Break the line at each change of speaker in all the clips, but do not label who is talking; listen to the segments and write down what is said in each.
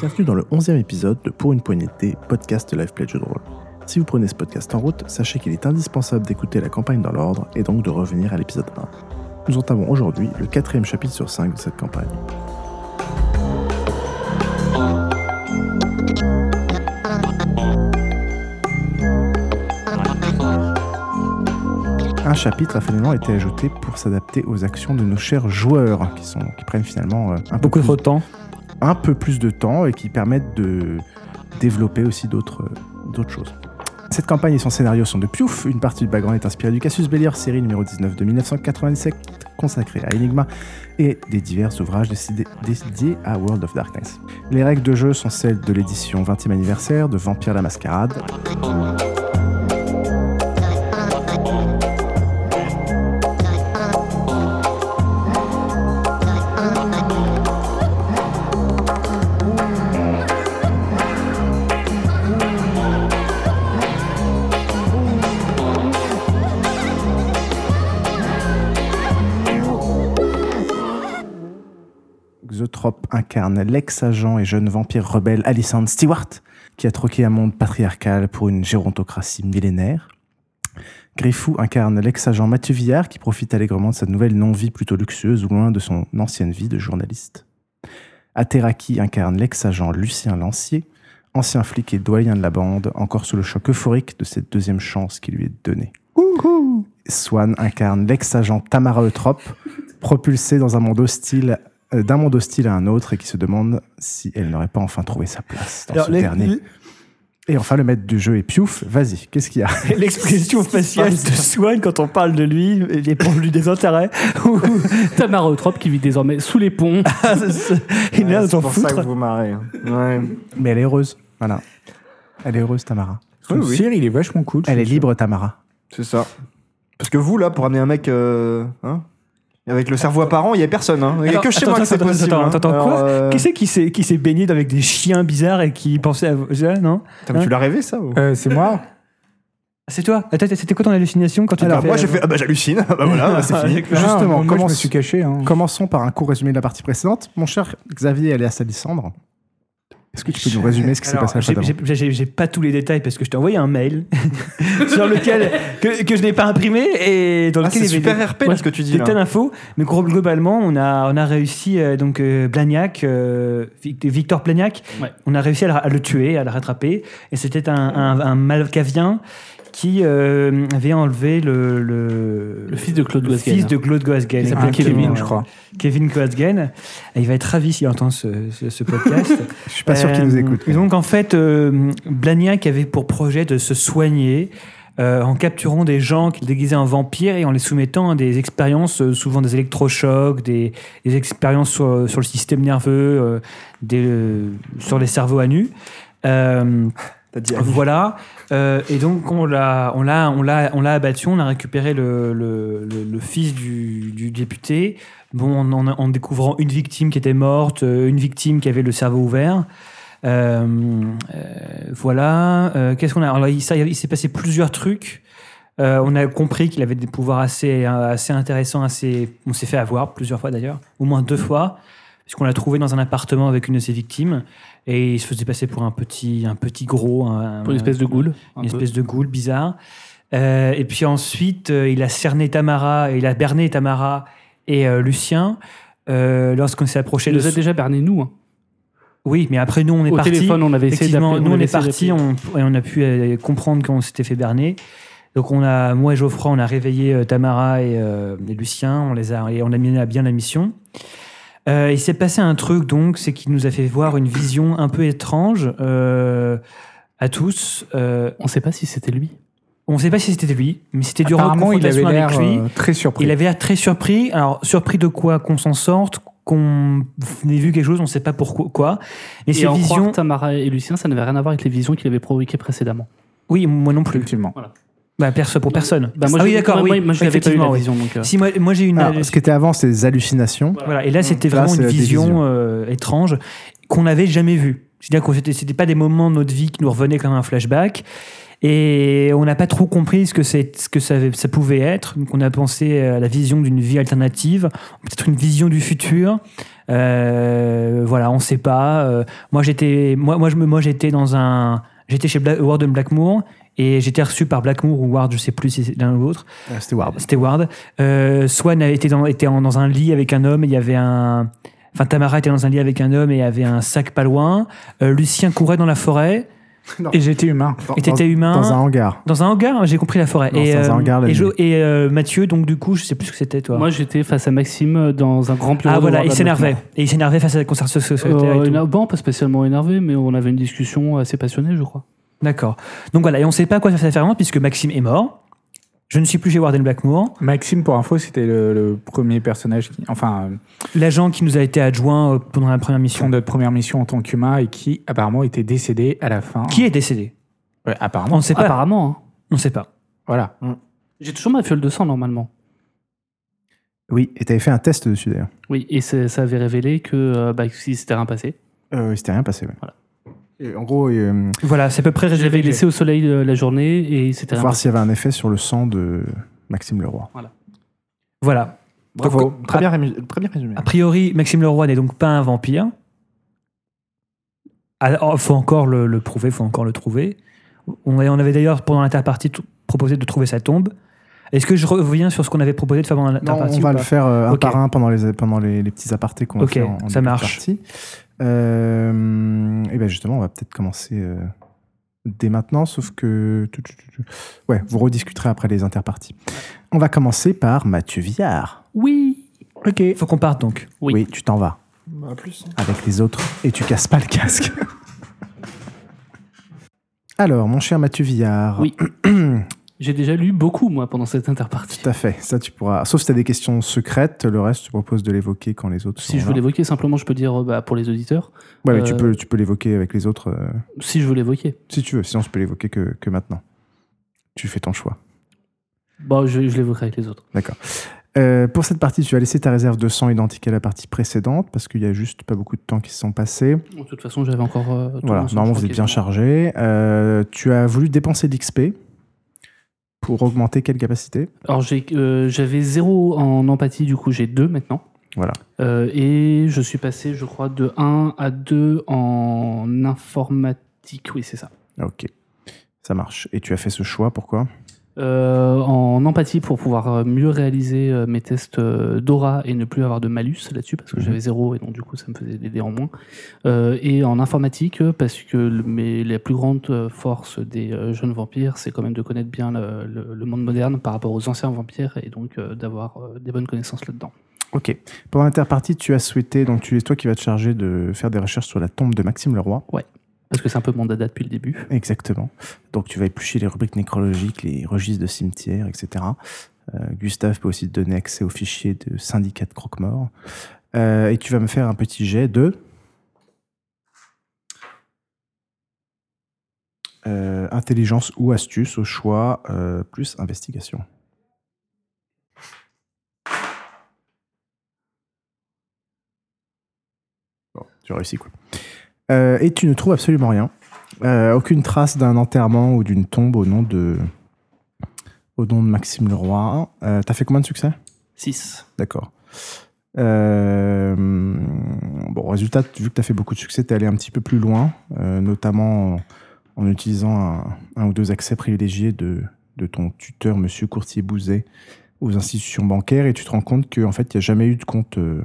bienvenue dans le 11e épisode de Pour une poignée de thé, podcast Live Play de Jeu de rôle. Si vous prenez ce podcast en route, sachez qu'il est indispensable d'écouter la campagne dans l'ordre et donc de revenir à l'épisode 1. Nous entamons aujourd'hui le quatrième chapitre sur 5 de cette campagne. Un chapitre a finalement été ajouté pour s'adapter aux actions de nos chers joueurs qui, sont, qui prennent finalement euh, un peu
Beaucoup
plus-
trop de temps.
un peu plus de temps et qui permettent de développer aussi d'autres euh, d'autres choses. Cette campagne et son scénario sont de Piouf. Une partie du background est inspirée du Cassius Bellier, série numéro 19 de 1997, consacrée à Enigma et des divers ouvrages décidés- dédiés à World of Darkness. Les règles de jeu sont celles de l'édition 20e anniversaire de Vampire la Mascarade, Xotrop incarne l'ex-agent et jeune vampire rebelle Alison Stewart, qui a troqué un monde patriarcal pour une gérontocratie millénaire. Griffou incarne l'ex-agent Mathieu Villard, qui profite allègrement de sa nouvelle non-vie plutôt luxueuse, ou loin de son ancienne vie de journaliste. Ateraki incarne l'ex-agent Lucien Lancier, ancien flic et doyen de la bande, encore sous le choc euphorique de cette deuxième chance qui lui est donnée. Swan incarne l'ex-agent Tamara Eutrope, propulsée dans un monde hostile euh, d'un monde hostile à un autre et qui se demande si elle n'aurait pas enfin trouvé sa place dans
Alors,
ce
les-
dernier. Et enfin, le maître du jeu est Piouf. Vas-y, qu'est-ce qu'il y a
L'expression faciale de Swan quand on parle de lui, il est pour lui des intérêts.
Tamara Eutrope qui vit désormais sous les ponts.
Ah. il est là
Ouais,
à
c'est
s'en
pour ça que
foutre.
vous marrez. hein. Ouais.
Mais elle est heureuse. Voilà. Elle est heureuse, Tamara.
Son
Oui, oui.
cire, il est vachement cool.
Elle est libre, Tamara.
C'est ça. Parce que vous, là, pour amener un mec euh, hein, avec le cerveau apparent, il n'y a personne. hein. Il n'y a
Attends,
que chez
attends,
moi que c'est
attends,
possible.
attends,
hein.
attends, quoi
euh,
Qui c'est qui s'est qui s'est baigné avec des chiens bizarres et qui pensait à ça, non Ah,
Putain, mais Tu l'as rêvé, ça ou-
Euh, c'est moi
C'est toi Attends, c'était quoi ton hallucination quand tu
Alors,
t'es
moi,
fait-
j'ai fait Ah bah, j'hallucine. Ah bah voilà, c'est fini.
Ah,
Justement,
moi,
comment
je me
s-
suis caché. hein.
Commençons par un court résumé de la partie précédente. Mon cher Xavier, elle est à Salissandre. Est-ce que tu peux nous résumer ce qui s'est
Ah,
Alors,
passé à la
j'ai-
fois d'avant
j'ai- j'ai- J'ai pas tous les détails parce que je t'ai envoyé un mail sur lequel que, que je n'ai pas imprimé et dans
Ah,
lequel
c'est
il y avait
super
des-
RP là,
ouais,
ce que tu dis
des
là.
tas d'infos, mais gros- globalement, on a, on a réussi, euh, donc euh, Blagnac, euh, Vic- Victor Blagnac,
Ouais.
on a réussi à, le- à le tuer, à le rattraper, et c'était un, un, un Malkavien qui euh, avait enlevé le, le,
Le fils de Claude
le
Goasgain.
fils de Claude Goasgain.
Il s'appelait
Ah,
Exactement,
Kevin,
ouais.
je crois.
Kevin Goasgain. Et il va être ravi s'il entend ce, ce- ce podcast.
Je suis pas sûr qu'il
Euh,
nous écoute.
Donc en fait, euh, Blagnac avait pour projet de se soigner euh, en capturant des gens qui déguisaient en vampires et en les soumettant à des expériences, euh, souvent des électrochocs, des, des expériences sur, sur le système nerveux, euh, des, euh, sur les cerveaux à nu. Euh,
T'as dit, ah,
voilà. Euh, et donc on l'a, on l'a, on l'a, on l'a abattu. On a récupéré le, le- le- le fils du, du député. Bon, en, en- en découvrant une victime qui était morte, euh, une victime qui avait le cerveau ouvert. Euh, euh, voilà. Euh, Qu'est-ce qu'on a Alors il, ça, il s'est passé plusieurs trucs. Euh, on a compris qu'il avait des pouvoirs assez, euh, assez intéressants, assez. On s'est fait avoir plusieurs fois d'ailleurs, au moins deux
Mm.
fois, puisqu'on l'a trouvé dans un appartement avec une de ses victimes et il se faisait passer pour un petit, un petit gros, un-
Pour une espèce de goule.
une espèce de goule bizarre. Euh, et puis ensuite, euh, il a cerné Tamara, il a berné Tamara et euh, Lucien. Euh, Lorsqu'on s'est approché
Il
de
nous a déjà berné, nous. hein.
oui, mais après nous on est
Au
parti.
téléphone, on avait essayé
Effectivement,
d'appeler.
nous on
avait
est
essayé
parti,
d'appeler.
on, et on a pu euh, comprendre qu'on s'était fait berner. Donc on a, moi et Geoffroy, on a réveillé euh, Tamara et, euh, et Lucien, on les a, et on a mis à bien la mission. Euh, il s'est passé un truc donc, c'est qu'il nous a fait voir une vision un peu étrange euh, à tous. Euh,
On sait pas si c'était lui.
on ne sait pas si c'était lui, mais c'était durant la
Apparemment, il avait
confrontation
l'air
avec lui.
euh, très surpris.
Il avait l'air très surpris. Alors, surpris de quoi Qu'on s'en sorte, qu'on ait vu quelque chose, on ne sait pas pourquoi. Quoi. Mais
Et
ces
en
visions.
croire Tamara et Lucien, ça n'avait rien à voir avec les visions qu'il avait provoquées précédemment.
Oui, moi non plus.
Effectivement.
Bah, perso pour personne.
Bah, moi,
ah
j'ai-
oui, d'accord.
moi,
Oui,
moi, moi, je l'avais pas eu la
effectivement, oui.
vision. Donc, euh,
Si moi, moi, j'ai une.
Alors, ce qui était avant, c'est les hallucinations.
Voilà, et là, c'était
Là,
vraiment
c'est
une
la
vision
division.
euh, étrange qu'on n'avait jamais vue. C'est-à-dire que c'était, c'était pas des moments de notre vie qui nous revenaient comme un flashback. Et on n'a pas trop compris ce que, c'est, ce que ça, avait- ça pouvait être. Donc on a pensé à la vision d'une vie alternative, peut-être une vision du futur. Euh, voilà, on ne sait pas. Euh, moi, j'étais, moi, moi, je me, moi, j'étais dans un, j'étais chez Bla- Warden Blackmoor et j'étais reçu par Blackmoor ou Ward, je sais plus si c'est l'un ou l'autre.
Ah, C'était Ward.
C'était Ward. Euh, Swan a- était, dans, était en- dans un lit avec un homme. et Il y avait un. Enfin, Tamara était dans un lit avec un homme et avait un sac pas loin. Euh, Lucien courait dans la forêt.
Et j'étais humain.
Dans-
Et
dans-
t'étais humain.
Dans un hangar.
Dans un hangar, j'ai compris la forêt.
Non,
et
c'est dans un hangar, la
et,
nuit.
Jo- et, euh, Mathieu, donc du coup, je sais plus ce que c'était, toi.
Moi, j'étais face à Maxime euh, dans un grand bureau.
ah
de
voilà,
Warner
il s'énervait. Et il s'énervait face à la concert
Bros. Euh,
sociétaire.
éner- bon, pas spécialement énervé, mais on avait une discussion assez passionnée, je crois.
D'accord. Donc voilà, et on sait pas à quoi ça fait vraiment puisque Maxime est mort. Je ne suis plus chez Warden Blackmoor.
Maxime, pour info, c'était le, le premier personnage, qui, enfin, euh,
L'agent qui nous a été adjoint euh, pendant la première
sur
mission.
notre première mission en tant qu'humain et qui apparemment était décédé à la fin.
Qui est décédé
Ouais,
On
Apparemment.
ne sait pas.
Apparemment. hein.
On sait pas.
Voilà.
J'ai toujours ma fiole de sang, normalement.
Oui, et t'avais fait un test dessus d'ailleurs.
Oui, et c'est- ça avait révélé que euh, bah, si c'était rien passé.
Euh, il s'était rien passé. ouais.
Voilà.
Et en gros, euh,
Voilà, c'est à peu près
Je l'avais
résumé.
laissé au soleil euh, la journée et c'était rien
voir s'il y avait un effet sur le sang de Maxime Leroy.
Voilà.
Bravo.
Donc,
très, bien rému- très bien résumé.
A priori, Maxime Leroy n'est donc pas un vampire. Il faut encore le, le prouver, faut encore le trouver. On, on avait d'ailleurs, pendant l'interpartie, t- proposé de trouver sa tombe. Est-ce que je reviens sur ce qu'on avait proposé de faire pendant
Non,
l'interpartie
on
ou
va le
pas
faire euh, un
Ok.
par un pendant les, pendant les, les petits apartés qu'on
Ok,
va faire en, en
ça
début de
marche.
partie. Euh, et bien justement, on va peut-être commencer euh, dès maintenant, sauf que... tu- tu- tu- tu- Ouais, vous rediscuterez après les interparties. On va commencer par Mathieu Villard.
Oui
Ok.
Faut qu'on parte donc.
Oui.
tu t'en vas
Bah, plus.
avec les autres et tu casses pas le casque. Alors, mon cher Mathieu Villard,
Oui. J'ai déjà lu beaucoup, moi, pendant cette interpartie.
tout à fait, ça tu pourras... Sauf si tu as des questions secrètes, le reste, je te propose de l'évoquer quand les autres
Si
sont
je veux
là.
l'évoquer, simplement, je peux dire euh, bah, pour les auditeurs,
Voilà, tu
euh,
peux, tu peux l'évoquer avec les autres... euh,
si je veux l'évoquer.
Si tu veux, sinon je peux l'évoquer que, que maintenant. Tu fais ton choix.
Bon, Bah, je, je l'évoquerai avec les autres.
Euh, pour cette partie, tu vas laisser ta réserve de sang identique à la partie précédente parce qu'il y a juste pas beaucoup de temps qui se sont passés.
De toute façon, j'avais encore. euh, tout
voilà,
mon sang,
normalement
je
vous
crois,
êtes bien
quasiment.
chargé. Euh, tu as voulu dépenser de l'XP pour augmenter quelle capacité
Alors, j'ai, euh, j'avais zéro en empathie, du coup, j'ai deux maintenant.
Voilà.
Euh, et je suis passé, je crois, de 1 à 2 en informatique. Oui, c'est ça.
Ok, ça marche. Et tu as fait ce choix, pourquoi
Euh, en empathie pour pouvoir mieux réaliser euh, mes tests euh, d'aura et ne plus avoir de malus là-dessus parce que
Mhm.
j'avais zéro et donc du coup ça me faisait des dés en moins. Euh, et en informatique euh, parce que le- mes- la plus grande euh, force des euh, jeunes vampires c'est quand même de connaître bien le, le- le monde moderne par rapport aux anciens vampires et donc euh, d'avoir euh, des bonnes connaissances là-dedans.
Ok. Pendant l'interpartie, tu as souhaité, donc tu es toi qui vas te charger de faire des recherches sur la tombe de Maxime Leroy.
Parce que c'est un peu mon dada depuis le début.
Exactement. Donc tu vas éplucher les rubriques nécrologiques, les registres de cimetières, etc. Euh, Gustave peut aussi te donner accès aux fichiers de syndicats de croque-mort. Euh, et tu vas me faire un petit jet de... euh, intelligence ou astuce au choix, euh, plus investigation. Bon, tu réussis quoi. Euh, et tu ne trouves absolument rien. Euh, aucune trace d'un enterrement ou d'une tombe au nom de, au nom de Maxime Leroy. Euh, T'as fait combien de succès
6.
D'accord. Euh, bon, résultat, vu que tu as fait beaucoup de succès, tu allé un petit peu plus loin, euh, notamment en, en utilisant un, un ou deux accès privilégiés de, de ton tuteur, monsieur Courtier Bouzet, aux institutions bancaires, et tu te rends compte qu'en fait, il n'y a jamais eu de compte euh,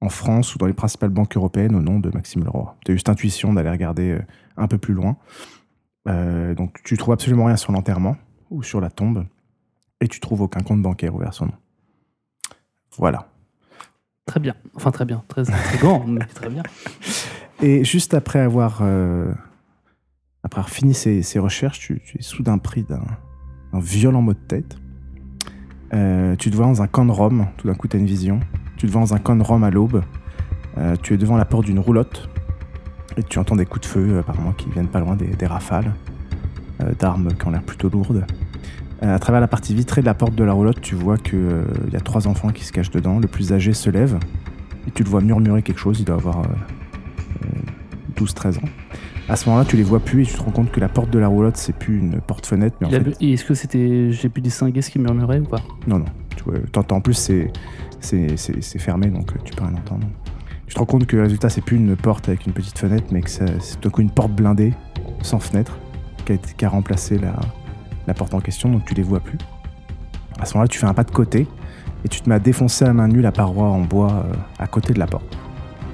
en France ou dans les principales banques européennes au nom de Maxime Leroy. Tu as eu cette intuition d'aller regarder euh, un peu plus loin. Euh, donc, tu trouves absolument rien sur l'enterrement ou sur la tombe, et tu trouves aucun compte bancaire ouvert à son nom. Voilà.
Très bien. Enfin très bien. Très intrigant, mais très bien.
Et juste après avoir, euh, après avoir fini ces, ces recherches, tu, tu es soudain pris d'un d'un violent mot de tête. Euh, tu te vois dans un camp de Rome, tout d'un coup tu as une vision. Tu te vois dans un camp de Rome à l'aube. Euh, tu es devant la porte d'une roulotte et tu entends des coups de feu, euh, apparemment, qui viennent pas loin des, des rafales euh, d'armes qui ont l'air plutôt lourdes. Euh, à travers la partie vitrée de la porte de la roulotte, tu vois qu'il y a trois enfants qui se cachent dedans. Le plus âgé se lève et tu le vois murmurer quelque chose. Il doit avoir euh, 12-13 euh, ans. À ce moment-là, tu les vois plus et tu te rends compte que la porte de la roulotte, c'est plus une porte-fenêtre, mais en
Il a
fait,
bu- et Est-ce que c'était. J'ai pu distinguer ce qu'il murmurait ou pas
Non, non. Tu vois, t'entends en plus, c'est, c'est, c'est, c'est fermé, donc euh, tu peux rien entendre. Tu te rends compte que, résultat, c'est plus une porte avec une petite fenêtre, mais que ça- c'est tout d'un coup une porte blindée, sans fenêtre, qui a, été- qui a remplacé la, la porte en question, donc tu les vois plus. À ce moment-là, tu fais un pas de côté, et tu te mets à défoncer à main nue la paroi en bois euh, à côté de la porte,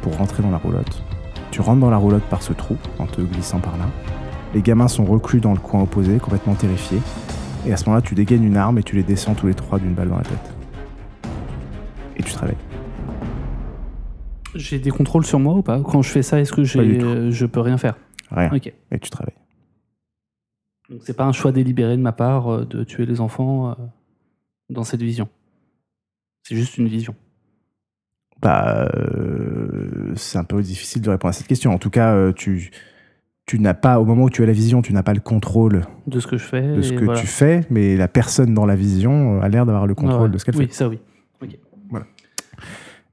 pour rentrer dans la roulotte. Tu rentres dans la roulotte par ce trou, en te glissant par là. Les gamins sont reclus dans le coin opposé, complètement terrifiés. Et à ce moment-là, tu dégaines une arme et tu les descends tous les trois d'une balle dans la tête. Et tu te réveilles.
J'ai des contrôles sur moi ou pas Quand je fais ça, est-ce que j'ai,
Pas du tout.
euh, je peux rien faire
Rien.
Ok.
Et tu te réveilles.
Donc c'est pas un choix délibéré de ma part euh, de tuer les enfants euh, dans cette vision. C'est juste une vision.
Bah, euh, c'est un peu difficile de répondre à cette question. En tout cas, euh, tu, tu n'as pas, au moment où tu as la vision, tu n'as pas le contrôle
De ce que je fais.
de ce
et
que
voilà.
tu fais, mais la personne dans la vision euh, a l'air d'avoir le
Ouais,
contrôle
ouais.
de ce qu'elle
Oui,
fait.
ça oui.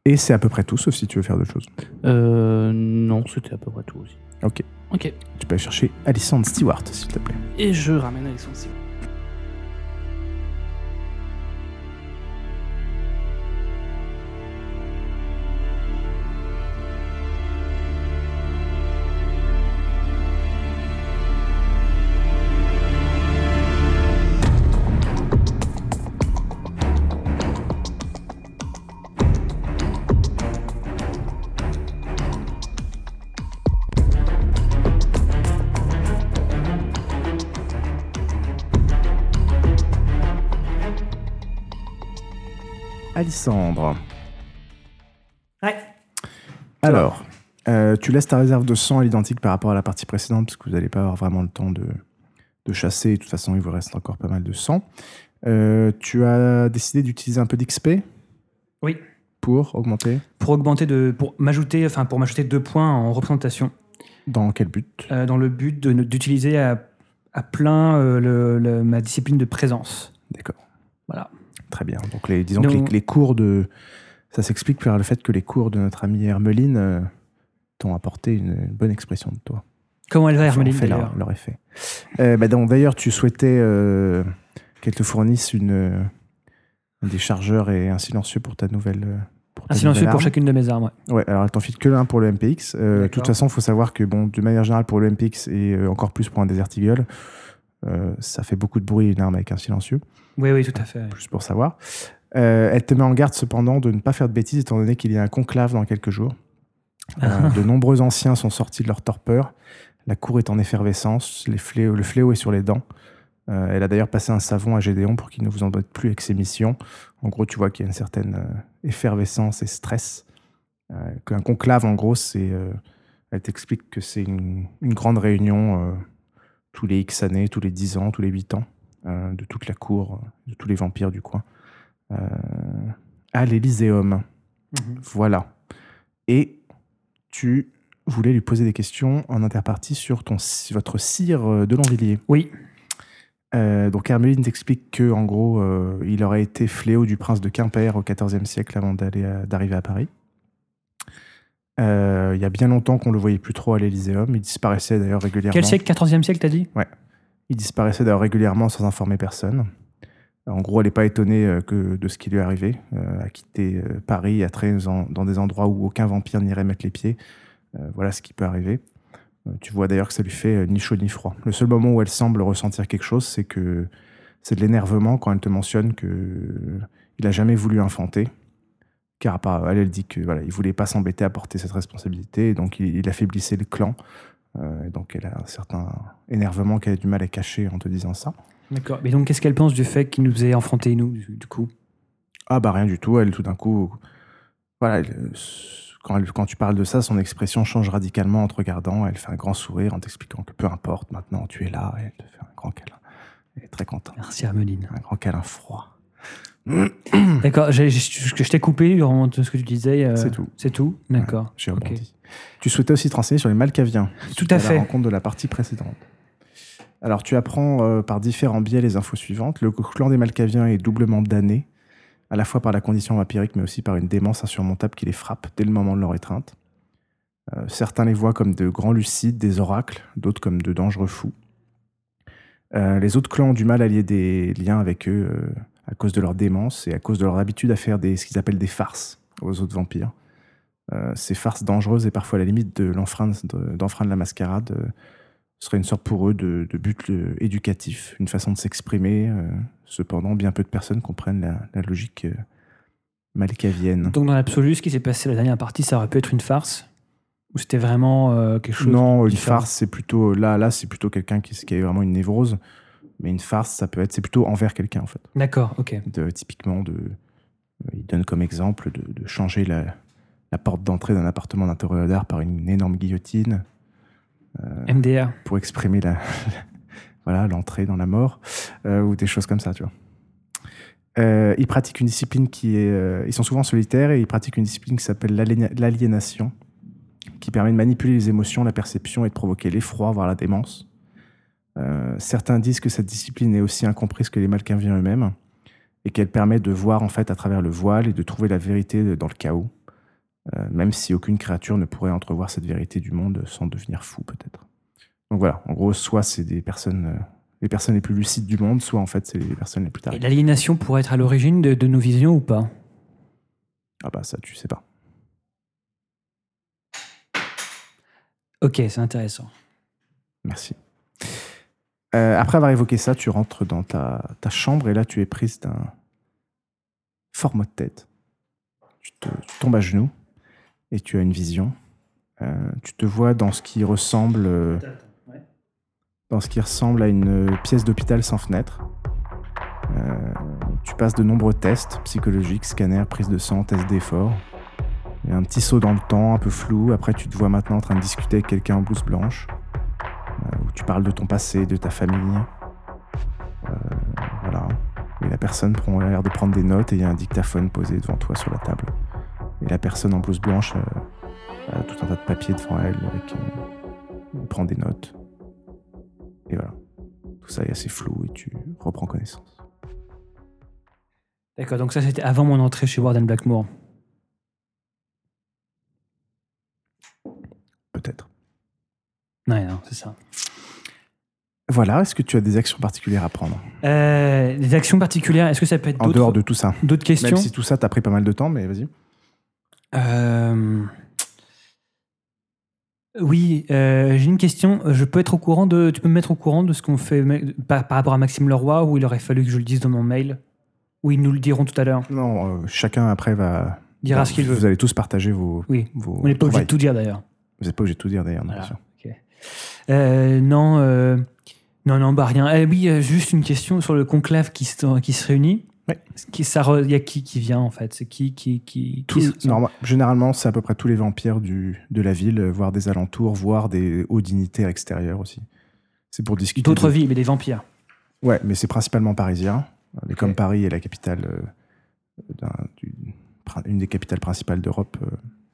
Et c'est à peu près tout, sauf si tu veux faire d'autres choses.
Euh, non, c'était à peu près tout aussi.
Ok.
Ok.
Tu peux aller chercher Alison Stewart, s'il te plaît.
Et je ramène Alexandre Simon.
Alissandre.
Ouais.
Alors, euh, tu laisses ta réserve de sang à l'identique par rapport à la partie précédente, parce que vous n'allez pas avoir vraiment le temps de, de chasser. De toute façon, il vous reste encore pas mal de sang. Euh, tu as décidé d'utiliser un peu d'XP
Oui.
Pour augmenter
Pour augmenter de, pour m'ajouter, enfin pour m'ajouter deux points en représentation,
Dans quel but
euh, dans le but de ne- d'utiliser à, à plein euh, le- le- ma discipline de présence.
D'accord.
Voilà.
Très bien. Donc, les, disons que les,
Donc-
les cours de. Ça s'explique par le fait que les cours de notre amie Hermeline euh, t'ont apporté une bonne expression de toi.
Comment elle va,
Enfin,
Hermeline
fait
d'ailleurs
leur, leur effet. Euh, bah, donc, D'ailleurs, tu souhaitais euh, qu'elle te fournisse une, euh, des chargeurs et un silencieux pour ta nouvelle. euh, Pour ta
Un silencieux
nouvelle
pour
arme.
chacune de mes armes. ouais.
Ouais, alors elle t'en file que l'un pour le MPX. Euh, de toute
D'accord.
façon, il faut savoir que, bon, de manière générale, pour le MPX et euh, encore plus pour un Desert Eagle, euh, ça fait beaucoup de bruit une arme avec un silencieux,
Oui, oui, tout à fait.
juste pour savoir. Euh, elle te met en garde cependant de ne pas faire de bêtises étant donné qu'il y a un conclave dans quelques jours. Euh, de nombreux anciens sont sortis de leur torpeur. La cour est en effervescence. Les fléaux- le fléau est sur les dents. Euh, elle a d'ailleurs passé un savon à Gédéon pour qu'il ne vous embête plus avec ses missions. En gros, tu vois qu'il y a une certaine euh, effervescence et stress. Euh, Qu'un conclave, en gros, c'est. euh, elle t'explique que c'est une, une grande réunion euh, tous les X années, tous les 10 ans, tous les 8 ans, euh, de toute la cour, euh, de tous les vampires du coin. Euh, à l'Élyséeum.
Mhm.
Voilà. Et tu voulais lui poser des questions en interpartie sur ton, votre cire euh, de Longvilliers.
Oui.
Euh, donc Hermeline t'explique que en gros, euh, il aurait été fléau du prince de Quimper au XIVe siècle avant d'aller à- d'arriver à Paris. Euh, Il y a bien longtemps qu'on le voyait plus trop à l'Élyséeum. Il disparaissait d'ailleurs régulièrement.
Quel siècle 14e siècle, t'as dit
Il disparaissait d'ailleurs régulièrement sans informer personne. En gros, elle n'est pas étonnée euh, que de ce qui lui est arrivé, euh, à quitter euh, Paris, à traîner dans, dans des endroits où aucun vampire n'irait mettre les pieds. Euh, voilà ce qui peut arriver. Euh, tu vois d'ailleurs que ça lui fait euh, ni chaud ni froid. Le seul moment où elle semble ressentir quelque chose, c'est que c'est de l'énervement quand elle te mentionne que euh, il a jamais voulu enfanter. Car à part- elle, elle dit que voilà, il voulait pas s'embêter à porter cette responsabilité, et donc il- il affaiblissait le clan. Euh, et donc elle a un certain énervement qu'elle a du mal à cacher en te disant ça.
D'accord. Mais donc, qu'est-ce qu'elle pense du fait qu'il nous ait enfantés, nous, du du coup
Ah bah rien du tout, elle tout d'un coup... Voilà, elle, euh, s- quand, elle- quand tu parles de ça, son expression change radicalement en te regardant, elle fait un grand sourire en t'expliquant que peu importe, maintenant tu es là, et elle te fait un grand câlin. Elle est très contente,
Merci, Hermeline.
un grand câlin froid.
Hmm. D'accord, j'ai- j'ai- je, je t'ai coupé durant tout ce que tu disais. euh,
C'est tout.
C'est tout D'accord.
J'ai
Ok.
rebondi. Tu souhaitais aussi te renseigner sur les Malkaviens. suite
à
La
fait.
rencontre de la partie précédente. Alors, tu apprends euh, par différents biais les infos suivantes. Le clan des Malkaviens est doublement damné, à la fois par la condition vampirique, mais aussi par une démence insurmontable qui les frappe dès le moment de leur étreinte. Euh, certains les voient comme de grands lucides, des oracles, d'autres comme de dangereux fous. Euh, les autres clans ont du mal à lier des liens avec eux euh, à cause de leur démence et à cause de leur habitude à faire des, ce qu'ils appellent des farces aux autres vampires. Euh, ces farces dangereuses et parfois à la limite de l'enfreindre- de- d'enfreindre la mascarade euh, serait une sorte pour eux de, de but euh, éducatif, une façon de s'exprimer. euh, cependant, bien peu de personnes comprennent la, la logique euh, malkavienne.
Donc dans l'absolu, ce qui s'est passé la dernière partie, ça aurait pu être une farce Ou c'était vraiment euh, quelque chose
Non, une
différent.
farce, c'est plutôt là, là, c'est plutôt quelqu'un qui, qui a vraiment une névrose. Mais une farce, ça peut être, c'est plutôt envers quelqu'un en fait.
D'accord, ok.
de- typiquement, de, euh, il donne comme exemple de, de changer la, la porte d'entrée d'un appartement d'intérieur d'art par une énorme guillotine Euh,
MDR.
pour exprimer la, voilà l'entrée dans la mort euh, ou des choses comme ça, tu vois. Euh, ils pratiquent une discipline qui est, euh, ils sont souvent solitaires et ils pratiquent une discipline qui s'appelle l'aléna- l'aliénation, qui permet de manipuler les émotions, la perception et de provoquer l'effroi, voire la démence. Euh, certains disent que cette discipline est aussi incomprise que les Malkaviens eux-mêmes et qu'elle permet de voir en fait à travers le voile et de trouver la vérité dans le chaos, euh, même si aucune créature ne pourrait entrevoir cette vérité du monde sans devenir fou peut-être. Donc voilà, en gros, soit c'est des personnes, euh, les personnes les plus lucides du monde, soit en fait c'est les personnes les plus
Et
tarées.
l'aliénation pourrait être à l'origine de, de nos visions ou pas
Ah bah ça tu sais pas.
Ok, c'est intéressant.
Merci. Euh, après avoir évoqué ça, tu rentres dans ta, ta chambre et là tu es prise d'un fort mot de tête. Tu, te- tu tombes à genoux et tu as une vision. Euh, tu te vois dans ce qui ressemble, euh, dans ce qui ressemble à une euh, pièce d'hôpital sans fenêtre. Euh, tu passes de nombreux tests psychologiques, scanner, prise de sang, test d'effort. Et un petit saut dans le temps, un peu flou. Après, tu te vois maintenant en train de discuter avec quelqu'un en blouse blanche où tu parles de ton passé, de ta famille. Euh, voilà. Et la personne prend l'air de prendre des notes et il y a un dictaphone posé devant toi sur la table. Et la personne en blouse blanche euh, a tout un tas de papiers devant elle avec. euh, elle prend des notes. Et voilà. Tout ça est assez flou et tu reprends connaissance.
D'accord, donc ça c'était avant mon entrée chez Warden Blackmore.
Peut-être.
Ouais, non, c'est ça.
Voilà, est-ce que tu as des actions particulières à prendre
Euh, des actions particulières, est-ce que ça peut être
En
d'autres-
dehors de tout ça.
d'autres questions
Même si tout ça t'a pris pas mal de temps, mais vas-y.
Euh, Oui, euh, j'ai une question. Je peux être au courant de. Tu peux me mettre au courant de ce qu'on fait mais- par, par rapport à Maxime Leroy ou il aurait fallu que je le dise dans mon mail Ou ils nous le diront tout à l'heure.
Non, euh, chacun après va.
Il dira ce qu'il
vous
veut.
allez tous partager vos.
Oui.
vos
Bah, On n'est pas
trouvailles.
obligé de tout dire d'ailleurs.
Vous n'êtes pas obligé de tout dire d'ailleurs, non,
Voilà.
bien sûr.
Euh, non, euh, non, non, bah rien. Eh oui, euh, juste une question sur le conclave qui se, qui se réunit.
Oui.
Ce Qui, ça re- il y a qui qui vient en fait C'est qui qui qui, qui
Tous-
se-
normal- généralement, c'est à peu près tous les vampires du, de la ville, euh, voire des alentours, voire des hauts dignitaires extérieurs aussi. C'est pour discuter.
D'autres
de-
villes, mais des vampires.
Ouais, mais c'est principalement parisien. Euh, Mais comme Paris est la capitale, euh, d'un- du- prin- une des capitales principales d'Europe, euh,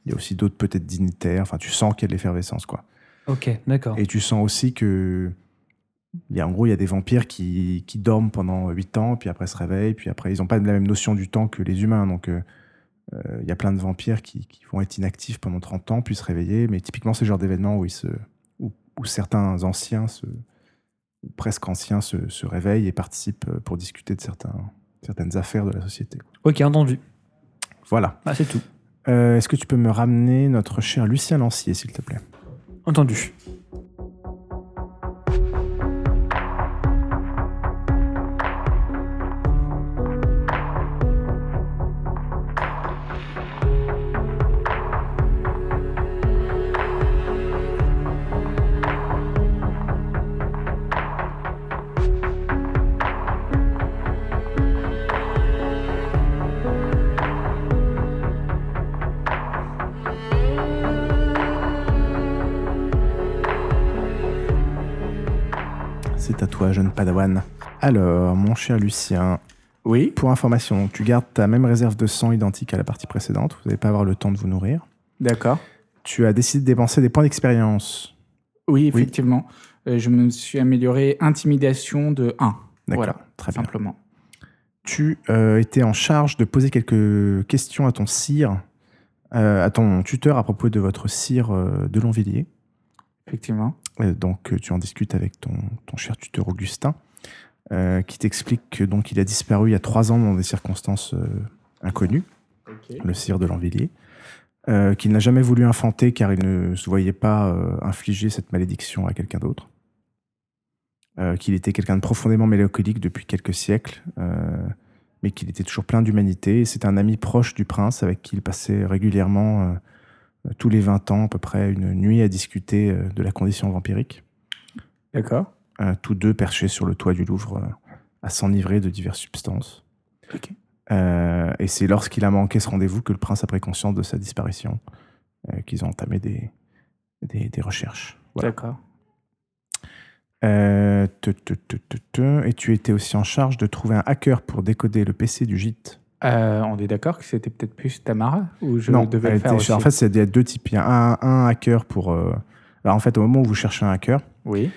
il y a aussi d'autres peut-être dignitaires. Enfin, tu sens qu'il y a de l'effervescence, quoi.
Ok, d'accord.
Et tu sens aussi que. Il y a, en gros, il y a des vampires qui, qui dorment pendant 8 ans, puis après se réveillent, puis après, ils n'ont pas la même notion du temps que les humains. Donc, euh, euh, il y a plein de vampires qui, qui vont être inactifs pendant 30 ans, puis se réveiller. Mais typiquement, c'est le genre d'événement où, ils se- où, où certains anciens, se, ou presque anciens, se, se réveillent et participent euh, pour discuter de certains, certaines affaires de la société. quoi.
Ok, entendu.
Voilà.
Ah, c'est tout.
Euh, Est-ce que tu peux me ramener notre cher Lucien Lancier, s'il te plaît
Entendu.
C'est à toi, jeune padawan. Alors, mon cher Lucien,
Oui.
Pour information, tu gardes ta même réserve de sang identique à la partie précédente. Vous n'allez pas avoir le temps de vous nourrir.
D'accord.
Tu as décidé de dépenser des points d'expérience.
Oui, effectivement. Euh, je me suis amélioré intimidation de 1,
D'accord.
Voilà,
Très bien.
simplement.
Tu euh, étais en charge de poser quelques questions à ton sire euh, à ton tuteur à propos de votre cire euh, de Longvilliers.
effectivement.
Euh, donc euh, tu en discutes avec ton, ton cher tuteur Augustin, euh, qui t'explique que donc il a disparu il y a trois ans dans des circonstances euh, inconnues, le sire de Lanvilliers, euh, qu'il n'a jamais voulu infanter car il ne se voyait pas euh, infliger cette malédiction à quelqu'un d'autre. Euh, qu'il était quelqu'un de profondément mélancolique depuis quelques siècles, euh, mais qu'il était toujours plein d'humanité. Et C'est un ami proche du prince avec qui il passait régulièrement euh, tous les 20 ans à peu près une nuit à discuter euh, de la condition vampirique,
D'accord.
euh, tous deux perchés sur le toit du Louvre euh, à s'enivrer de diverses substances.
Ok.
Euh, et c'est lorsqu'il a manqué ce rendez-vous que le prince a pris conscience de sa disparition, euh, qu'ils ont entamé des, des, des recherches. Voilà.
D'accord.
Euh, te- te- te- te- te. et tu étais aussi en charge de trouver un hacker pour décoder le PC du gîte.
Euh, on est d'accord que c'était peut-être plus Tamara ou je
non,
devais
elle
le faire
était-
aussi.
en fait, c'est- il y a deux types. Il y a un, un hacker pour. euh, alors, en fait, au moment où vous cherchez un hacker,
Oui,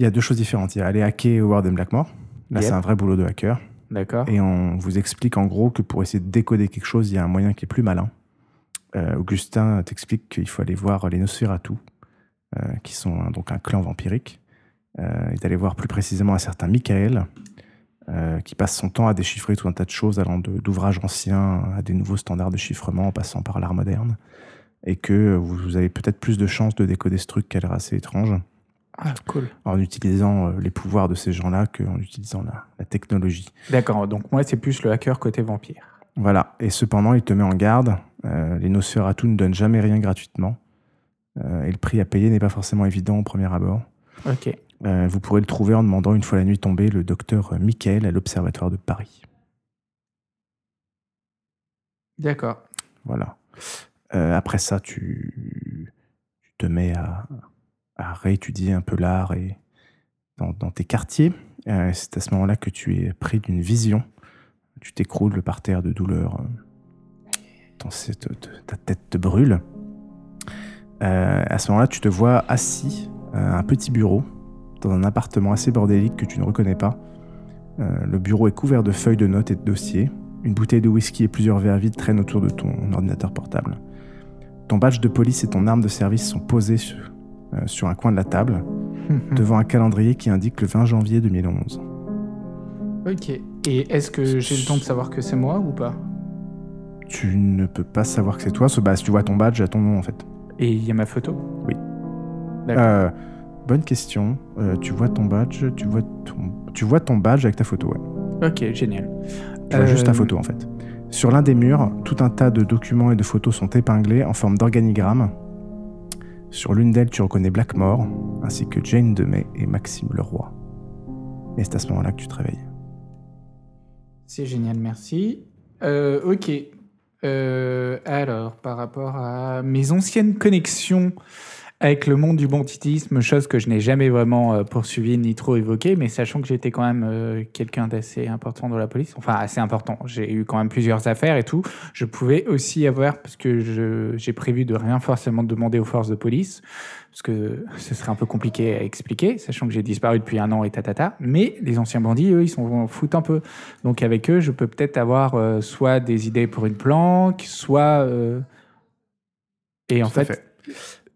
Il y a deux choses différentes. Il y a aller hacker Howard and Blackmore. Là,
Yep.
c'est un vrai boulot de hacker.
d'accord.
Et on vous explique en gros que pour essayer de décoder quelque chose, il y a un moyen qui est plus malin. Euh, Augustin t'explique qu'il faut aller voir les Nosferatu, euh, qui sont un- donc un clan vampirique, euh, et d'aller voir plus précisément un certain Michael, euh, qui passe son temps à déchiffrer tout un tas de choses, allant de- d'ouvrages anciens à des nouveaux standards de chiffrement, en passant par l'art moderne. Et que vous, vous avez peut-être plus de chances de décoder ce truc qui a l'air assez étrange
Ah, cool.
en utilisant euh, les pouvoirs de ces gens-là qu'en utilisant la, la technologie.
D'accord, donc moi, c'est plus le hacker côté vampire.
Voilà. Et cependant, il te met en garde. Euh, les Nosferatu ne donnent jamais rien gratuitement. Euh, et le prix à payer n'est pas forcément évident au premier abord.
Ok.
Euh, vous pourrez le trouver en demandant, une fois la nuit tombée, le docteur euh, Michael à l'Observatoire de Paris.
D'accord.
Voilà. Euh, après ça, tu, tu te mets à, à réétudier un peu l'art et dans, dans tes quartiers. Euh, c'est à ce moment-là que tu es pris d'une vision. Tu t'écroules par terre de douleur. euh, Ton- c'est- te- te- ta tête te brûle. Euh, à ce moment-là, tu te vois assis à un petit bureau dans un appartement assez bordélique que tu ne reconnais pas. Euh, le bureau est couvert de feuilles de notes et de dossiers. Une bouteille de whisky et plusieurs verres vides traînent autour de ton ordinateur portable. Ton badge de police et ton arme de service sont posés sur, euh, sur un coin de la table, devant un calendrier qui indique le 20 janvier 2011.
ok. Et est-ce que j'ai le temps de savoir que c'est moi ou pas
Tu ne peux pas savoir que c'est toi, sauf bah, si tu vois ton badge à ton nom en fait.
Et il y a ma photo
Oui.
D'accord.
Euh, bonne question. Euh, tu vois ton badge, tu vois ton, tu vois ton badge avec ta photo. ouais.
Ok, génial.
Tu vois juste ta
Euh,
photo en fait. Sur l'un des murs, tout un tas de documents et de photos sont épinglés en forme d'organigramme. Sur l'une d'elles, tu reconnais Blackmore, ainsi que Jane Demey et Maxime Leroy. Et c'est à ce moment-là que tu te réveilles.
C'est génial, merci. Euh, ok. Euh, alors, par rapport à mes anciennes connexions avec le monde du banditisme, chose que je n'ai jamais vraiment euh, poursuivie ni trop évoquée, mais sachant que j'étais quand même euh, quelqu'un d'assez important dans la police, enfin assez important, j'ai eu quand même plusieurs affaires et tout, je pouvais aussi avoir, parce que je- j'ai prévu de rien forcément demander aux forces de police, parce que ce serait un peu compliqué à expliquer, sachant que j'ai disparu depuis un an et tatata, mais les anciens bandits, eux, ils s'en foutent un peu. Donc avec eux, je peux peut-être avoir euh, soit des idées pour une planque, soit... euh, Et en
Tout à
fait,
fait.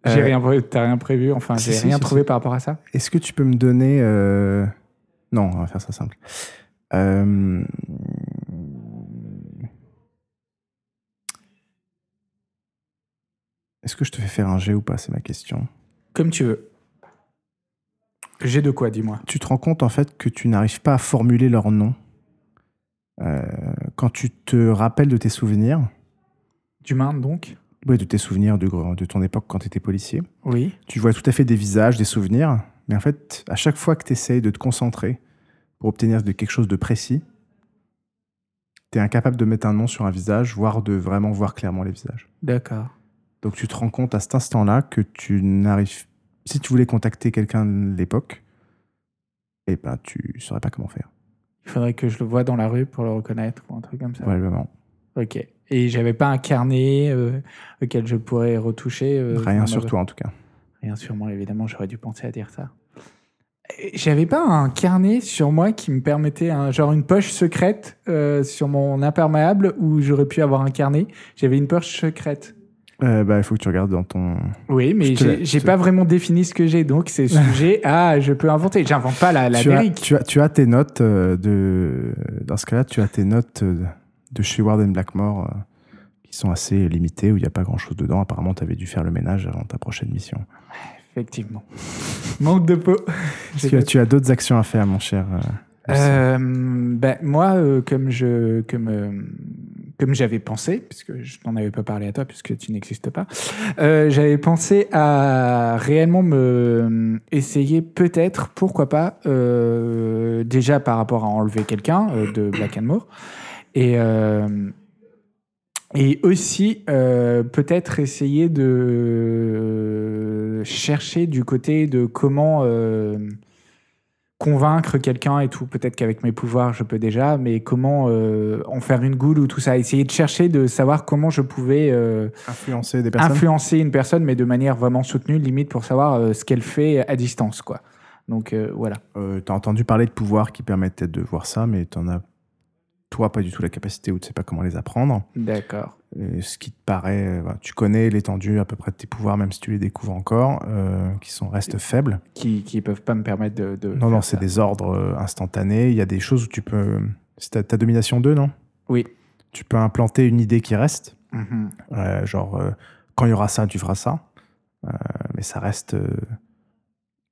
j'ai
Euh,
rien, pré- t'as rien prévu, enfin,
si,
j'ai
si,
rien
si,
trouvé
si.
par rapport à ça.
Est-ce que tu peux me donner. euh, Non, on va faire ça simple. Euh, Est-ce que je te fais faire un jet ou pas C'est ma question.
Comme tu veux. J'ai de quoi, dis-moi.
Tu te rends compte en fait que tu n'arrives pas à formuler leur nom. Euh, quand tu te rappelles de tes souvenirs,
D'humain, donc
ouais, de tes souvenirs de, gr- de ton époque quand tu étais policier,
Oui.
tu vois tout à fait des visages, des souvenirs, mais en fait, à chaque fois que tu essayes de te concentrer pour obtenir de quelque chose de précis, tu es incapable de mettre un nom sur un visage, voire de vraiment voir clairement les visages.
D'accord.
Donc tu te rends compte à cet instant-là que tu n'arrives... Si tu voulais contacter quelqu'un de l'époque, eh ben, tu saurais pas comment faire,
Il faudrait que je le vois dans la rue pour le reconnaître ou un truc comme ça.
probablement.
Ok. Et j'avais pas un carnet euh, auquel je pourrais retoucher. euh,
Rien
dans
sur
ma-
toi, en tout cas.
Rien sur moi, évidemment, j'aurais dû penser à dire ça. J'avais pas un carnet sur moi qui me permettait, un, genre une poche secrète euh, sur mon imperméable où j'aurais pu avoir un carnet. J'avais une poche secrète.
Euh, bah, il faut que tu regardes dans ton.
Oui,
Je
mais
te la-
j'ai j'ai
je-
pas vraiment défini ce que j'ai, donc c'est sujet à je peux inventer. J'invente pas la, la
tu, as,
vérité.
tu, as, tu as tes notes euh, de. Dans ce cas-là, tu as tes notes euh, de chez Warden Blackmore euh, qui sont assez limitées, où il n'y a pas grand-chose dedans. Apparemment, tu avais dû faire le ménage avant ta prochaine mission.
Effectivement. Manque de peau.
Est-ce que tu as d'autres actions à faire, mon cher euh, Wilson
Euh, ben, moi, euh, comme je, comme, euh, comme j'avais pensé, puisque je n'en avais pas parlé à toi, puisque tu n'existes pas, euh, j'avais pensé à réellement me euh, essayer, peut-être, pourquoi pas, euh, déjà par rapport à enlever quelqu'un euh, de Black and More, et euh, et aussi euh, peut-être essayer de euh, chercher du côté de comment. euh, convaincre quelqu'un et tout. Peut-être qu'avec mes pouvoirs, je peux déjà, mais comment euh, en faire une goule ou tout ça. Essayer de chercher, de savoir comment je pouvais euh,
Influencer des personnes
influencer une personne, mais de manière vraiment soutenue, limite pour savoir euh, ce qu'elle fait à distance, quoi. Donc euh, voilà.
Euh, T'as entendu parler de pouvoirs qui permettaient de voir ça, mais t'en as, toi, pas du tout la capacité ou tu sais pas comment les apprendre.
D'accord.
Euh, ce qui te paraît, euh, voilà, tu connais l'étendue à peu près de tes pouvoirs, même si tu les découvres encore, euh, qui sont restent faibles.
Qui, qui peuvent pas me permettre de. de
Non,
faire
non, c'est
ça.
des ordres euh, instantanés. Il y a des choses où tu peux. C'est ta, ta domination 2, non
Oui.
Tu peux implanter une idée qui reste.
Mhm.
Euh, genre, euh, quand il y aura ça, tu feras ça. Euh, mais ça reste. euh,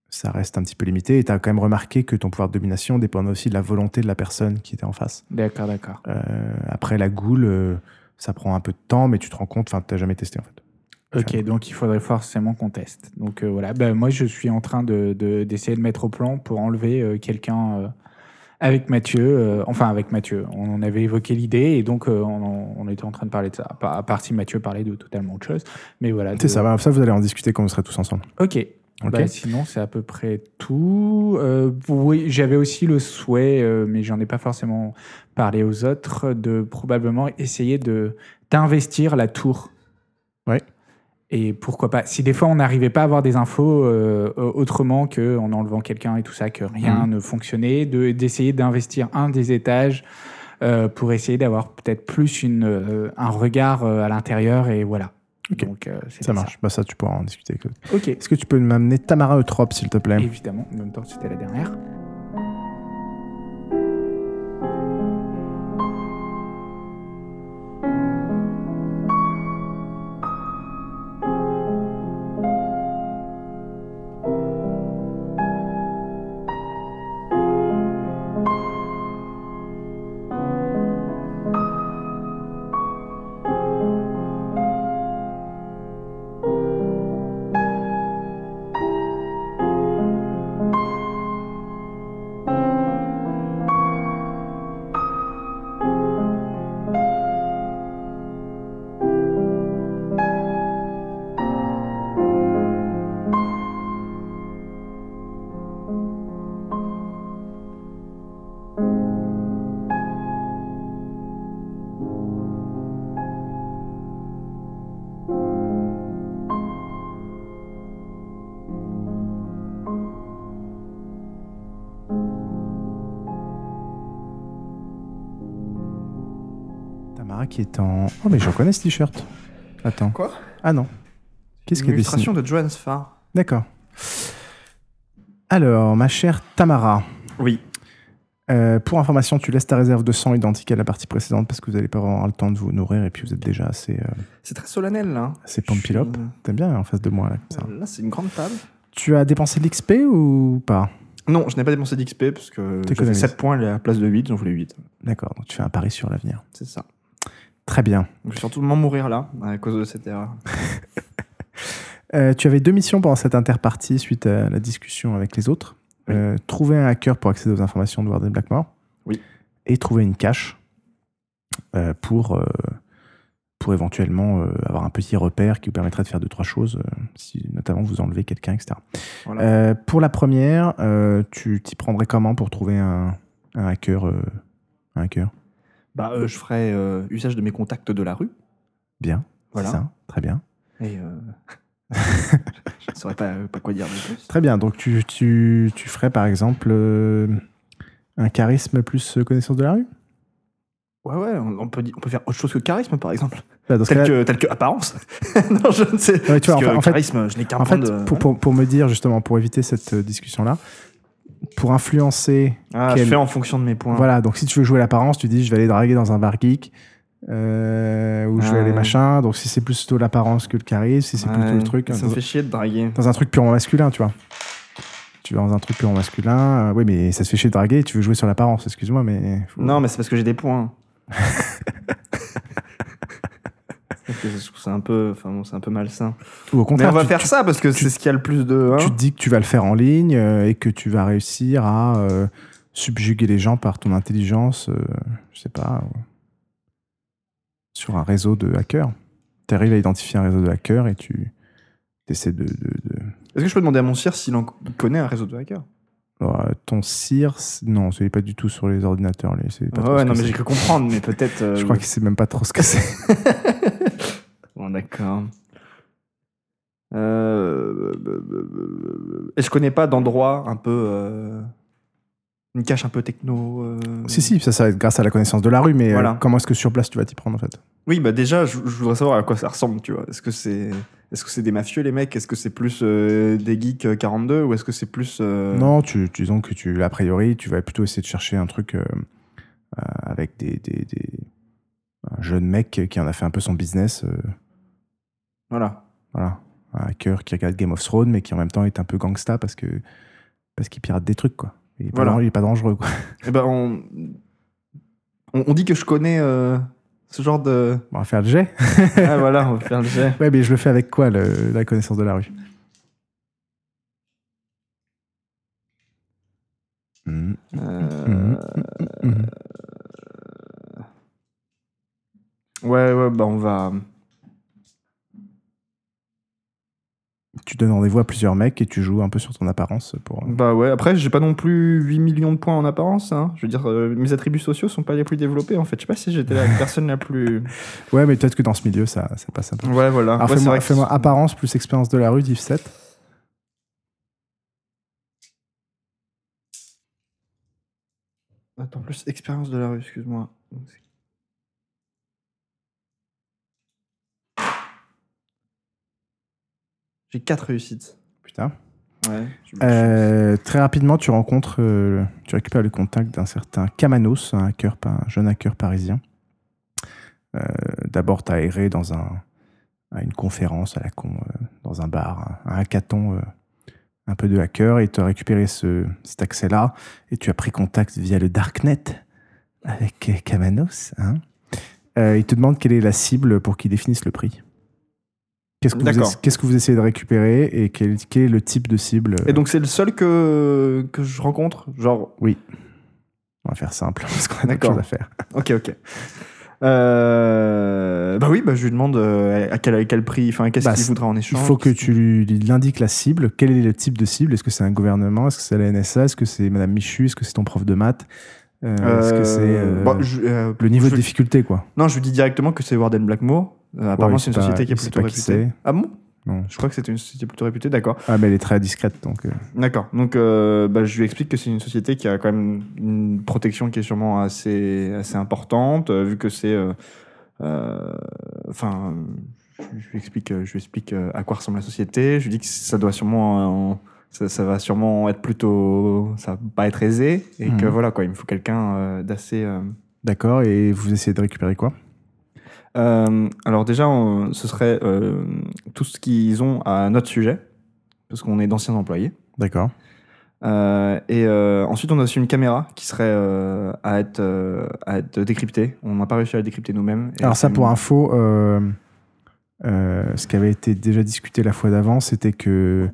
ça reste un petit peu limité. Et tu as quand même remarqué que ton pouvoir de domination dépend aussi de la volonté de la personne qui était en face.
D'accord, d'accord.
Euh, après, la goule, euh, ça prend un peu de temps, mais tu te rends compte, enfin, tu jamais testé en fait.
Ok, donc il faudrait forcément qu'on teste. Donc euh, voilà, Ben, moi je suis en train de- de- d'essayer de, mettre au plan pour enlever euh, quelqu'un euh, avec Mathieu. euh, enfin, avec Mathieu, on en avait évoqué l'idée et donc euh, on, en- on était en train de parler de ça. À part, à part si Mathieu parlait de totalement autre chose. Mais voilà. de-
C'est ça, bah, ça, vous allez en discuter quand vous serez tous ensemble.
Ok.
Ok.
Bah, sinon, c'est à peu près tout. Euh, oui, j'avais aussi le souhait, euh, mais j'en ai pas forcément parlé aux autres, de probablement essayer de d'investir la tour.
Ouais.
Et pourquoi pas Si des fois on n'arrivait pas à avoir des infos euh, euh, autrement que en enlevant quelqu'un et tout ça, que rien
Mhm.
ne fonctionnait, de d'essayer d'investir un des étages euh, pour essayer d'avoir peut-être plus une euh, un regard euh, à l'intérieur et voilà.
Ok.
Donc euh, c'était
Ça marche. Bah, ça, tu pourras en discuter avec l'autre.
Ok.
Est-ce que tu peux m'amener Tamara Eutrope, s'il te plaît
Évidemment, en même temps c'était la dernière.
Tamara qui est en. Oh, mais je reconnais ce t-shirt. Attends.
Quoi
Ah non. Qu'est-ce que
L'illustration
dessine
de Johannes Farr.
D'accord. Alors, ma chère Tamara.
Oui.
euh, pour information, tu laisses ta réserve de sang identique à la partie précédente parce que vous n'allez pas avoir le temps de vous nourrir et puis vous êtes déjà assez, euh,
C'est très solennel, là.
assez pampilope.
Je suis-
T'aimes bien en face de moi, là, comme ça.
Là, c'est une grande table.
Tu as dépensé de l'XP ou pas
Non, je n'ai pas dépensé d'XP parce que j'avais
économises.
7 points à la place de 8, j'en voulais 8.
D'accord, donc tu fais un pari sur l'avenir.
C'est ça.
Très bien.
Donc, je vais surtout m'en mourir là à cause de cette erreur.
Euh, tu avais deux missions pendant cette interpartie suite à la discussion avec les autres.
Oui.
Euh, trouver un hacker pour accéder aux informations de Warden Blackmore.
Oui.
Et trouver une cache euh, pour, euh, pour éventuellement euh, avoir un petit repère qui vous permettrait de faire deux, trois choses, euh, si notamment vous enlevez quelqu'un, etc.
Voilà.
Euh, pour la première, euh, tu t'y prendrais comment pour trouver un, un hacker euh, un hacker
Bah, euh, je ferai euh, usage de mes contacts de la rue.
Bien, c'est
Voilà.
ça, très bien.
Et euh, Je saurais pas, euh, pas quoi dire de plus.
Très bien, donc tu, tu, tu ferais par exemple euh, un charisme plus connaissance de la rue
Ouais, ouais, on, on peut, di- on peut faire autre chose que charisme, par exemple.
Bah, dans ce
Tel
cas-là-
que, tel que apparence. non, je ne sais.
Ouais, tu vois, en fait-
Parce que euh,
en fait-
charisme, je n'ai qu'un
En
point
fait,
de.
pour, pour, pour me dire justement, pour éviter cette euh, discussion-là, pour influencer
Ah,
quel-
je fais en fonction de mes points.
Voilà, donc si tu veux jouer l'apparence, tu dis je vais aller draguer dans un bar geek, euh, ou je vais
Ouais.
aller machin. Donc si c'est plutôt l'apparence que le charisme, si c'est plutôt le
Ah. Ouais,
truc. euh, hein.
Ça
dans,
me fait chier de draguer.
dans un truc purement masculin, tu vois. Tu vas dans un truc purement masculin, euh, oui, mais ça se fait chier de draguer, tu veux jouer sur l'apparence, excuse-moi, mais. faut-
Non, mais c'est parce que j'ai des points. Parce que je trouve ça un peu, enfin bon, c'est un peu malsain.
Ou au
Mais
contraire,
on va
tu,
faire ça parce que
tu-
c'est ce qu'il y a le plus de. hein.
tu te dis que tu vas le faire en ligne euh, et que tu vas réussir à euh, subjuguer les gens par ton intelligence, euh, je sais pas, euh, sur un réseau de hackers. Tu arrives à identifier un réseau de hackers et tu essaies de- de- de...
Est-ce que je peux demander à mon sire s'il en connaît un réseau de hackers
Alors, euh, ton cire, c'est- non, c'est pas du tout sur les ordinateurs. lui, c'est pas
Ouais,
trop
ouais,
ce
non,
que
mais
c'est.
j'ai cru comprendre, mais peut-être. euh,
Je crois qu'il sait même pas trop ce que c'est.
Bon, d'accord. Euh, Et je connais pas d'endroit un peu. euh, Une cache un peu techno. euh,
si, si, ça, ça va être grâce à la connaissance de la rue, mais euh,
Voilà.
comment est-ce que sur place tu vas t'y prendre en fait
Oui, bah déjà, je, je voudrais savoir à quoi ça ressemble, tu vois. Est-ce que c'est. Est-ce que c'est des mafieux les mecs Est-ce que c'est plus euh, des geeks euh, 42 ou est-ce que c'est plus euh,
Non, tu, tu- disons que tu, a priori, tu vas plutôt essayer de chercher un truc euh, euh, avec des, des- des- un jeune mec qui en a fait un peu son business. euh,
voilà
voilà. Un hacker qui regarde Game of Thrones, mais qui en même temps est un peu gangsta parce que parce qu'il pirate des trucs, quoi. Il est pas,
Voilà.
dan- il est pas dangereux, quoi.
Eh ben on... on on dit que je connais euh, ce genre de
Bon, on va faire le jet.
ah, voilà on va faire le jet.
Ouais, mais je le fais avec quoi, le- la connaissance de la rue Hmm,
Euh,
hmm, hmm.
Ouais ouais bah on va
Tu donnes rendez-vous à plusieurs mecs et tu joues un peu sur ton apparence pour. euh,
bah ouais après j'ai pas non plus 8 millions de points en apparence hein. je veux dire euh, mes attributs sociaux sont pas les plus développés en fait je sais pas si j'étais la personne la plus
Ouais, mais peut-être que dans ce milieu, ça, ça passe un peu.
ouais voilà
Alors
Ah,
Ah,
Ouais, c'est
fais-moi
vrai que-
fais-moi apparence plus expérience de la rue, div 7.
Attends, plus expérience de la rue, excuse-moi. J'ai 4 réussites.
Putain.
Ouais. je-
Euh, très rapidement, tu rencontres, euh, tu récupères le contact d'un certain Kamanos, un, hacker, pa- un jeune hacker parisien. Euh, D'abord, tu erré dans un, à une conférence à la con, euh, dans un bar, un, un hackathon, euh, un peu de hacker, et tu as récupéré ce, cet accès-là, et tu as pris contact via le Darknet avec euh, Kamanos. hein. Euh, il te demande quelle est la cible pour qu'il définisse le prix. Qu'est-ce que, vous
D'accord.
essa- qu'est-ce que vous essayez de récupérer et quel, quel est le type de cible euh,
Et donc, c'est le seul que, que je rencontre Genre,
On va faire simple, parce qu'on a
D'accord.
d'autres choses à faire.
ok, ok. Euh, Bah oui, bah je lui demande euh, à quel, à quel prix, enfin, qu'est-ce
Bah,
qu'il
c'est-
voudra en
Il
échange.
faut que tu lui lui indiques la cible. Quel est le type de cible Est-ce que c'est un gouvernement Est-ce que c'est la NSA Est-ce que c'est Madame Michu Est-ce que c'est ton prof de maths Euh,
Euh,
Est-ce que c'est euh,
bah, je- euh,
le niveau
je-
de difficulté, quoi
Non, je lui dis directement que c'est Warden Blackmore. Euh, apparemment,
il
c'est une
sait pas-
société qui
il
est
sait
plutôt
pas qui
réputée. Ah bon
Non.
Je crois que c'était une société plutôt réputée, d'accord.
Ah, mais elle est très discrète, donc. euh,
D'accord. Donc, euh, bah, je lui explique que c'est une société qui a quand même une protection qui est sûrement assez, assez importante, euh, vu que c'est. euh, euh, Enfin, euh, je, je lui explique, euh, je lui explique euh, à quoi ressemble la société. Je lui dis que ça doit sûrement. euh, en- ça, ça va sûrement être plutôt. Ça va pas être aisé. Et que
Mhm.
voilà, quoi, il me faut quelqu'un euh, d'assez. euh,
D'accord, et vous essayez de récupérer quoi
euh, alors déjà, on- ce serait euh, tout ce qu'ils ont à notre sujet, parce qu'on est d'anciens employés.
D'accord.
Euh, et euh, ensuite, on a aussi une caméra qui serait euh, à, être, euh, à être décryptée. On n'a pas réussi à la décrypter nous-mêmes. Et
Alors, ça,
c'est
pour
une-
info, euh, euh, ce qui avait été déjà discuté la fois d'avant, c'était que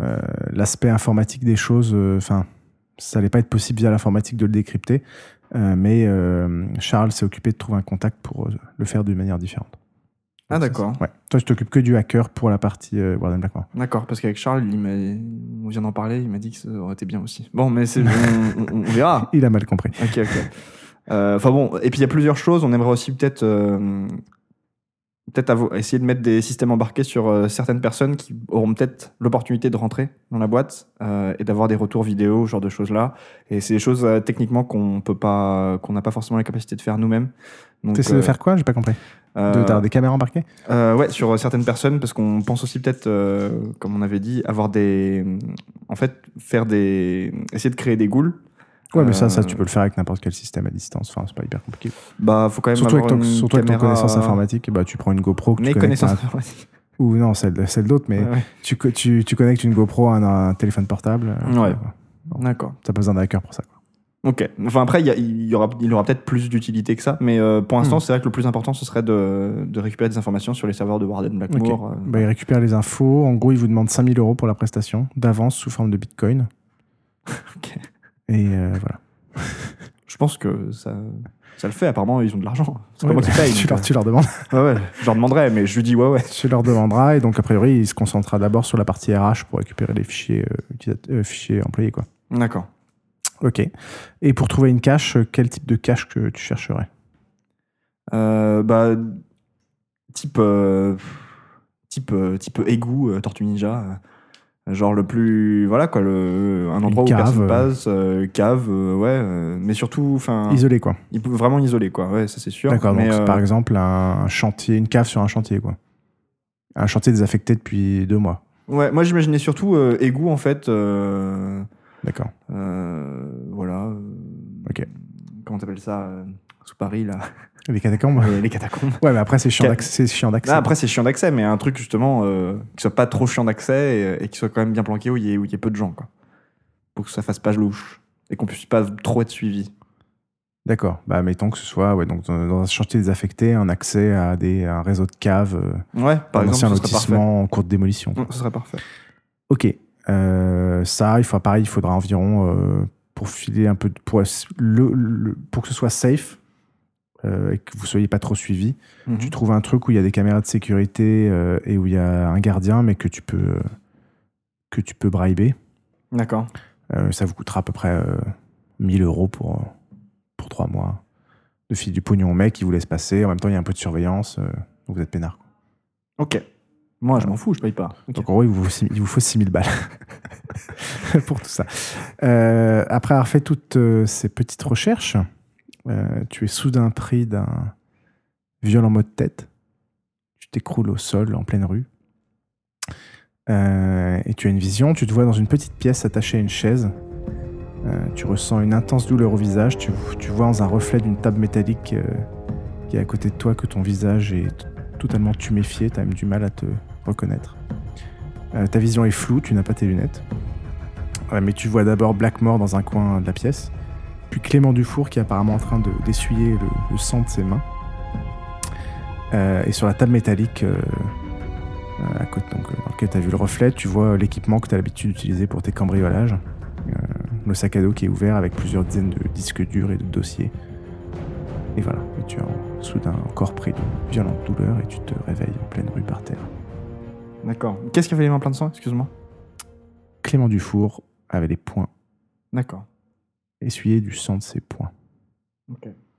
euh, l'aspect informatique des choses, euh, enfin, ça n'allait pas être possible via l'informatique de le décrypter, euh, mais euh, Charles s'est occupé de trouver un contact pour euh, le faire d'une manière différente.
Ah, d'accord.
Ouais. Toi, je t'occupe que du hacker pour la partie euh, Warden Blackmore.
D'accord, parce qu'avec Charles, il m'a- on vient d'en parler, il m'a dit que ça aurait été bien aussi. Bon, mais c'est- on, on- on verra.
Il a mal compris.
Ok, ok. Euh, Enfin bon, et puis il y a plusieurs choses. On aimerait aussi peut-être euh, peut-être avo- essayer de mettre des systèmes embarqués sur euh, certaines personnes qui auront peut-être l'opportunité de rentrer dans la boîte euh, et d'avoir des retours vidéo, ce genre de choses-là. Et c'est des choses euh, techniquement qu'on peut pas, qu'on n'a pas forcément la capacité de faire nous-mêmes. Donc,
T'essaies de
euh,
faire quoi J'ai pas compris.
euh,
De, t'as des caméras embarquées
euh, ouais, sur euh, certaines personnes, parce qu'on pense aussi peut-être, euh, comme on avait dit, avoir des, en fait, faire des, essayer de créer des ghouls.
Ouais, mais ça, ça,
euh,
tu peux le faire avec n'importe quel système à distance. Enfin, c'est pas hyper compliqué.
Bah, faut quand même
Surtout avec
avoir
ton,
une
surtout avec ton
caméra- euh,
connaissance informatique, bah, tu prends une GoPro que tu
Mes
connectes à
connaissances
un-
informatiques.
Ou non, celle, celle d'autre, mais
Ouais, ouais.
tu, co- tu, tu connectes une GoPro à un, à un téléphone portable. euh,
Ouais.
voilà.
D'accord.
T'as pas besoin d'un hacker pour ça. quoi.
Ok. Enfin après, il y a- il y aura, il aura peut-être plus d'utilité que ça, mais euh, pour l'instant, c'est vrai que le plus important, ce serait de, de récupérer des informations sur les serveurs de Warden Blackmore. euh,
Bah, il récupère les infos. En gros, il vous demande 5000 euros pour la prestation d'avance sous forme de bitcoin.
Ok.
Et euh, voilà.
Je pense que ça, ça le fait. Apparemment, ils ont de l'argent. C'est pas
Ouais,
moi
bah,
qui paye.
tu,
donc,
leur,
euh,
tu leur demandes.
ouais, ouais, je leur demanderai, mais je lui dis ouais, ouais.
tu leur demanderas. Et donc, a priori, il se concentrera d'abord sur la partie RH pour récupérer les fichiers, euh, utilisateurs- euh, fichiers employés. Quoi.
D'accord.
Ok. Et pour trouver une cache, euh, quel type de cache que tu chercherais
Euh, bah, type, euh, type, euh, type égout, euh, Tortue Ninja. euh, genre le plus. Voilà quoi, le, un endroit où
cave,
personne
euh.
passe, euh, cave, euh, ouais. euh, mais surtout, enfin.
Isolé, quoi.
Il peut vraiment isoler, quoi. Ouais, ça c'est sûr.
D'accord, donc
Mais,
c'est
euh,
par exemple un chantier, une cave sur un chantier, quoi. Un chantier désaffecté depuis deux mois.
ouais, moi j'imaginais surtout euh, égout en fait. euh,
D'accord.
euh, voilà. euh,
Ok.
Comment t'appelles ça euh, Sous Paris, là.
Les catacombes
Les- les catacombes.
Ouais, mais après, c'est chiant
Ca-
d'acc- c'est chiant d'accès.
Là, Euh, après, c'est chiant d'accès, mais un truc justement euh, qui soit pas trop chiant d'accès et, et qui soit quand même bien planqué où il y, ait- où il y ait peu de gens, quoi. Pour que ça fasse pas louche et qu'on puisse pas trop être suivi.
D'accord. Bah, mettons que ce soit ouais, donc, dans dans un chantier désaffecté, un accès à, des, à un réseau de caves, euh,
Ouais, par
un
exemple,
ancien
ce serait parfait.
lotissement en cours de démolition. quoi.
Mm, Ce serait parfait.
Ok. Euh, ça, il faut, pareil, il faudra environ, euh, pour filer un peu, de- pour, le- le- pour que ce soit safe euh, et que vous soyez pas trop suivi,
Mhm.
tu trouves un truc où il y a des caméras de sécurité euh, et où il y a un gardien, mais que tu peux, euh, que tu peux briber.
D'accord.
Euh, ça vous coûtera à peu près euh, 1000 euros pour, euh, pour 3 mois. De fil du pognon au mec, il vous laisse passer. En même temps, il y a un peu de surveillance. euh, donc vous êtes peinard. quoi.
Ok. Moi, je m'en fous, je paye pas. Ok.
Donc en gros, il vous, il vous faut 6000 balles pour tout ça. Euh, après avoir fait toutes euh, ces petites recherches, euh, tu es soudain pris d'un violent mot de tête. Tu t'écroules au sol en pleine rue. Euh, et tu as une vision, tu te vois dans une petite pièce attachée à une chaise. Euh, tu ressens une intense douleur au visage. Tu, tu vois dans un reflet d'une table métallique euh, qui est à côté de toi que ton visage est t- totalement tuméfié. Tu as même du mal à te reconnaître. Euh, ta vision est floue, tu n'as pas tes lunettes. Euh, mais tu vois d'abord Blackmore dans un coin de la pièce, puis Clément Dufour qui est apparemment en train de- d'essuyer le, le sang de ses mains. Euh, et sur la table métallique, euh, euh, à côté, donc, euh, dans lequel tu as vu le reflet, tu vois l'équipement que tu as l'habitude d'utiliser pour tes cambriolages. Euh, le sac à dos qui est ouvert avec plusieurs dizaines de disques durs et de dossiers. Et voilà, et tu es en- soudain encore pris de violente douleur et tu te réveilles en pleine rue par terre.
D'accord. Qu'est-ce qui avait les mains pleines de sang Excuse-moi.
Clément Dufour avait les poings
D'accord.
essuyés du sang de ses poings.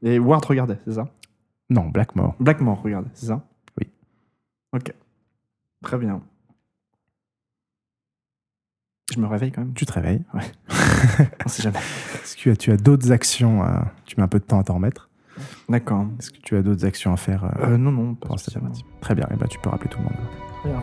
Et Ward regardait, c'est ça
Non, Blackmore.
Blackmore regardait, c'est ça
Oui.
Ok. Très bien. Je me réveille quand même.
Tu te réveilles.
On sait jamais.
Est-ce que tu as d'autres actions à... Tu mets un peu de temps à t'en remettre.
D'accord.
Est-ce que tu as d'autres actions à faire euh,
Euh, non, non, pas
pendant cette
spécialement.
partie Très bien, et ben, tu peux rappeler tout le monde.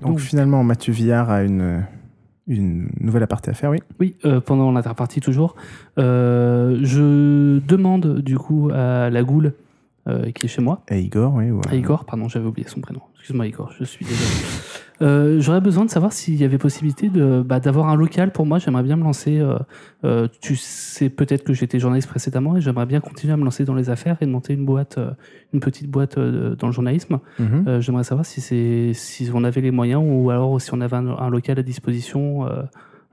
Donc,
Donc.
finalement, Mathieu Villard a une, une nouvelle aparté à faire, oui.
Oui, euh, pendant l'interpartie toujours. Euh, je demande du coup à la goule euh, qui est chez moi,
Et Igor, oui. ou, euh,
à Igor, pardon, j'avais oublié son prénom. Excuse-moi Igor, je suis désolé. Euh, J'aurais besoin de savoir s'il y avait possibilité de- bah, d'avoir un local pour moi. J'aimerais bien me lancer. euh, euh, tu sais peut-être que j'étais journaliste précédemment et j'aimerais bien continuer à me lancer dans les affaires et de monter une boîte, euh, une petite boîte euh, dans le journalisme.
Mhm.
Euh, J'aimerais savoir si, c'est- si on avait les moyens ou alors si on avait un, un local à disposition euh,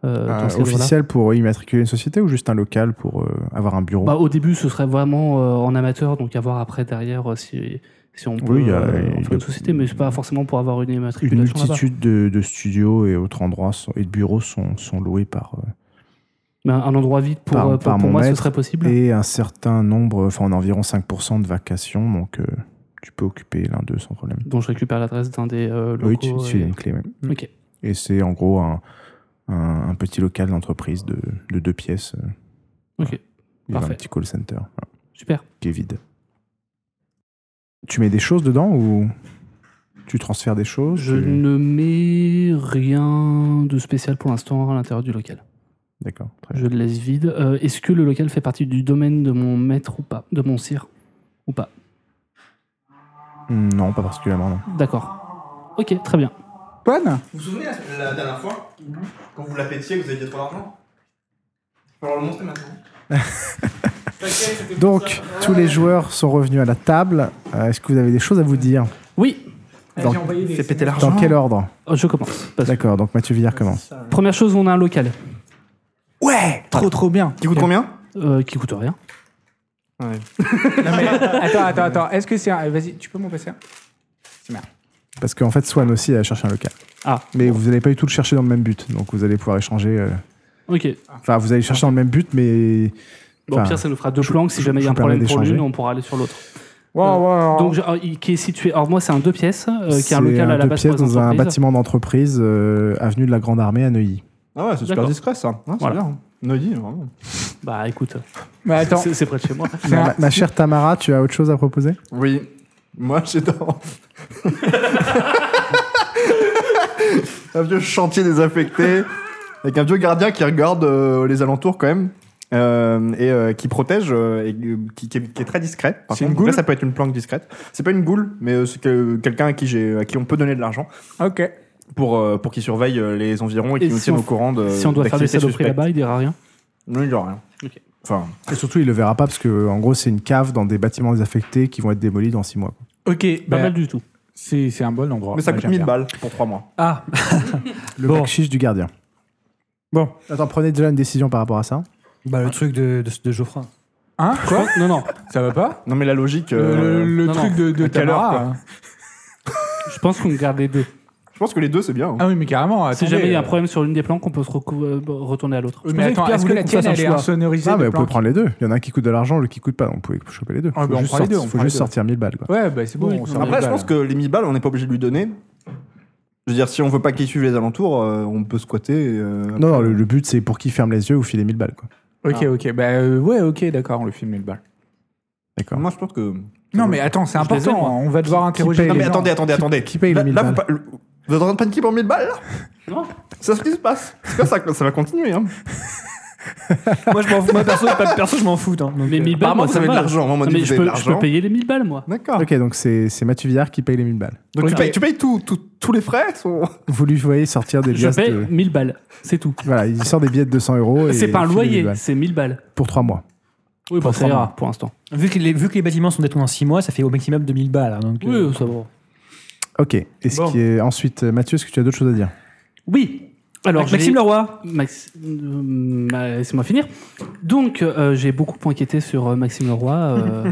euh,
Un
dans ce cadre-là.
officiel pour immatriculer une société ou juste un local pour euh, avoir un bureau
Bah, au début, ce serait vraiment euh, en amateur, donc à voir après derrière euh, si, si on peut
Oui, il y a-
euh, en
il y
faire
a-
une société, mais c'est pas forcément pour avoir une
Une
immatriculation. là-bas.
multitude de, de studios et autres endroits sont- et de bureaux sont, sont loués par. euh,
Mais un endroit vide pour,
Par-
euh, pour-
par
pour
mon
moi, ce
maître
serait possible.
Et un certain nombre, enfin on a environ 5% de vacations, donc euh, tu peux occuper l'un d'eux sans problème.
dont je récupère l'adresse d'un des euh, locaux.
Oui, tu, tu
et-
as une clé. ouais.
Ok.
Et c'est en gros un, un- un petit local d'entreprise de, de deux pièces. euh, Il
Ok.
y a un
Parfait.
petit call center voilà,
Super.
qui est vide. Tu mets des choses dedans ou tu transfères des choses
Je
tu-
ne mets rien de spécial pour l'instant à l'intérieur du local.
D'accord. très bien.
Je le laisse vide. Euh, Est-ce que le local fait partie du domaine de mon maître ou pas De mon sire ou pas
Non, pas particulièrement. Non.
D'accord. Ok, très bien.
Antoine
Vous vous souvenez la, la dernière fois Quand vous la pétiez, vous aviez trop d'argent On va leur le montrer maintenant.
Donc, tous les joueurs sont revenus à la table. Euh, Est-ce que vous avez des choses à vous dire
Oui,
Dans-
J'ai envoyé des
Fais péter l'argent.
Dans quel ordre
euh, je commence. Parce que-
D'accord, donc Mathieu Villard commence.
Première chose, on a un local
Ouais Trop trop bien
Qui coûte combien
euh, qui coûte rien.
Non, mais- Attends, attends, attends. Est-ce que c'est un... Vas-y, tu peux m'en passer un
Parce qu'en fait, Swan aussi a cherché un local.
Ah.
Mais vous n'allez pas du tout le chercher dans le même but. Donc, vous allez pouvoir échanger. euh,
Ok.
Enfin, vous allez chercher dans le même but, mais.
Bon, au
Enfin,
pire, ça nous fera deux
je-
plans. Si
je-
jamais il y a
je
un
vous permets
problème pour
d'échanger.
l'une, on pourra aller sur l'autre.
Wow, wow,
Donc, je- alors, il- qui est situé. Alors, moi, c'est un deux pièces, euh, qui est un
c'est
local à la
deux
base
pièces
pour les
dans un
entreprises.
bâtiment d'entreprise, euh, avenue de la Grande Armée à Neuilly.
Ah ouais, c'est super
D'accord.
discret ça. Ah, c'est
Voilà.
bien. Neuilly, vraiment.
Bah, écoute,
Mais attends,
c'est c'est près de chez moi.
c'est un-
Ma, ma chère Tamara, tu as autre chose à proposer
Oui. Moi, j'adore. un vieux chantier désaffecté, avec un vieux gardien qui regarde euh, les alentours quand même, euh, et euh, qui protège, euh, et euh, qui, qui est, qui est très discret. Par
C'est une
contre.
goule
Là, ça peut être une planque discrète. C'est pas une goule, mais euh, c'est que- quelqu'un à qui, j'ai- à qui on peut donner de l'argent
Ok.
pour, euh, pour qu'il surveille euh, les environs et,
Et
qu'il nous
si
tienne
on-
au courant de.
si on doit faire des
d'activités
saloperies
suspectes.
là-bas, il dira rien.
Non, il n'y aura rien.
Ok.
Enfin,
Et surtout, il le verra pas parce que, en gros, c'est une cave dans des bâtiments désaffectés qui vont être démolis dans six mois. quoi.
Ok,
Pas
bah,
mal du tout.
c'est c'est un bon endroit.
mais ça
Moi,
coûte
j'aime
1000
bien.
balles pour 3 mois.
Ah,
Le
Bon.
bac chiche du gardien.
Bon.
Attends, prenez déjà une décision par rapport à ça.
bah, le truc de, de, de Geoffroy.
Hein Quoi
Non, non.
Ça va pas
Non, mais la logique.
Le,
euh,
le
non,
truc
non.
de, de
À quelle heure,
Tamara,
quoi
hein.
Je pense qu'on garde les deux.
Je pense que les deux, c'est bien. hein.
Ah oui, mais carrément. Attendez,
si jamais il y a un
euh,
problème sur l'une des planques, on peut se recou- euh, retourner à l'autre.
Mais
Je pensais que
attends,
Pierre
est-ce que
voulait
la
qu'on
tienne,
fasse un
elle est
choix.
insonorisée
Ah,
des
mais vous pouvez
planques
prendre les deux. Il y en a un qui coûte de l'argent, l'autre qui coûte pas. Donc, vous pouvez choper les deux.
Ah,
faut
bah, on
juste,
prend les
sorti-
deux, on
faut
prend les
juste
deux.
sortir 1000 balles. quoi.
Ouais, bah c'est bon.
Oui,
on
non,
s'en
Après,
régale.
je pense que les 1000 balles, on n'est pas obligé de lui donner. Je veux dire, si on veut pas qu'il suive les alentours, euh, on peut squatter. euh,
Non, non, le, le but, c'est pour qui ferme les yeux ou filer 1000 balles. Quoi.
Ok, ok. Bah euh, ouais, ok, d'accord, on le filme 1000 balles.
D'accord.
Moi, je pense que.
Non, mais attends, c'est
Je les ai,
important.
moi.
hein, on va devoir interroger.
paye
les
Non, mais
gens.
attendez, attendez, attendez.
qui paye les
Là-
1000
là,
balles
vous, pa- le- vous êtes en train de paniquer pour 1000 balles là
Non.
C'est ce qui se passe. C'est quoi, ça, ça va continuer. Hein.
moi, je m'en fous. Moi, perso, pas- perso, je m'en fous. hein. Donc,
Mais 1000
euh,
balles,
Apparemment,
Bah, moi,
vous
ça
avez de
va.
l'argent. Moi, on m'a
Non,
dit
mais
que vous
je
avez de
peux, je peux
l'argent.
payer les 1000 balles, moi.
D'accord.
Ok, donc c'est c'est Mathieu Villard qui paye les 1000 balles.
Donc, tu
Ok.
payes, tu payes tout, tout- tous les frais sont-
Vous lui voyez sortir des
Je
billets.
paye
De...
1000 balles, c'est tout.
Voilà, il sort des billets de 200 euros. et
C'est pas un
il file 1000
loyer,
balles.
c'est 1000 balles.
Pour 3 mois.
Oui,
Pour
bah, ça
trois
ira
mois.
pour l'instant.
vu, que les, vu que les bâtiments sont détruits en 6 mois, ça fait au maximum 2000 balles. hein, donc, euh,
Oui, ça va.
Ok. Et ce
Bon.
qui est... Ensuite, euh, Mathieu, est-ce que tu as d'autres choses à dire
Oui. Alors,
Avec
je vais-
Maxime Leroy.
Max- euh, bah, laissez-moi finir. Donc, euh, j'ai beaucoup enquêté sur euh, Maxime Leroy. euh,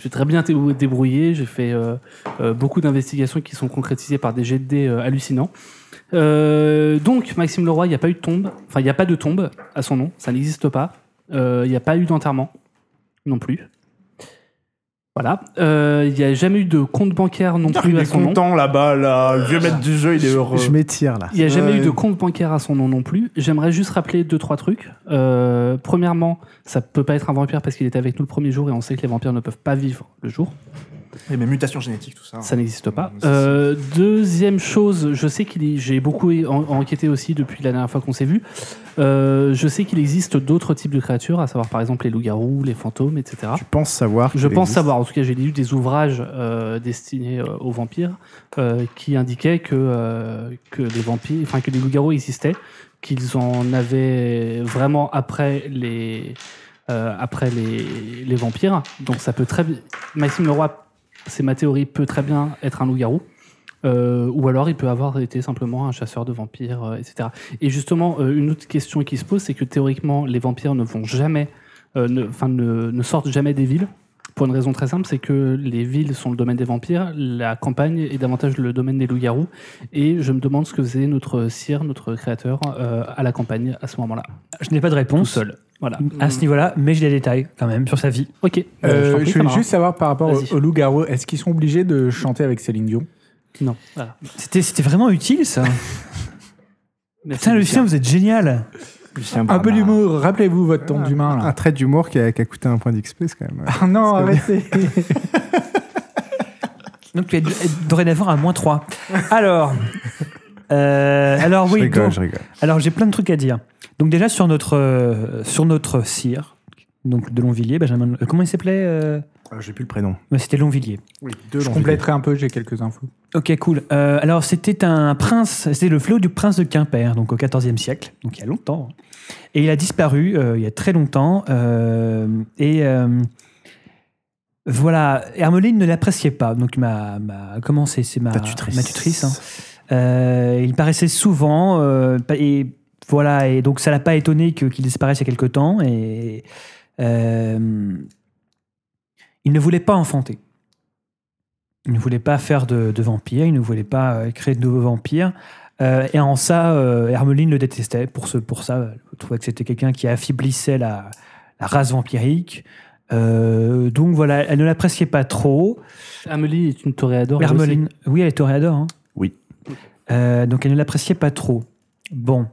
j'ai très bien dé- débrouillé. J'ai fait euh, euh, beaucoup d'investigations qui sont concrétisées par des jets de dés, euh, hallucinants. Euh, donc, Maxime Leroy, il n'y a pas eu de tombe. Enfin, il n'y a pas de tombe à son nom. Ça n'existe pas. Euh, Il n'y a pas eu d'enterrement non plus. Voilà. Euh, Il n'y a jamais eu de compte bancaire non plus
Il
à
est
son nom.
content là-bas, là. Le vieux maître du jeu, il est heureux.
Je m'étire là.
Il n'y a jamais
Ouais.
eu de compte bancaire à son nom non plus. J'aimerais juste rappeler deux, trois trucs. Euh, premièrement, ça peut pas être un vampire parce qu'il était avec nous le premier jour et on sait que les vampires ne peuvent pas vivre le jour.
Et mes mutations génétiques, tout ça.
Ça hein. n'existe pas.
Ah. Ça, c'est-
Euh, deuxième chose, je sais qu'il y- j'ai beaucoup en- enquêté aussi depuis la dernière fois qu'on s'est vu. Euh, je sais qu'il existe d'autres types de créatures, à savoir par exemple les loups-garous, les fantômes, etc.
Tu penses savoir.
Je
qu'il
pense
existe.
savoir, en tout cas j'ai lu des ouvrages euh, destinés euh, aux vampires euh, qui indiquaient que, euh, que les vampires, enfin que les loups-garous existaient, qu'ils en avaient vraiment après les, euh, après les, les vampires. Donc ça peut très bien. Maxime Leroy, c'est ma théorie, peut très bien être un loup-garou. Euh, ou alors il peut avoir été simplement un chasseur de vampires, euh, etc. Et justement, euh, une autre question qui se pose, c'est que théoriquement, les vampires ne vont jamais, euh, ne, 'fin, ne- ne sortent jamais des villes. Pour une raison très simple, c'est que les villes sont le domaine des vampires, la campagne est davantage le domaine des loups-garous. Et je me demande ce que faisait notre sire, notre créateur, euh, à la campagne à ce moment-là.
Je n'ai pas de
Tout
réponse
seul. Voilà. Mm.
à ce niveau-là, mais j'ai des détails quand même sur sa vie.
Ok.
Euh,
t'en prie,
je voulais
Tamara.
juste savoir par rapport
Vas-y.
aux, aux loups-garous, est-ce qu'ils sont obligés de chanter avec Céline Dion
Non. Voilà.
C'était c'était vraiment utile ça.
Merci,
Putain,
Lucien.
Lucien, vous êtes génial.
Un peu d'humour, rappelez-vous votre ton d'humain
Un
là.
trait d'humour qui a, qui a coûté un point d'XP, c'est quand même. euh,
Ah non, arrêtez
Donc tu es dorénavant à moins 3. Alors, euh,
Ah
alors
je
oui,
rigole,
donc-
je rigole.
alors j'ai plein de trucs à dire. Donc déjà sur notre, euh, sur notre cire, donc de Longvilliers, Benjamin, euh, comment il s'appelait euh,
Ah, J'ai plus le prénom.
bah, C'était Longvilliers.
Je compléterai un peu, j'ai quelques infos.
Ok, cool. Euh, alors, c'était un prince, c'était le flot du prince de Quimper, donc au XIVe siècle, donc il y a longtemps. Et il a disparu euh, il y a très longtemps. euh, et euh, voilà, Hermeline ne l'appréciait pas. Donc, ma, ma, comment c'est c'est ma,
Ta tutrice.
ma tutrice, hein. Euh, il paraissait souvent. euh, pa- et voilà, et donc ça l'a pas étonné que- qu'il disparaisse il y a quelque temps. Et euh, il ne voulait pas enfanter. Il ne voulait pas faire de, de vampires. Il ne voulait pas euh, créer de nouveaux vampires. Euh, et en ça, euh, Hermeline le détestait. Pour, ce, pour ça, elle trouvait que c'était quelqu'un qui affaiblissait la, la race vampirique. Euh, donc voilà, elle ne l'appréciait pas trop.
Amélie est une toréador. elle aussi.
Hermeline. Oui, elle est toréador. hein.
Oui.
Euh, donc elle ne l'appréciait pas trop. Bon.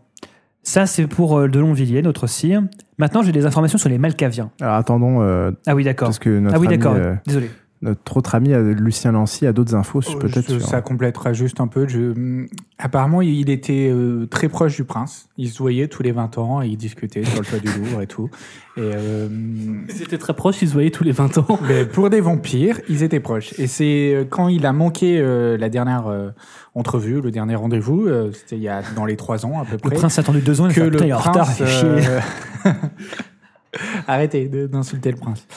Ça, c'est pour euh, Delonvilliers, notre cire. Maintenant, j'ai des informations sur les Malcaviens.
Alors attendons, euh,
Ah oui, d'accord.
parce que notre,
Ah oui,
ami,
d'accord.
euh,
Désolé.
notre autre ami euh, Lucien Lancy a d'autres infos,
Oh,
peut-être.
je-
sur-
Ça complétera juste un peu. Je... mm, Apparemment, il était euh, très proche du prince. Ils se voyaient tous les 20 ans et ils discutaient sur le toit du Louvre et tout. Et euh,
Ils étaient très proches, ils se voyaient tous les 20 ans.
mais pour des vampires, ils étaient proches. Et c'est euh, quand il a manqué euh, la dernière euh, entrevue, le dernier rendez-vous, euh, c'était il y a dans les 3 ans à peu
Le
près.
prince a attendu deux ans. Il
que
fait,
le
Putain, il est en
prince,
retard. il fait chier.
euh, Arrêtez de- d'insulter le prince.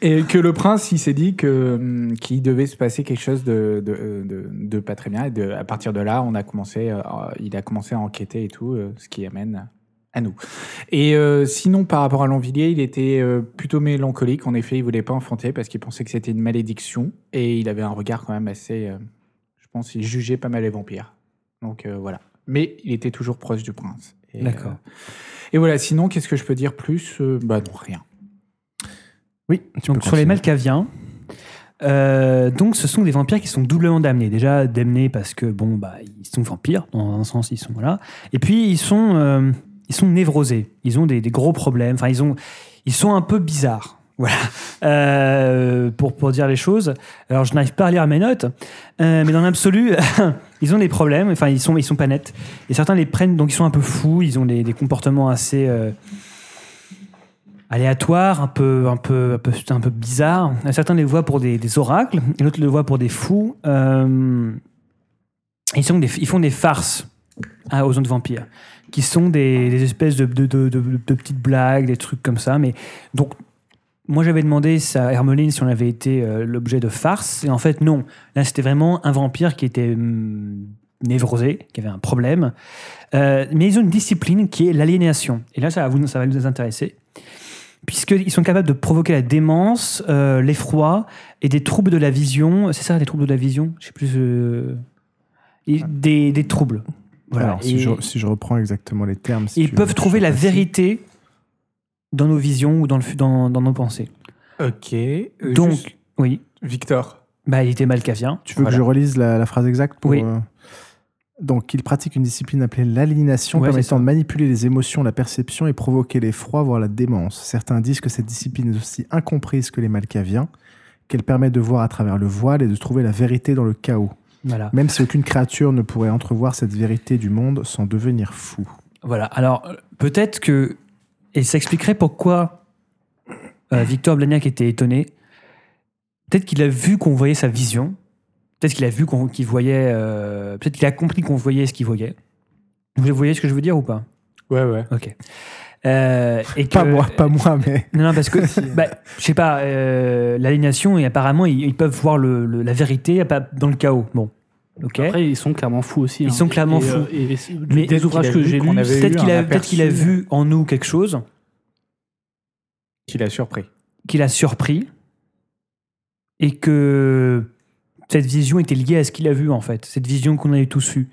Et que le prince, il s'est dit que hum, qu'il devait se passer quelque chose de, de, de- de pas très bien. Et de, à partir de là, on a commencé, euh, il a commencé à enquêter et tout, euh, ce qui amène à nous. Et euh, sinon, par rapport à Longvilliers, il était euh, plutôt mélancolique. En effet, il voulait pas enfanter parce qu'il pensait que c'était une malédiction. Et il avait un regard quand même assez... euh, je pense il jugeait pas mal les vampires. Donc euh, voilà. Mais il était toujours proche du prince. Et,
D'accord.
euh, et voilà, sinon, qu'est-ce que je peux dire plus Euh, Bah non, rien.
Oui, tu
donc
peux
sur les
continuer.
Malkaviens. euh, donc, ce sont des vampires qui sont doublement damnés. Déjà damnés parce que bon, bah, ils sont vampires dans un sens, ils sont là. Et puis ils sont, euh, ils sont névrosés. Ils ont des, des gros problèmes. Enfin, ils ont, ils sont un peu bizarres. Voilà, Euh, pour, pour dire les choses. Alors, je n'arrive pas à lire mes notes, euh, mais dans l'absolu, ils ont des problèmes. Enfin, ils sont, ils sont pas nets. Et certains les prennent, donc ils sont un peu fous. Ils ont des, des comportements assez. euh, aléatoire, un peu, un peu, un peu, un peu bizarre. Certains les voient pour des, des oracles, et d'autres les voient pour des fous. Euh, ils, sont des, ils font des farces hein, aux autres vampires, qui sont des, des espèces de, de, de- de- de petites blagues, des trucs comme ça. Mais donc, moi j'avais demandé ça à Hermeline si on avait été euh, l'objet de farces, et en fait non. Là c'était vraiment un vampire qui était hum, névrosé, qui avait un problème. Euh, mais ils ont une discipline qui est l'aliénation. Et là, ça va, vous, ça va nous intéresser puisqu'ils sont capables de provoquer la démence, euh, l'effroi et des troubles de la vision. C'est ça, des troubles de la vision Je sais plus. euh, et Des, des troubles. Voilà.
Ah. Alors, si,
Et-
je, si je reprends exactement les termes. si
ils
tu-
peuvent
tu
trouver la
passes-
vérité dans nos visions ou dans, le, fu- dans, dans nos pensées.
Ok.
Euh,
Donc, oui,
Victor.
bah, il était malcavien.
Tu veux
Voilà.
que je relise la, la phrase exacte pour,
Oui.
euh, Donc, il pratique une discipline appelée l'aliénation
Ouais, c'est
permettant
ça.
de manipuler les émotions, la perception et provoquer l'effroi, voire la démence. Certains disent que cette discipline est aussi incomprise que les Malkaviens qu'elle permet de voir à travers le voile et de trouver la vérité dans le chaos,
Voilà.
même si aucune créature ne pourrait entrevoir cette vérité du monde sans devenir fou.
Voilà. Alors, euh, peut-être que. Et ça expliquerait pourquoi euh, Victor Blagnac était étonné. Peut-être qu'il a vu qu'on voyait sa vision. Peut-être qu'il a vu qu'on qu'il voyait. euh, peut-être qu'il a compris qu'on voyait ce qu'il voyait. Vous voyez ce que je veux dire ou pas
Ouais, ouais.
Ok. Euh, et que,
Pas moi, pas moi, mais
Non, non, parce que, bah, je sais pas, euh, l'aliénation, et apparemment, ils, ils peuvent voir le- le- la vérité à pas- dans le chaos. Bon, ok.
Après, ils sont clairement fous aussi.
Ils
hein.
sont clairement
Et, euh,
fous.
et- et-
Mais
des
peut-être
ouvrages
qu'il a
que
vu
j'ai
qu'on
lus,
avait
Peut-être
eu
qu'il
un
a, peut-être qu'il a
aperçu.
vu en nous quelque chose
Qui l'a surpris.
qui l'a surpris et que cette vision était liée à ce qu'il a vu, en fait. Cette vision qu'on a tous eue.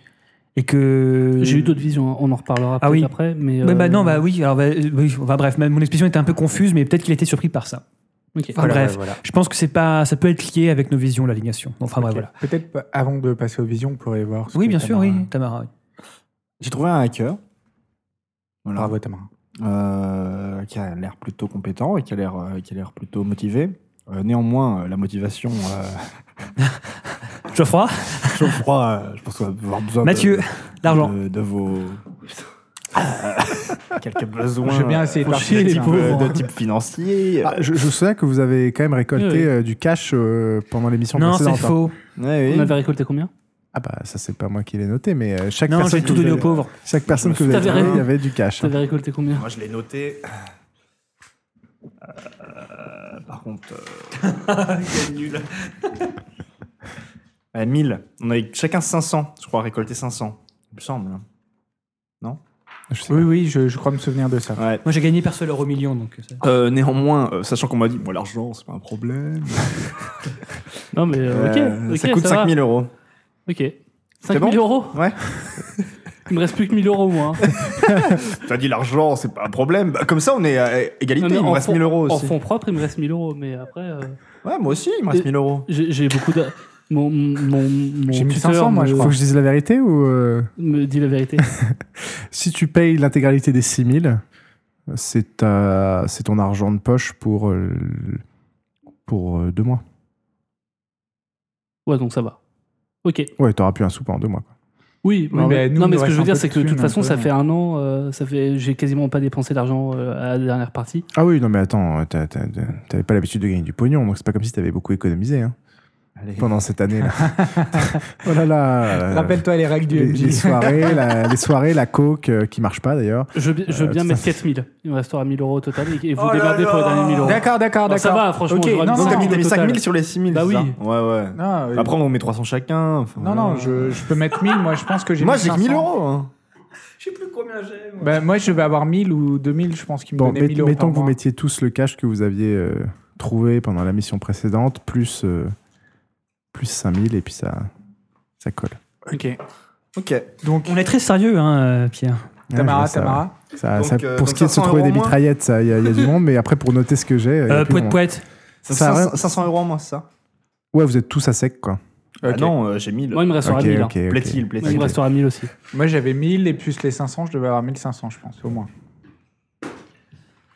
Et que.
j'ai eu d'autres visions. hein. On en reparlera
Ah
peut-être
oui.
après. Mais
Ouais,
euh,
bah non, bah oui, alors bah, euh, oui, enfin, bref, ma- mon explication était un peu confuse, mais peut-être qu'il a été surpris par ça.
ok.
Enfin, bref, je pense que c'est pas, ça peut être lié avec nos visions, l'alignation. Enfin bref,
Ok.
voilà.
Peut-être pas- avant de passer aux visions, on pourrait voir. ce
Oui,
que
bien sûr,
Tamara-
oui, Tamara. oui.
J'ai trouvé un hacker. Voilà.
Bravo, Tamara.
euh, qui a l'air plutôt compétent et qui a l'air euh, qui a l'air plutôt motivé. Euh, néanmoins, euh, la motivation, euh,
Geoffroy,
je crois, euh, je pense qu'on va avoir besoin de-
Mathieu,
de,
l'argent.
de, vos euh, quelques besoins.
Je veux bien essayer de
euh,
partir,
de
les
type,
pauvres.
euh, de type financier.
Ah, je, je sais que vous avez quand même récolté
Oui, oui.
euh, du cash euh, pendant l'émission
Non,
précédente.
c'est
hein.
faux.
Ouais, oui.
On avait récolté combien
Ah bah ça c'est pas moi qui l'ai noté, mais euh, chaque
Non,
personne
j'ai
que
tout
vous
donné aux
avez-
pauvres.
chaque personne que vous avez
T'avais
trouvé,
raison.
il y avait du cash. hein.
T'avais récolté combien
Moi, je l'ai noté. Euh, par contre. euh, nul. 1000. On avait chacun 500, je crois, récolté 500. Il me semble.
Je sais
Oui, oui, je, je crois me souvenir de ça.
Ouais.
Moi, j'ai gagné perso l'euro million, donc. euh, ça-
Euh, néanmoins, euh, sachant qu'on m'a dit, bon, l'argent, c'est pas un problème.
Non, mais euh, ok.
Euh,
ok,
ça coûte
va.
5000 euros.
Ok. 5000
bon
euros
Ouais.
Il me reste plus que 1000 euros, moi. hein.
T'as dit, l'argent, c'est pas un problème. Bah, comme ça, on est à égalité.
Non, mais
il me
en
reste
fond-
1000 euros
En
aussi.
fonds propres, il me reste 1000 euros. Mais après, euh,
Ouais, moi aussi, il me reste
Et-
1000 euros.
j'ai j'ai beaucoup de. Mon, mon, mon
J'ai mis
tuteur
500, moi,
me-
je
Faut
crois.
que je dise la vérité ou euh,
me dit la vérité.
si tu payes l'intégralité des 6000, c'est ta- c'est ton argent de poche pour euh, pour euh, deux mois.
Ouais, donc ça va. Ok.
Ouais, t'auras plus un sou pendant deux mois. quoi.
Oui,
Oui,
non,
mais
mais,
nous,
non,
il
mais
nous
ce que je
reste un
veux dire,
peu
c'est
de
que de toute
thunes,
façon,
un peu,
ça
mais-
fait un an, euh, ça fait, j'ai quasiment pas dépensé d'argent euh, à la dernière partie.
Ah oui, non mais attends, t'as- t'as- t'avais pas l'habitude de gagner du pognon, donc c'est pas comme si t'avais beaucoup économisé hein,
Allez.
pendant cette année. là oh là là. euh,
Rappelle-toi les règles du
les,
MJ.
les soirées, la, les soirées, la coke euh, qui marche pas d'ailleurs.
Je, veux bien- je veux
Euh,
bien
ça
mettre
fait-
4000. Il me restera 1000 euros au total et, et vous
Oh là
débordez pour les
là
derniers 1000 euros.
D'accord, d'accord,
Alors,
d'accord.
ça va, franchement,
Ok,
on aura
non,
mis
non,
Donc, t'as mis
au
t'as mis
total.
5000 sur les 6000.
Bah
c'est
oui.
ça Ouais, ouais.
Non, euh,
Après, on met 300 chacun. enfin, euh,
non, non, je, je peux mettre 1000. Moi, je pense que j'ai
Moi,
mis
j'ai que 1000
500.
euros. hein.
Je sais plus combien j'ai. moi.
Bah, moi, je vais avoir 1000 ou 2000. Je pense qu'il me
Bon,
donnait
met-
1000 euros.
mettons
par
que vous
mois.
mettiez tous le cash que vous aviez euh, trouvé pendant la mission précédente, plus, euh, plus 5000, et puis ça, ça colle.
Ok.
Ok.
Donc,
On est très sérieux, hein, euh, Pierre.
Ouais,
Tamara,
je vois ça, ouais.
Tamara.
Ça-
Donc,
ça-
euh,
pour ce
donc
qui est de se
500
trouver des
euros moins.
mitraillettes, ça, il y, a il y a du monde, mais après, pour noter ce que j'ai. il y a
Euh,
plus
poète,
grand monde.
poète.
Donc,
Ça
500,
reste-
500 euros en moins, c'est ça
Ouais, vous êtes tous à sec, quoi.
Ah
Ok.
non, euh, j'ai 1000.
Moi, il me restera
Ok,
1000.
ok,
hein.
ok.
Plaît-il,
Moi, il
plaît-il.
me restera 1000 aussi.
Moi, j'avais 1000 et plus les 500, je devais avoir 1500, je pense, au moins.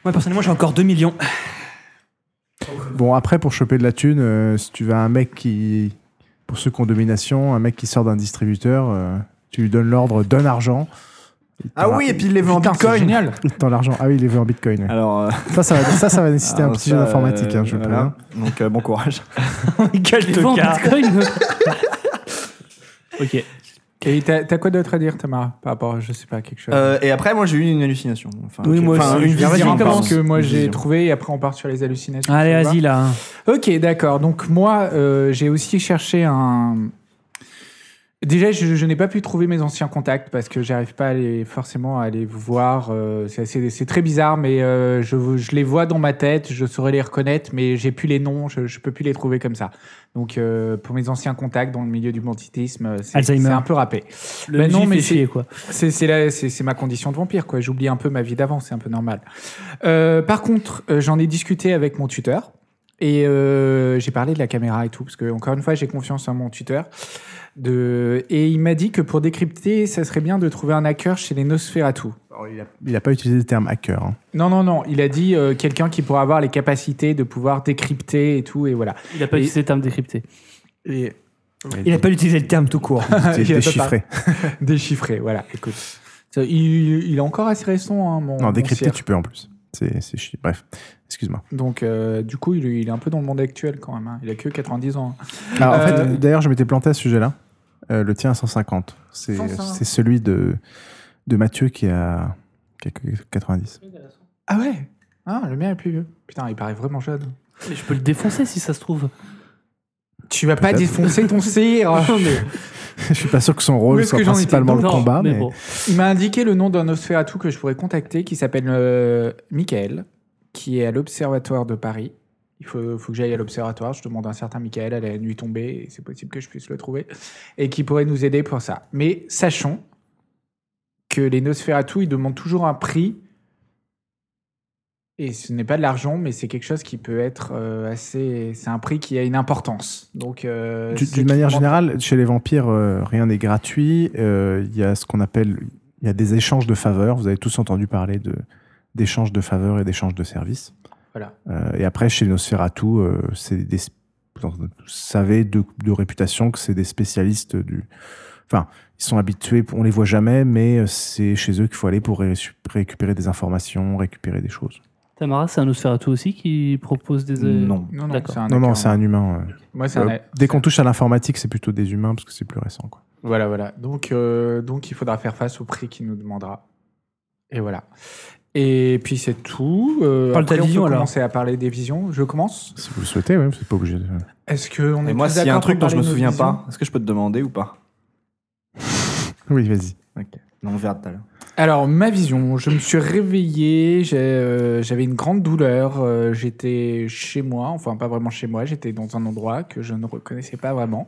Moi, personnellement, j'ai encore 2 millions.
Bon, après, pour choper de la thune, euh, si tu vas un mec qui. Pour ceux qui ont domination, un mec qui sort d'un distributeur, euh, tu lui donnes l'ordre, donne argent. Il
Ah
t'en-
oui, et puis il les veut en
Putain, c'est
bitcoin.
génial.
il t'en l'argent. Ah oui, il les veut en bitcoin. ouais.
Alors, euh,
Ça, ça va, ça, ça va nécessiter un
alors
petit
Ah, ça,
jeu d'informatique, hein, je
euh,
vous
voilà.
préviens.
Donc, euh, bon courage.
Quel
Vends
tocard.
Bitcoin. Ok.
Et t'as t'as quoi d'autre à dire, Tamara, par rapport, à, je sais pas, quelque chose
Euh, et après, moi, j'ai eu une hallucination. Enfin,
Oui,
ok.
moi
Enfin,
aussi.
une
Je viens de
vision,
dire
pardon.
Parce que moi,
Une
j'ai
vision.
trouvé et après, on part sur les hallucinations.
Allez,
ça va
vas-y, là.
Ok, d'accord. Donc moi, euh, j'ai aussi cherché un... Déjà, je, je n'ai pas pu trouver mes anciens contacts parce que j'arrive pas à les- forcément à les voir. euh, c'est assez- c'est très bizarre, mais euh, je, je les vois dans ma tête, je saurais les reconnaître, mais j'ai plus les noms, je, je peux plus les trouver comme ça. Donc euh, pour mes anciens contacts dans le milieu du banditisme, euh, c'est
Alzheimer.
c'est un peu râpé.
Le
Mais non,
non,
mais
mais
c'est-
chier, quoi.
C'est c'est la- c'est- c'est ma condition de vampire, quoi. J'oublie un peu ma vie d'avant, c'est un peu normal. Euh, par contre, euh, j'en ai discuté avec mon tuteur. Et euh, j'ai parlé de la caméra et tout, parce que, encore une fois, j'ai confiance en mon tuteur. De... Et il m'a dit que pour décrypter, ça serait bien de trouver un hacker chez les Nosferatu.
Alors, Oh, il a- il n'a pas utilisé le terme hacker. hein.
Non, non, non, il a dit euh, quelqu'un qui pourrait avoir les capacités de pouvoir décrypter et tout, et voilà.
Il n'a pas
Et-
utilisé le terme décrypté.
Et
Il n'a pas utilisé le terme tout court.
C'est
il a pas
déchiffré.
déchiffré, voilà, écoute. Ça, Il, il est encore assez récent, hein, mon.
Non,
mon
décrypter,
CR.
tu peux en plus. C'est c'est chi- Bref, excuse-moi.
Donc, euh, du coup, il, il est un peu dans le monde actuel quand même. hein. Il a que 90 ans.
Alors, Ah, en
Euh,
fait, d'ailleurs, je m'étais planté à ce sujet-là. Euh, le tien à 150. C'est
150.
c'est celui de, de Mathieu qui a, qui a que 90.
Ah ouais Ah, le mien est plus vieux. Putain, il paraît vraiment jeune.
Mais je peux le défoncer si ça se trouve.
Tu vas pas
Peut-être.
défoncer ton cire
Non, mais-
je suis pas sûr que son
Où
rôle
est-ce
soit
que j'en étais
principalement le
Non,
combat, mais,
bon.
Il m'a indiqué le nom d'un Nosferatu que je pourrais contacter qui s'appelle euh, Michael, qui est à l'Observatoire de Paris. Il faut, faut que j'aille à l'Observatoire. Je demande à un certain Michael à la nuit tombée et c'est possible que je puisse le trouver et qui pourrait nous aider pour ça. Mais sachons que les Nosferatu, ils demandent toujours un prix. Et ce n'est pas de l'argent, mais c'est quelque chose qui peut être euh, assez. C'est un prix qui a une importance. Donc, euh,
Du-
ceux
D'une
qui
manière
demandent-
générale, chez les vampires, euh, rien n'est gratuit. Euh, Il y a ce qu'on appelle il y a des échanges de faveurs. Vous avez tous entendu parler de d'échanges de faveurs et d'échanges de services.
Voilà.
Euh, et après, chez Nosferatu, euh, c'est des, vous savez de, de réputation que c'est des spécialistes du. Enfin, ils sont habitués, on les voit jamais, mais euh, c'est chez eux qu'il faut aller pour ré- récupérer des informations, récupérer des choses.
Ah,
Tamara, c'est un Nosferatu aussi qui propose des. euh,
Non.
Non, non,
D'accord.
c'est un
Non, non,
hacker.
c'est un humain. euh.
Moi, c'est un-
Euh, dès qu'on touche à l'informatique, c'est plutôt des humains parce que c'est plus récent. Quoi.
Voilà, voilà. Donc, euh, donc il faudra faire face au prix qu'il nous demandera. Et voilà. Et puis c'est tout. Euh,
Parle de ta
après, on peut
vision, alors.
commencer à parler des visions. Je commence.
Si vous le souhaitez, oui, c'est pas obligé. de-
Est-ce que on est
Et moi,
tous
s'il y a
d'accord
un truc
pour
dont je me
parler de nos
souviens
visions
pas, est-ce que je peux te demander ou pas
Oui, vas-y.
Ok. Non, on verra tout à l'heure.
Alors ma vision, je me suis réveillé, j'ai, euh, j'avais une grande douleur, euh, j'étais chez moi, enfin pas vraiment chez moi, j'étais dans un endroit que je ne reconnaissais pas vraiment,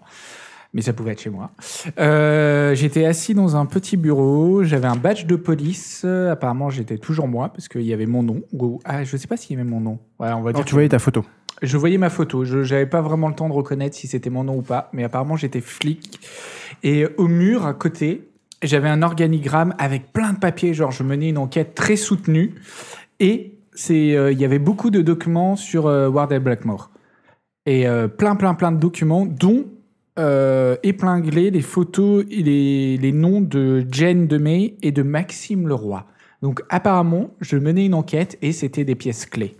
mais ça pouvait être chez moi. Euh, j'étais assis dans un petit bureau, j'avais un badge de police, euh, apparemment j'étais toujours moi parce qu'il y avait mon nom, ou ah je sais pas s'il y avait mon nom, ouais on va dire.
Alors, tu voyais ta photo.
Je voyais ma photo, je j'avais pas vraiment le temps de reconnaître si c'était mon nom ou pas, mais apparemment j'étais flic. Et au mur à côté, j'avais un organigramme avec plein de papiers, genre je menais une enquête très soutenue et c'est euh, il y avait beaucoup de documents sur euh, Wardell Blackmore. Et euh, plein plein plein de documents dont euh, épingler les photos et les, les noms de Jane DeMay et de Maxime Leroy. Donc apparemment, je menais une enquête et c'était des pièces clés.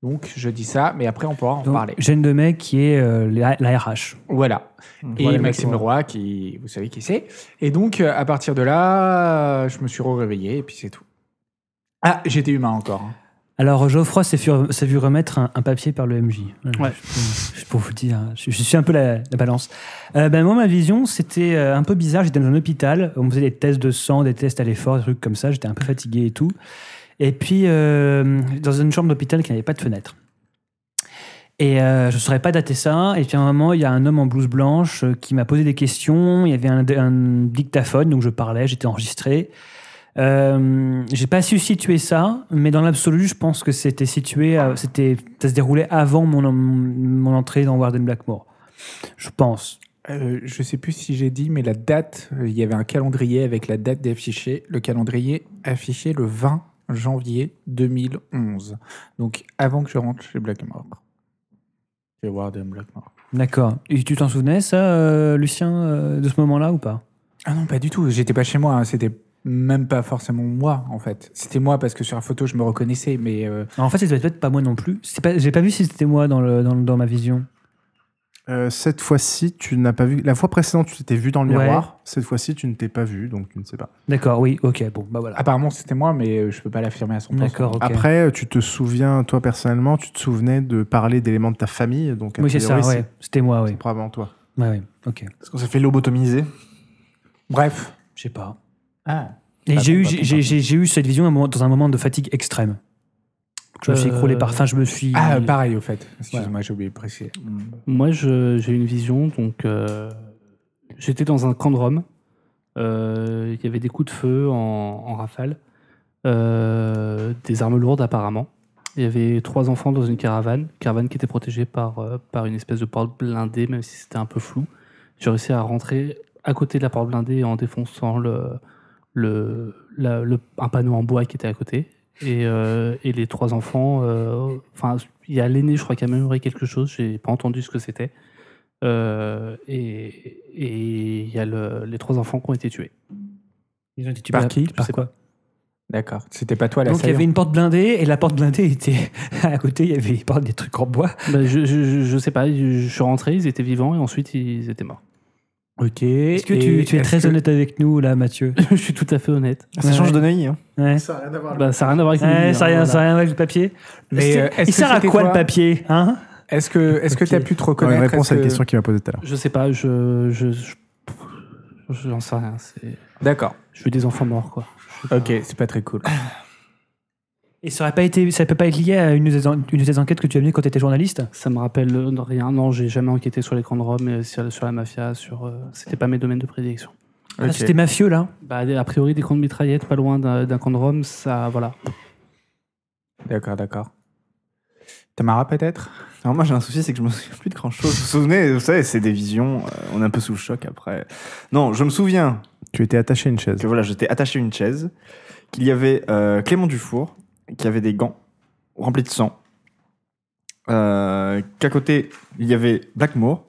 Donc je dis ça, mais après on pourra en
Donc,
parler.
Jeanne de May qui est euh, la, la RH.
Voilà. Et
Voilà,
Maxime
Maxime
Leroy, qui vous savez qui c'est. Et donc euh, à partir de là, euh, je me suis réveillé et puis c'est tout. Ah, j'étais humain encore. hein.
Alors Geoffroy s'est vu, s'est vu remettre un, un papier par le MJ.
Ouais.
Je, pour vous dire, hein. je, je suis un peu la, la balance. Euh, ben, moi, ma vision, c'était euh, un peu bizarre. J'étais dans un hôpital, on me faisait des tests de sang, des tests à l'effort, des trucs comme ça. J'étais un peu fatigué et tout. Et puis, euh, dans une chambre d'hôpital qui n'avait pas de fenêtre. Et euh, je ne saurais pas dater ça. Et puis à un moment, il y a un homme en blouse blanche euh, qui m'a posé des questions. Il y avait un, un dictaphone, donc je parlais, j'étais enregistré. Euh, j'ai pas su situer ça, mais dans l'absolu, je pense que c'était situé, à- c'était, ça se déroulait avant mon, mon entrée dans Warden Blackmore. Je pense.
Euh, je sais plus si j'ai dit, mais la date, euh, il y avait un calendrier avec la date d'affiché. Le calendrier affichait le 20 janvier 2011. Donc avant que je rentre chez Blackmore. Chez Warden Blackmore.
D'accord. Et tu t'en souvenais, ça, euh, Lucien, euh, de ce moment-là ou pas
Ah non, pas du tout. J'étais pas chez moi. hein. C'était même pas forcément moi, en fait. C'était moi parce que sur la photo, je me reconnaissais, mais. euh,
Alors, En fait, c'était peut-être pas moi non plus. C'est pas, j'ai pas vu si c'était moi dans, le, dans, le- dans ma vision.
Euh, cette fois-ci, tu n'as pas vu. La fois précédente, tu t'étais vu dans le
Ouais.
miroir. Cette fois-ci, tu ne t'es pas vu, donc tu ne sais pas.
D'accord. Oui. Ok. Bon. Bah voilà.
Apparemment, c'était moi, mais euh, je peux pas l'affirmer à 100%.
D'accord. ok.
Après, euh, tu te souviens, toi personnellement, tu te souvenais de parler d'éléments de ta famille, donc a
Oui, c'est ça.
priori,
Ouais. C'était moi.
c'est
Oui.
probablement toi.
Ouais, ouais. Ok.
Est-ce qu'on s'est fait lobotomiser
Bref.
Je sais pas.
Ah.
Et
Pardon,
j'ai eu,
pardon,
j'ai, j'ai- j'ai- j'ai eu cette vision à un moment- dans un moment de fatigue extrême. Je me suis
Euh,
écroulé par. Enfin, je me suis.
Ah, pareil, au fait. Excuse-moi, j'ai oublié de préciser.
Moi, je- j'ai une vision. Donc, euh, j'étais dans un camp de Rome. Euh, Il y avait des coups de feu en, en rafale, Euh, des armes lourdes apparemment. Il y avait trois enfants dans une caravane, caravane qui était protégée par, euh, par une espèce de porte blindée, même si c'était un peu flou. J'ai réussi à rentrer à côté de la porte blindée en défonçant le, le, la- le- un panneau en bois qui était à côté. Et, euh, et les trois enfants, euh, enfin, il y a l'aîné, je crois, qui a murmuré quelque chose, j'ai pas entendu ce que c'était. Euh, et et il y a le- les trois enfants qui ont été tués. Bah,
Ils ont été tués
Par qui
je
Par
sais pas.
D'accord. C'était pas toi la
Donc il y avait une porte blindée et la porte blindée était à côté. Il y avait pas des trucs en bois.
Bah, je, je, je- je sais pas, je, je suis rentré, ils étaient vivants et ensuite ils étaient morts.
Ok.
Est-ce que tu, tu es très honnête avec nous là, Mathieu
je suis tout à fait honnête.
Ça
Ouais.
change de Neuilly. Hein.
Ouais.
Ça n'a rien à voir.
Bah, ça n'a rien à voir avec
Ouais,
Lily,
Eh, ça
hein,
n'a rien,
voilà.
ça a rien avec le papier.
Mais,
Est-ce
euh,
que-
est-ce
il
que
sert à
c'était
quoi le
quoi
papier hein
Est-ce que est-ce que
Ok.
tu as pu te
Une
reconnaître
réponse à la
Est-ce que-
question qu'il m'a posée tout à l'heure.
Je sais pas, je. Je. je- je n'en sais rien. c'est-
D'accord.
Je suis des enfants morts, quoi. Je sais pas.
Ok, c'est pas très cool.
Et ça aurait pas été, ça peut pas être lié à une des, en- une des enquêtes que tu as menées quand tu étais journaliste
Ça me rappelle euh, de rien. Non, j'ai jamais enquêté sur les grandes Roms, euh, sur, sur la mafia, sur. euh, C'était pas mes domaines de prédilection.
Ah, C'était mafieux là.
Bah, a priori, des camps de mitraillettes pas loin d'un d'un camp de Rome, ça. Voilà.
D'accord, d'accord. Tamara peut-être
Alors moi j'ai un souci, c'est que je me souviens plus de grand chose. Vous vous souvenez, vous savez, c'est des visions, euh, on est un peu sous le choc après. Non, je me souviens
Tu étais attaché à une chaise.
que voilà, j'étais attaché à une chaise, qu'il y avait euh, Clément Dufour, qui avait des gants remplis de sang, euh, qu'à côté il y avait Blackmore,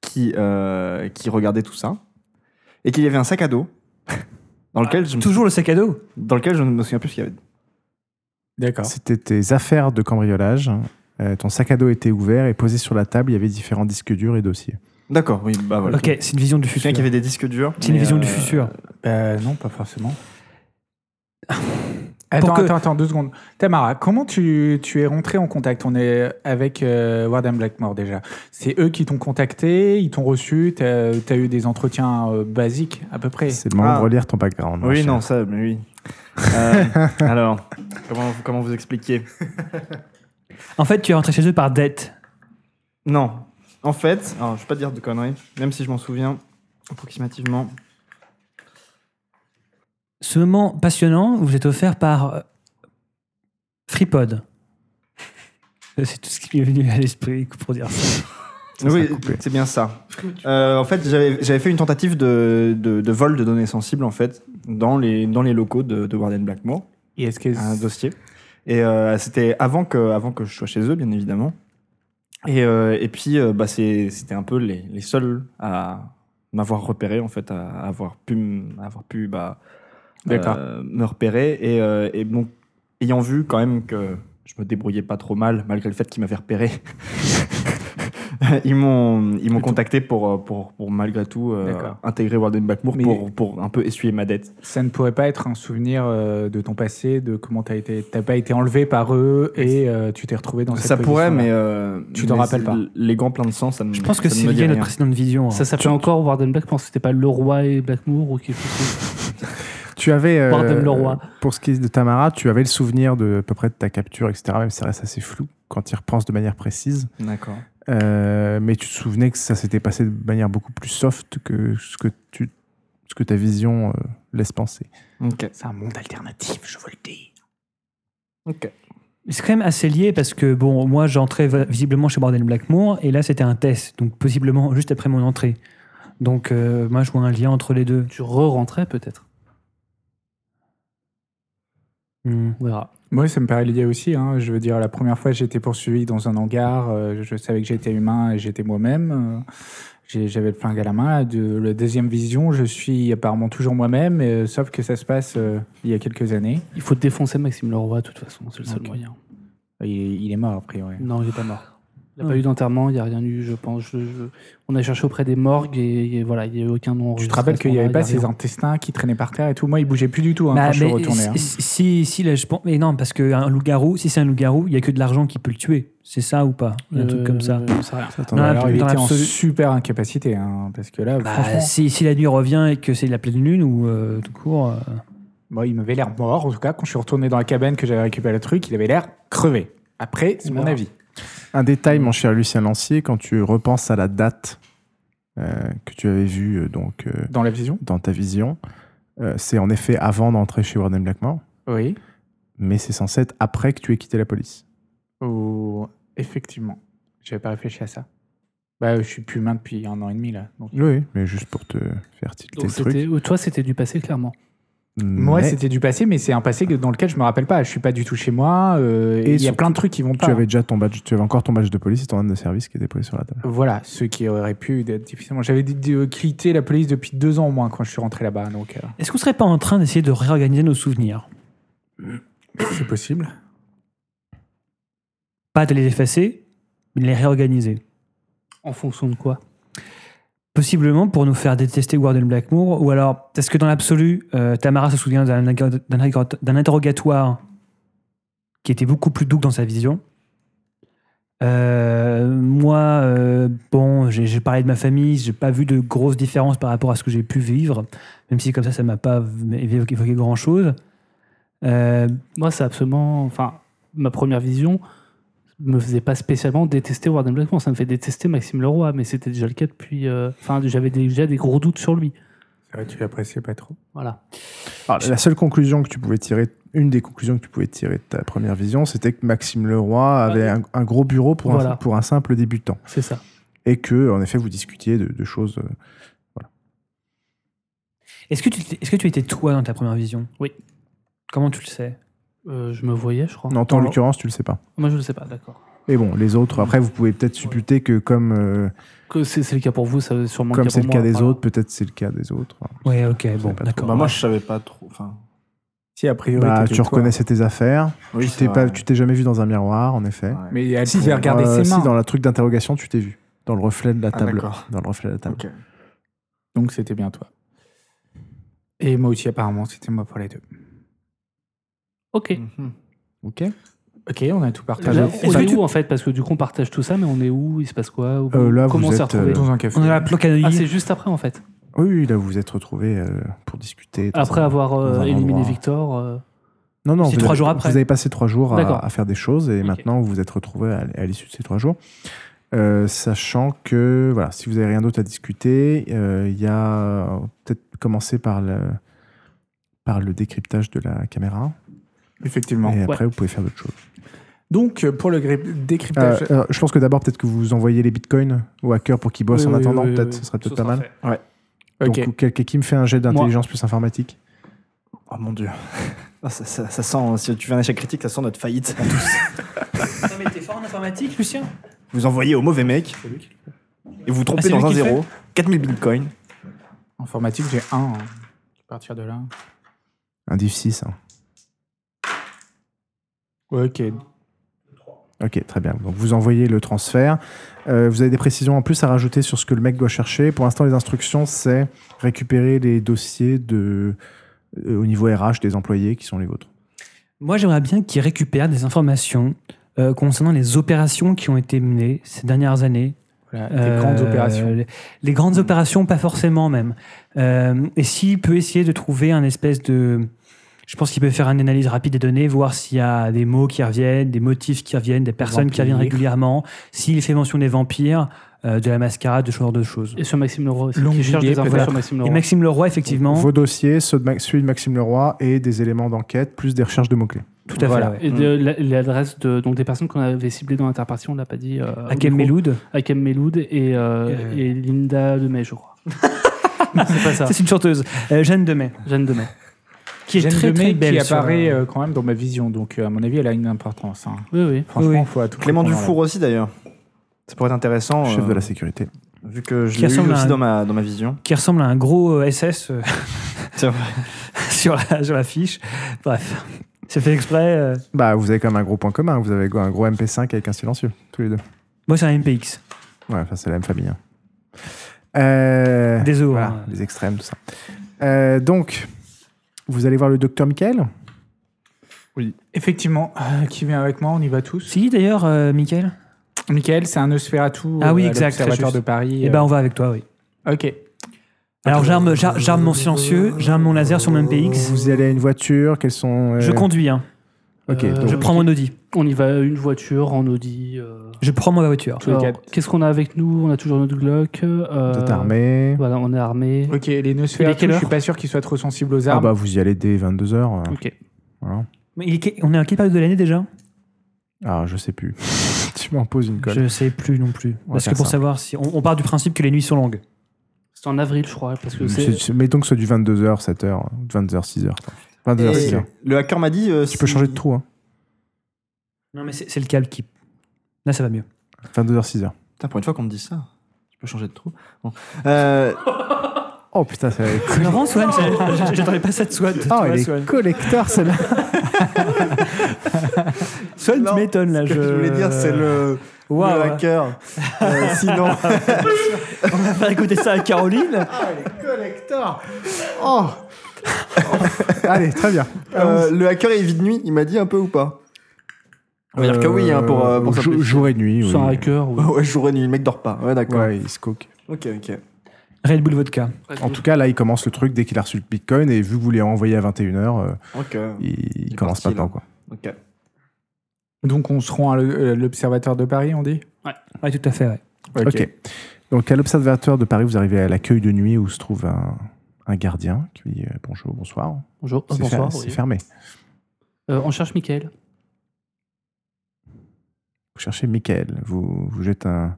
qui, euh, qui regardait tout ça, et qu'il y avait un sac à dos, dans lequel, je, me,
Toujours le sac à dos.
dans lequel je ne me souviens plus ce qu'il y avait.
D'accord.
C'était tes affaires de cambriolage. Euh, ton sac à dos était ouvert et posé sur la table, il y avait différents disques durs et dossiers.
D'accord, oui, bah voilà.
Ok, c'est une vision du
Je me
futur.
souviens qu'il y avait des disques durs.
C'est une
mais,
vision du
euh,
futur.
Bah, non, pas forcément. attends,
que-
attends, attends, deux secondes. Tamara, comment tu, tu es rentré en contact On est avec euh, Ward and Blackmore déjà. C'est eux qui t'ont contacté, ils t'ont reçu, t'as as eu des entretiens euh, basiques à peu près.
C'est le moment
Ah.
de relire ton background. mon
Oui,
cher.
non, ça, mais oui. Euh, alors, comment, comment vous expliquer
En fait, tu es rentré chez eux par dette.
Non. En fait, alors, je vais pas dire de conneries, même si je m'en souviens approximativement.
Ce moment passionnant vous est offert par euh, Freepod. Euh, C'est tout ce qui m'est venu à l'esprit pour dire ça.
oui,
sera coupé.
c'est bien ça. Euh, en fait, j'avais j'avais fait une tentative de, de- de vol de données sensibles, en fait, dans les, dans les locaux de, de Warden Blackmore,
Et est-ce que
un dossier. Et euh, c'était avant que, avant que je sois chez eux, bien évidemment. Et, euh, et puis, euh, bah, c'est- c'était un peu les, les seuls à m'avoir repéré, en fait, à avoir pu, m- à avoir pu bah,
D'accord.
euh, me repérer. Et, euh, et bon, ayant vu quand même que je me débrouillais pas trop mal, malgré le fait qu'ils m'avaient repéré, ils m'ont ils m'ont contacté pour, euh, pour, pour malgré tout euh,
D'accord.
intégrer Warden Blackmore
Mais-
pour, pour un peu essuyer ma dette.
ça ne pourrait pas être un souvenir euh, de ton passé, de comment t'as été, t'as pas été enlevé par eux et euh, tu t'es retrouvé dans cette
Ça pourrait,
position-là.
mais. euh,
Tu t'en
mais
rappelles pas.
Les gants pleins de sang, ça me.
Je pense que c'est lié à notre précédente vision. hein.
Ça s'appelait encore Warden Black, je pense que c'était pas Leroy et Blackmoor ou quelque chose.
Tu avais, euh,
Bordel le roi.
pour ce qui est de Tamara, tu avais le souvenir de à peu près de ta capture, etc. Même si ça reste assez flou quand il repense de manière précise.
D'accord.
Euh, mais tu te souvenais que ça s'était passé de manière beaucoup plus soft que ce que, tu, ce que ta vision euh, laisse penser.
Ok.
C'est un monde alternatif, je vous le dis.
Ok.
Mais C'est quand même assez lié parce que, bon, moi j'entrais va- visiblement chez Bordel Blackmore et là c'était un test, donc possiblement juste après mon entrée. Donc euh, moi je vois un lien entre les deux.
Tu re-rentrais peut-être.
Hmm.
On verra.
Moi, ça me paraît lié aussi. hein. Je veux dire, la première fois, j'étais poursuivi dans un hangar. euh, je savais que j'étais humain et j'étais moi-même. euh, j'ai- J'avais le flingue à la main. De, la deuxième vision, je suis apparemment toujours moi-même, euh, sauf que ça se passe euh, il y a quelques années.
Il faut défoncer Maxime Leroy de toute façon, c'est le seul
Ok.
moyen.
Il, il est mort, a priori.
Non, il n'est pas mort. Il n'y a
Ah.
pas eu d'enterrement, il n'y a rien eu, je pense. Je- je- On a cherché auprès des morgues et, et voilà, il n'y a eu aucun nom.
Tu te
enregistré à
rappelles
ce
qu'il n'y avait
moment-là,
pas
il y a
ses
rien.
intestins qui traînaient par terre et tout Moi, il bougeait plus du tout hein,
Bah,
quand je suis
mais
retourné. hein.
si, si, si, là je pense. Mais non, parce qu'un loup-garou, si c'est un loup-garou, il n'y a que de l'argent qui peut le tuer. C'est ça ou pas Un truc
Euh,
comme ça.
je ne sais rien.
Attends,
Non,
Alors, il
dans
était en
l'absolu.
super incapacité, hein, parce que là,
Bah,
franchement,
si, si la nuit revient et que c'est la pleine lune ou euh, tout court. euh,
moi, il m'avait l'air mort. En tout cas, quand je suis retourné dans la cabane que j'avais récupéré le truc, il avait l'air crevé. Après, c'est
On
mon
verra.
avis.
Un détail, mon cher Lucien Lancier, quand tu repenses à la date euh, que tu avais vue euh, donc, euh,
Dans la vision
dans ta vision, euh, c'est en effet avant d'entrer chez Warden Blackmore.
Oui.
mais c'est censé être après que tu aies quitté la police.
Oh, effectivement. J'avais pas réfléchi à ça. Bah, je suis plus humain depuis un an et demi, là. donc-
Oui, mais juste pour te faire tilter
Donc
le truc.
c'était- euh, toi, c'était du passé, clairement.
Moi,
Mais
c'était du passé, mais c'est un passé que- dans lequel je me rappelle pas. Je suis pas du tout chez moi. euh, et il y a
surtout,
plein de trucs qui vont pas.
tu avais déjà ton badge, tu avais encore ton badge de police et ton âme de service qui était posé sur la table.
Voilà, ceux qui auraient pu être difficilement. J'avais dit- dit- euh, quitté la police depuis deux ans au moins quand je suis rentré là-bas, donc euh,
Est-ce qu'on serait pas en train d'essayer de réorganiser nos souvenirs
c'est possible.
Pas de les effacer, mais de les réorganiser.
En fonction de quoi
Possiblement pour nous faire détester Warden Blackmoor, ou alors, est-ce que dans l'absolu, euh, Tamara se souvient d'un inter- d'un inter- d'un interrogatoire qui était beaucoup plus doux que dans sa vision Euh, Moi, euh, bon, j'ai j'ai parlé de ma famille, j'ai pas vu de grosses différences par rapport à ce que j'ai pu vivre, même si comme ça, ça m'a pas v- évoqué, Euh, grand chose.
Moi, c'est absolument. Enfin, ma première vision me faisait pas spécialement détester Warden Blackmore. Ça me fait détester Maxime Leroy, mais c'était déjà le cas depuis. euh, Enfin, j'avais déjà des gros doutes sur lui.
C'est vrai, tu l'appréciais pas trop.
Voilà.
Alors, Ah, la seule conclusion que tu pouvais tirer, une des conclusions que tu pouvais tirer de ta première vision, c'était que Maxime Leroy avait un, un gros bureau pour, un,
Voilà.
pour un simple débutant.
C'est ça.
Et que, en effet, vous discutiez de, de choses. euh,
Est-ce que, est que tu étais toi dans ta première vision
Oui.
Comment tu le sais
Euh, je me voyais, je crois.
Non, toi, en l'occurrence, tu le sais pas.
Moi, je ne sais pas, d'accord.
Mais bon, les autres, après, vous pouvez peut-être supputer que comme, euh,
Que C'est c'est le cas pour vous, ça va sûrement
comme c'est le
pour
cas
moi,
des
voilà.
autres, peut-être c'est le cas des autres.
Ouais, ok,
savais
bon,
pas trop.
d'accord.
Bah,
moi, je savais pas trop. Enfin,
Si, a priori,
Bah,
t'étais
tu
toi.
reconnaissais tes affaires.
oui,
tu t'es pas- tu t'es jamais vu dans un miroir, en effet.
Mais elle
Si,
pouvait regarder
euh,
ses mains.
Si, dans la truc d'interrogation, tu t'es vu. Dans le reflet de la
Ah,
table.
d'accord.
dans le reflet de la table.
Donc c'était bien toi. Et moi aussi, apparemment, c'était moi pour les deux.
Ok.
Mhm.
Ok.
Ok, on a tout partagé.
Là, Bah, on
Est-ce que
est
tu-
où en fait Parce que du coup, on partage tout ça, mais on est où Il se passe quoi Où-
Euh, là,
Comment
vous
on s'est
êtes,
retrouvés
euh,
Dans un café.
On a la planquerie.
Ah, c'est juste après en fait.
Oui, oui, là, vous vous êtes retrouvés euh, pour discuter. dans
Après
un-
avoir euh,
dans un
éliminé
endroit.
Victor. euh,
Non, non,
C'est
vous
trois
avez-
jours après.
Vous avez passé trois jours à,
D'accord.
à faire des choses et
Ok.
maintenant vous vous êtes retrouvés à, à l'issue de ces trois jours. Euh, sachant que, voilà, si vous avez rien d'autre à discuter, euh, il y a on va peut-être commencer par le, par le décryptage de la caméra
Effectivement.
et après vous pouvez faire d'autres choses.
Donc, euh, pour le gré-
Euh,
décryptage.
euh, je pense que d'abord, peut-être que vous envoyez les bitcoins aux hackers pour qu'ils bossent
oui,
en
oui,
attendant,
oui,
peut-être,
oui.
ce serait peut-être
Ce
pas mal.
ok.
Donc, quelqu'un qui me fait un jet d'intelligence plus informatique.
Oh mon dieu. Ah, ça, ça- ça sent, si tu fais un échec critique, ça sent notre faillite. à tous.
Non, Ah, mais t'es fort en informatique, Lucien
vous envoyez au mauvais mec. Et vous vous trompez
Ah, c'est
dans
lui
un
qui le
zéro. 4000 bitcoins.
Informatique, j'ai un. hein. À partir de là.
Un div 6. hein.
Ouais, ok.
Ok, très bien. Donc vous envoyez le transfert. Euh, vous avez des précisions en plus à rajouter sur ce que le mec doit chercher. Pour l'instant, les instructions, c'est récupérer les dossiers de, euh, au niveau RH des employés qui sont les vôtres.
Moi, j'aimerais bien qu'il récupère des informations euh, concernant les opérations qui ont été menées ces dernières années.
Voilà, les
Euh,
grandes opérations.
Les, les grandes opérations, pas forcément même. Euh, et s'il peut essayer de trouver un espèce de... Je pense qu'il peut faire une analyse rapide des données, voir s'il y a des mots qui reviennent, des motifs qui reviennent, des personnes qui reviennent
Vampires.
régulièrement, s'il fait mention des vampires, euh, de la mascarade, de ce genre de choses.
Et sur Maxime Leroy aussi.
Longue
qui cherche
idée,
des infos
peut-être.
sur Maxime
Et
Leroy.
Maxime Leroy, effectivement,
Vos dossiers, ceux de, Ma- celui de Maxime Leroy et des éléments d'enquête, plus des recherches de mots-clés.
tout à
Voilà.
fait. ouais. Mm.
Et de la- l'adresse de, donc des personnes qu'on avait ciblées dans l'interpartie, on l'a pas dit. euh, au
Hakem
micro.
Meloud,
Hakem Meloud et, euh,
Euh.
et Linda Demey, je crois. Non, c'est pas ça.
Ça, c'est une chanteuse, Euh, Jeanne Demet,
Jeanne Demey.
qui est
Jeanne
très,
Demey
très belle.
qui
sur-
apparaît euh, quand même dans ma vision, donc euh, à mon avis, elle a une importance. hein.
Oui, oui.
Franchement,
Oui.
faut à tout
Clément
prix qu'on
Dufour aussi, d'ailleurs. Ça pourrait être intéressant.
Chef de
euh,
la sécurité.
Vu que je
Qui
l'ai eu
ressemble à
aussi
un-
dans, ma, dans ma vision.
qui ressemble à un gros euh, SS euh,
C'est vrai.
sur, la, sur la fiche. Bref, c'est fait exprès. euh.
Bah, vous avez quand même un gros point commun. Vous avez un gros MP5 avec un silencieux, tous les deux.
Moi, c'est un MPX.
Ouais, enfin, c'est la même famille. hein. Euh,
Désolé.
voilà,
hein.
les extrêmes, tout ça. Euh, donc, vous allez voir le docteur Michael
Effectivement, euh, qui vient avec moi, on y va tous.
Si, d'ailleurs, euh, Mickaël
Michael, c'est un Nosferatu
Ah oui,
euh, à
exact, très
l'Observatoire
juste.
de Paris.
Eh
euh,
ben, on va avec toi, oui.
Ok.
Alors, j'arme j'ar- j'arme mon silencieux, j'arme mon laser sur mon MPX.
Vous allez à une voiture, quelles sont. euh,
Je conduis, hein.
Ok,
Euh,
donc-
je prends mon Audi.
On y va une voiture, en Audi. euh.
Je prends ma voiture.
Tous les
Alors,
quatre.
Qu'est-ce qu'on a avec nous On a toujours notre Glock. euh,
Vous êtes armé.
Voilà, on est armé.
Ok, les
Il est
Nosferatu,
quelle
je
bah,
heure
suis pas sûr qu'ils soient trop sensibles aux
Ah
armes.
bah vous y allez dès 22h.
Ok.
Mais il est que- on est à quelle période de l'année déjà
Ah, je sais plus.
Tu m'en poses une colle.
Je sais plus non plus.
On va
Parce que
faire
pour
ça.
savoir si. On, on part du principe que les nuits sont longues.
C'est en avril, je crois, parce que c'est.
Mm, C'est- c'est- Mettons que ce soit du 22h, 7h, 22h, 6h. 22h,
Et
6h.
le hacker m'a dit. euh,
Tu peux
si-
changer de trou, hein.
Non, mais c'est c'est le câble qui. Là, ça va mieux.
22h, 6h.
Putain, pour une fois qu'on me dit ça. Tu peux changer de trou. Bon. Euh,
Oh putain, ça va être-
C'est marrant, Swan. ça- J'attendais pas ça de Swan. de
Oh,
toi,
elle
Swan.
est collector, celle-là.
Swan, tu
Non,
m'étonnes là.
ce que je voulais dire, c'est le,
Waouh,
le hacker. Euh, sinon.
on va faire écouter ça à Caroline.
Oh,
Allez, très bien.
Euh, le hacker est vie de nuit, il m'a dit un peu ou pas On va dire que oui, hein, pour, euh, pour
jou-
simplifier.
Jour et nuit, oui.
C'est un hacker. oui.
Ouais, jour et nuit, le mec dort pas. Ouais, d'accord.
Ouais, il se coque.
Ok, ok.
Red Bull Vodka.
Oh, En tout cas, là, il commence le truc dès qu'il a reçu le bitcoin et vu que vous l'avez envoyé à 21h, euh,
Ok.
il, il
est
commence
parti,
maintenant,
là.
quoi.
ok.
Donc on se rend à le- euh, l'Observatoire de Paris, on dit
Ouais, tout à fait, ouais.
Ok. Donc, à l'Observatoire de Paris, vous arrivez à l'accueil de nuit où se trouve un, un gardien qui dit euh, bonjour, bonsoir.
Bonjour. Ah,
C'est fer-
Oh, bonsoir.
c'est
oui.
fermé.
Euh, on cherche Michael.
Vous cherchez Michael. Vous, vous jetez un,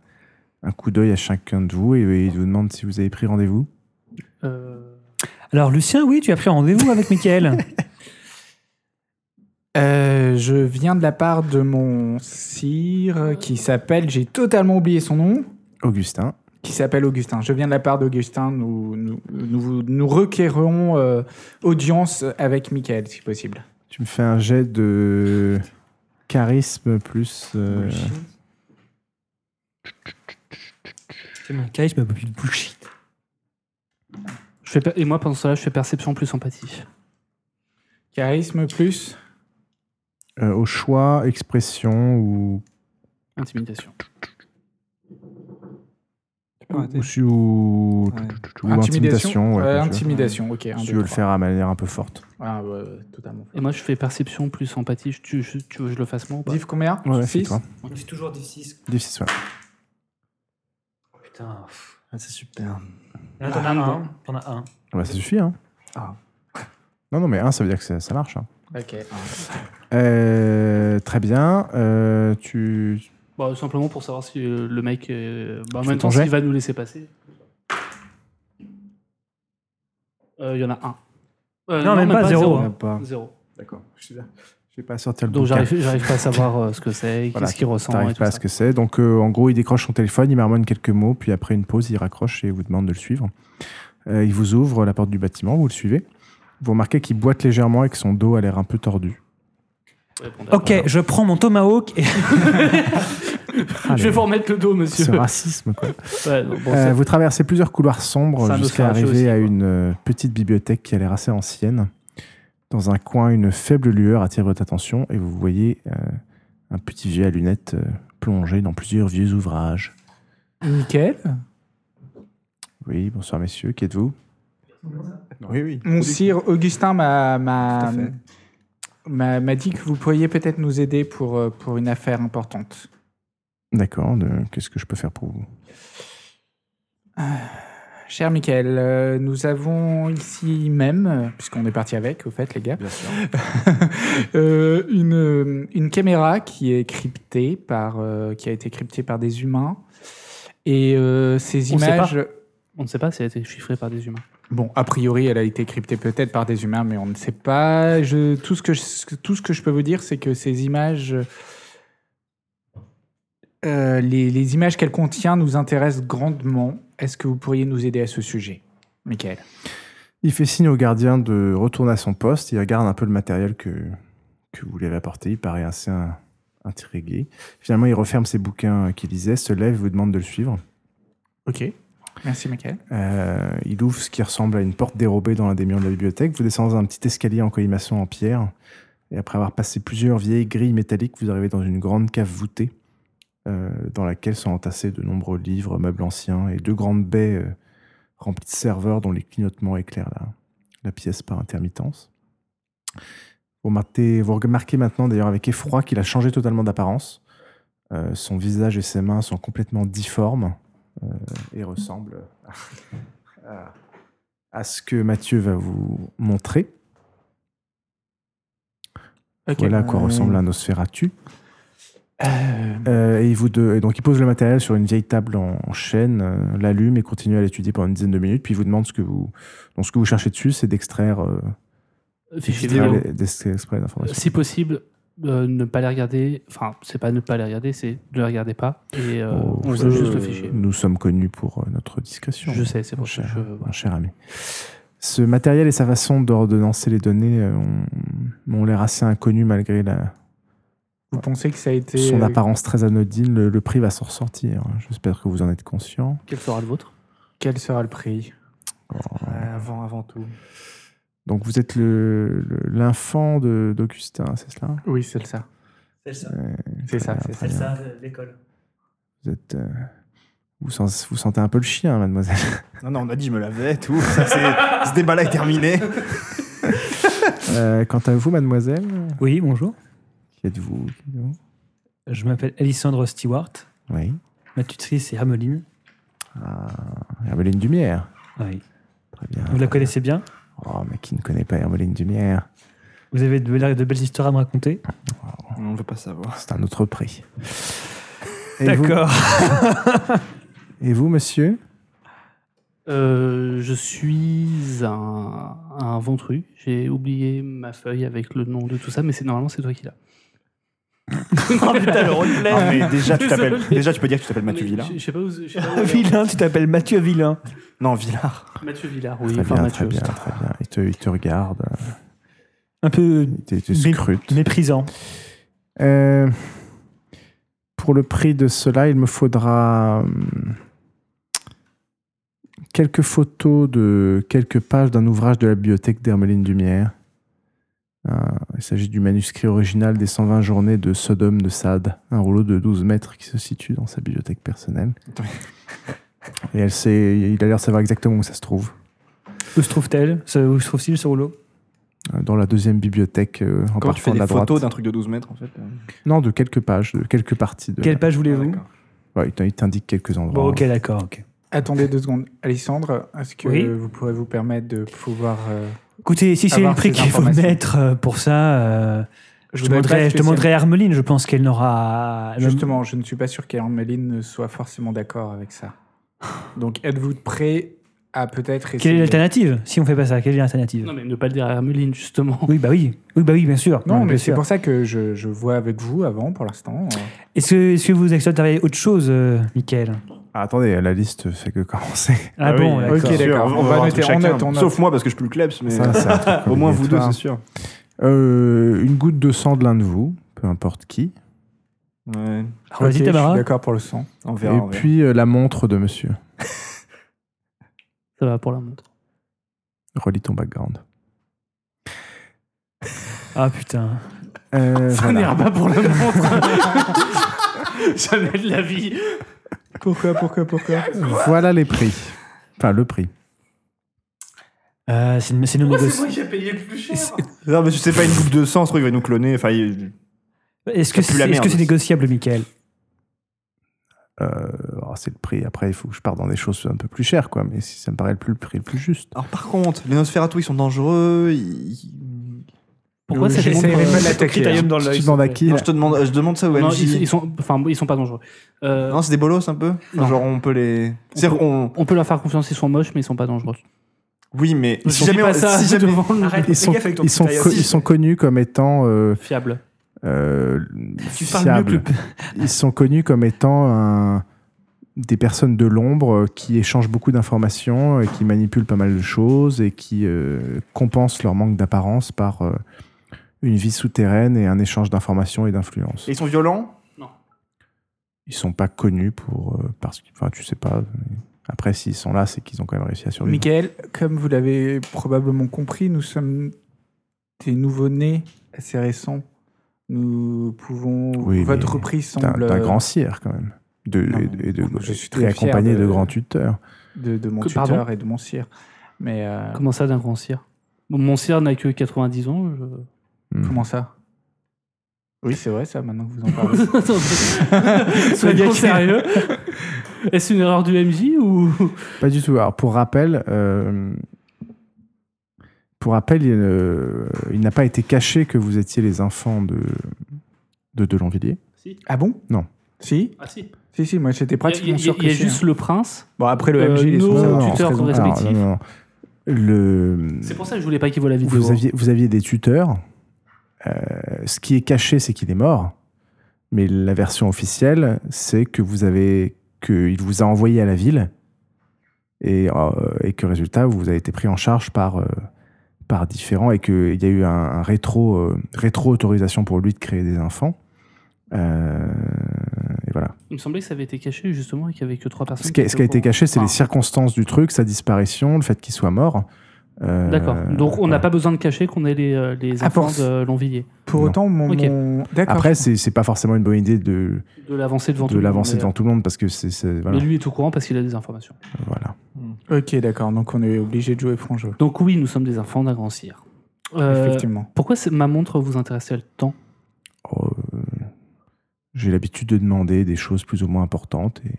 un coup d'œil à chacun de vous et il vous demande si vous avez pris rendez-vous.
Euh,
Alors, Lucien, oui, tu as pris rendez-vous avec Mickaël.
Euh, Je viens de la part de mon sire qui s'appelle, j'ai totalement oublié son nom,
Augustin.
qui s'appelle Augustin. Je viens de la part d'Augustin, nous, nous, nous, nous requérons euh, audience avec Michael, si possible.
Tu me fais un jet de charisme plus. euh,
c'est mon charisme, plus de bullshit.
je fais per- Et moi, pendant cela, je fais perception plus empathie.
Charisme plus
euh, au choix, expression ou,
Intimidation.
ou, su- ou-
Ouais.
ou intimidation. ouais,
Ouais,
bien sûr.
Euh, intimidation, ok. un,
Si tu
deux,
veux le
trois.
faire à manière un peu forte.
Ah, ouais, ouais, totalement.
Et moi, je fais perception plus empathie. Je- tu, je- tu veux que je le fasse moi ou pas
Div combien
Ouais, c'est
Six
toi.
C'est toujours difficile.
Difficile, ouais.
Putain.
Ah, c'est super.
Là, t'en as un. T'en as un.
Ah bah, ça suffit, hein.
Ah.
Non, non, mais un, ça veut dire que ça, ça marche. hein.
Ok.
Euh, très bien. Euh, tu,
Bah, Simplement pour savoir si euh, le mec. euh, bah, en
Tu
même
fais ton
temps,
jet
s'il va nous laisser passer. Euh, Il y en a un. Euh,
Non, même pas, zéro, hein.
pas.
Zéro.
D'accord. Je vais pas sortir le
Donc,
bouquin.
j'arrive j'arrive pas à savoir euh, ce que c'est,
Voilà,
qu'est-ce qu'il ressent.
T'arrives
et tout
pas à
ça.
ce que c'est. Donc, euh, en gros, il décroche son téléphone, il marmonne quelques mots, puis après une pause, il raccroche et vous demande de le suivre. Euh, il vous ouvre la porte du bâtiment, vous le suivez. Vous remarquez qu'il boite légèrement et que son dos a l'air un peu tordu.
Ouais, bon, d'accord.
Ok, je prends mon Tomahawk et
Je vais vous remettre le dos, monsieur.
Ce racisme, quoi.
Ouais, non, bon,
Euh,
c'est-
vous traversez plusieurs couloirs sombres
Ça me fait
jusqu'à
rager
arriver
aussi,
à
quoi.
une euh, petite bibliothèque qui a l'air assez ancienne. Dans un coin, une faible lueur attire votre attention et vous voyez euh, un petit vieux à lunettes euh, plongé dans plusieurs vieux ouvrages.
Michael
Oui, bonsoir messieurs, qui êtes-vous
Oui, oui.
Mon sire Augustin m'a-
Tout
m'a
à fait.
m'a m'a dit que vous pourriez peut-être nous aider pour, euh, pour une affaire importante.
D'accord, de- qu'est-ce que je peux faire pour vous
Cher Michael, euh, nous avons ici même, euh, puisqu'on est parti avec, au fait, les gars,
Bien sûr.
euh, une, euh, une caméra qui est cryptée par, euh, qui a été cryptée par des humains. Et euh, ces
On sait
images.
On ne sait pas si elle a été chiffrée par des humains.
Bon, a priori, elle a été cryptée peut-être par des humains, mais on ne sait pas. Je, tout, ce que je, tout ce que je peux vous dire, c'est que ces images. euh, les, les images qu'elle contient nous intéressent grandement. Est-ce que vous pourriez nous aider à ce sujet, Michael
Il fait signe au gardien de retourner à son poste. Il regarde un peu le matériel que, que vous lui avez apporté. Il paraît assez in- intrigué. Finalement, il referme ses bouquins qu'il lisait, se lève et vous demande de le suivre.
Ok. Merci, Michael.
Euh, il ouvre ce qui ressemble à une porte dérobée dans la des murs de la bibliothèque. Vous descendez dans un petit escalier en colimaçon en pierre. Et après avoir passé plusieurs vieilles grilles métalliques, vous arrivez dans une grande cave voûtée euh, dans laquelle sont entassés de nombreux livres, meubles anciens et deux grandes baies euh, remplies de serveurs dont les clignotements éclairent la, la pièce par intermittence. Vous remarquez, vous remarquez maintenant d'ailleurs avec effroi qu'il a changé totalement d'apparence. Euh, son visage et ses mains sont complètement difformes euh, et ressemblent à- à ce que Mathieu va vous montrer.
Ok.
Voilà à quoi
Euh,
ressemble un Nosferatu.
euh,
Euh, et, vous deux, et donc, il pose le matériel sur une vieille table en, en chêne, euh, l'allume et continue à l'étudier pendant une dizaine de minutes. Puis il vous demande ce que vous, donc, ce que vous cherchez dessus, c'est d'extraire euh,
Fichier
d'extraire
vidéo.
les- d'extraire les informations.
Si possible, euh, ne pas les regarder. Enfin, c'est pas ne pas les regarder, c'est ne les regardez pas. Et euh,
Oh,
on vous a
euh,
juste le fichier.
Nous sommes connus pour euh, notre discrétion.
Je sais, c'est pour ça que
cher,
je.
mon cher ami. Ce matériel et sa façon d'ordonnancer les données euh, ont, ont l'air assez inconnus malgré la-
Vous pensez que ça a été.
son
euh,
apparence très anodine. Le, le prix va s'en ressortir. hein. J'espère que vous en êtes conscient.
Quel sera le vôtre
Quel sera le prix
Oh.
avant, avant tout.
Donc vous êtes le- le- l'infant de- d'Augustin, c'est cela
Oui, c'est ça.
C'est ça.
C'est ça,
Très
c'est
bien,
ça.
très bien.
l'école.
Vous êtes, euh, vous, sens- vous sentez un peu le chien, mademoiselle.
Non, non, on a dit je me lavais, tout. Ça, c'est- ce débat-là est terminé.
Euh, quant à vous, mademoiselle,
Oui, bonjour.
qui êtes-vous
Je m'appelle Alessandre Stewart.
Oui.
Ma tutrice c'est Hermeline.
Ah, Hermeline Dumière.
Oui.
Très bien.
Vous la connaissez bien
Oh, mais qui ne connaît pas Hermeline Dumière
Vous avez de belles, de belles histoires à me raconter
On veut pas savoir.
Oh, C'est un autre prix. Et vous-
D'accord.
Et vous, monsieur
Euh, Je suis un, un ventru. J'ai oublié ma feuille avec le nom de tout ça, mais c'est normalement c'est toi qui l'as. non, putain, le roleplay
Ah, mais déjà, tu
Désolé.
t'appelles- déjà, tu peux dire que tu t'appelles
Mais
Mathieu Villard.
Je je sais pas où. je sais pas où-
Vilain, tu t'appelles Mathieu Vilain.
Non, Villard.
Mathieu Villard, oui.
Très
enfin,
bien,
Mathieu,
très bien,
c'est-
très bien. Il te, il te regarde, euh,
Un peu
il te, il te
Mais-
scrute.
méprisant.
Euh, pour le prix de cela, il me faudra hum, quelques photos de quelques pages d'un ouvrage de la bibliothèque d'Hermeline Dumière. Euh, il s'agit du manuscrit original des 120 journées de Sodome de Sade, un rouleau de 12 mètres qui se situe dans sa bibliothèque personnelle.
Attends.
Et elle sait, il a l'air de savoir exactement où ça se trouve.
Où se trouve-t-elle Ce- Où se trouve-t-il ce rouleau
Euh, dans la deuxième bibliothèque euh, en partant
Comment tu fais
de
des
la droite.
photos d'un truc de 12 mètres, en fait euh.
Non, de quelques pages, de quelques parties. De...
Quelle page voulez-vous
Ah, D'accord.
Ouais, il t- il t'indique quelques endroits.
Bon, ok, d'accord. ok.
Attendez deux secondes. Alessandre, est-ce que
Oui.
vous pourrez vous permettre de pouvoir. euh,
Écoutez, si c'est
Avoir
le prix
ces
qu'il faut
informations.
mettre euh, pour ça, euh, je,
voudrais pas
demanderai, je
spécialement-
demanderai à Hermeline. Je pense qu'elle n'aura.
Justement, je ne suis pas sûr qu'Hermeline ne soit forcément d'accord avec ça. Donc, êtes-vous prêt à peut-être
Quelle est
essayer.
l'alternative Si on fait pas ça, quelle est l'alternative
Non, mais ne pas le dire à Hermeline, justement.
Oui, bah oui. Oui, bah oui, bien sûr.
Non,
bien
mais c'est
sûr.
pour ça que je, je vois avec vous avant pour l'instant. euh,
Est-ce que, est-ce que vous accepteriez autre chose, euh, Michael
Ah, attendez, la liste fait que commencer.
Ah,
oui,
bon,
ok,
d'accord.
Bien sûr,
d'accord. On va
avoir un
noter,
truc
on
chacun.
note, on note.
Sauf moi, parce que je suis plus klebs, mais
Ça, c'est un truc
au moins vous deux,
obligatoire.
c'est sûr.
Euh, une goutte de sang de l'un de vous, peu importe qui.
Ouais.
Alors, Vas-y,
ok, je
Tamara.
suis d'accord pour le sang.
On verra. on
et
verra.
puis euh, la montre de monsieur.
Ça va pour la montre.
Relis ton background.
Ah putain.
Euh, voilà.
pas pour la montre. Jamais de la vie.
Pourquoi, pourquoi, pourquoi
Voilà les prix. Enfin, le prix.
Euh, c'est c'est nos
C'est
négociations.
moi qui ai payé le plus cher.
Non, mais c'est pas une coupe de sang, ce truc, il va nous cloner. Enfin, il-
Est-ce que
Ça
c'est
pue la
est-ce que
merde.
c'est négociable, Michael
Euh, alors, c'est le prix. Après, il faut que je parte dans des choses un peu plus chères, quoi. Mais si ça me paraît le, plus, le prix le plus juste.
Alors, par contre, les Nosferatu, ils sont dangereux. ils-
Pourquoi
Oui,
ça démontre
j'essaierai pas de
euh,
l'attaquer,
Critérium
hein.
dans
Si
l'œil.
tu demandes à qui
Non,
là
je te demande, je demande ça au
non,
MJ.
ils, ils sont, enfin, ils sont pas dangereux. Euh,
Non, c'est des bolos un peu.
Non.
Genre, on peut les.
On
C'est-à-dire,
peut-
on-
on peut leur faire confiance, ils sont moches, mais ils sont pas dangereux.
Oui, mais
Je
si
dis
jamais,
pas
on-
ça
si jamais-
devant le
Arrête.
Ils sont,
Fais gaffe avec ton
ils, sont
critérium.
co- ils sont connus comme étant euh,
fiable.
euh,
Tu parles mieux que
fiables.
le
Ils sont connus comme étant un- des personnes de l'ombre euh, qui échangent beaucoup d'informations, et qui manipulent pas mal de choses et qui euh, compensent leur manque d'apparence par euh, une vie souterraine et un échange d'informations et d'influences.
ils sont violents.
Ils sont pas connus pour euh, parce que enfin tu sais pas. mais Après s'ils sont là, c'est qu'ils ont quand même réussi à survivre.
Michael, comme vous l'avez probablement compris, nous sommes des nouveaux-nés assez récents. Nous pouvons.
Oui, mais
votre prix
T'as
semble. euh,
t'as un grand sire quand même. De,
Non,
et de- et de-
je suis
et
très fier
accompagné
de-
de, grands tuteurs.
de, de mon
Que-
tuteur
pardon
et de mon sire. Mais euh,
Comment ça d'un grand cire Bon, Mon cire n'a que 90 ans. je-
Hmm.
comment ça Oui, c'est vrai ça, maintenant que vous en parlez.
Soyons sérieux. Est-ce une erreur du MJ ou
Pas du tout. Alors, pour rappel, euh, Pour rappel, il, euh, il n'a pas été caché que vous étiez les enfants de, de Delonvilliers.
Si.
Ah bon
Non.
Si,
Ah si.
si, si, moi j'étais
Il y a-
pratiquement
il y a,
sûr
il
que
y a
si,
juste
hein.
le prince.
Bon, après le
euh,
MJ, il est
nos
censé savoir.
tuteurs
très-
respectifs.
alors, Ah, non, non. Le,
C'est pour ça que je voulais pas qu'il voit la vidéo. hein.
vous, aviez, vous aviez des tuteurs. Euh, ce qui est caché, c'est qu'il est mort. Mais la version officielle, c'est que vous avez qu'il vous a envoyé à la ville et, euh, et que résultat, vous avez été pris en charge par, euh, par différents et qu'il y a eu un, un rétro, euh, rétro-autorisation pour lui de créer des enfants. Euh, et voilà.
Il me semblait que ça avait été caché justement et qu'il y avait que trois personnes.
Ce qui, a- ce qui a été
étaient au
caché, c'est
courant.
les circonstances du truc, sa disparition, le fait qu'il soit mort. Euh,
D'accord. Donc on n'a
voilà.
pas besoin de cacher qu'on est les, euh, les
Ah,
enfants
pour-
de Longvilliers.
Pour
Non.
autant, mon.
Ok.
mon- D'accord.
Après, c'est c'est pas forcément une bonne idée de,
De l'avancée devant
de l'avancer
devant
devant tout le monde parce que c'est. c'est- Voilà.
euh, Mais lui est au courant parce qu'il a des informations.
voilà.
Ok, d'accord. Donc on est obligé de jouer franc jeu.
Donc oui, nous sommes des enfants d'un grand cire. Euh,
Effectivement.
pourquoi c'est- ma montre vous intéressait le temps
Oh, euh, J'ai l'habitude de demander des choses plus ou moins importantes et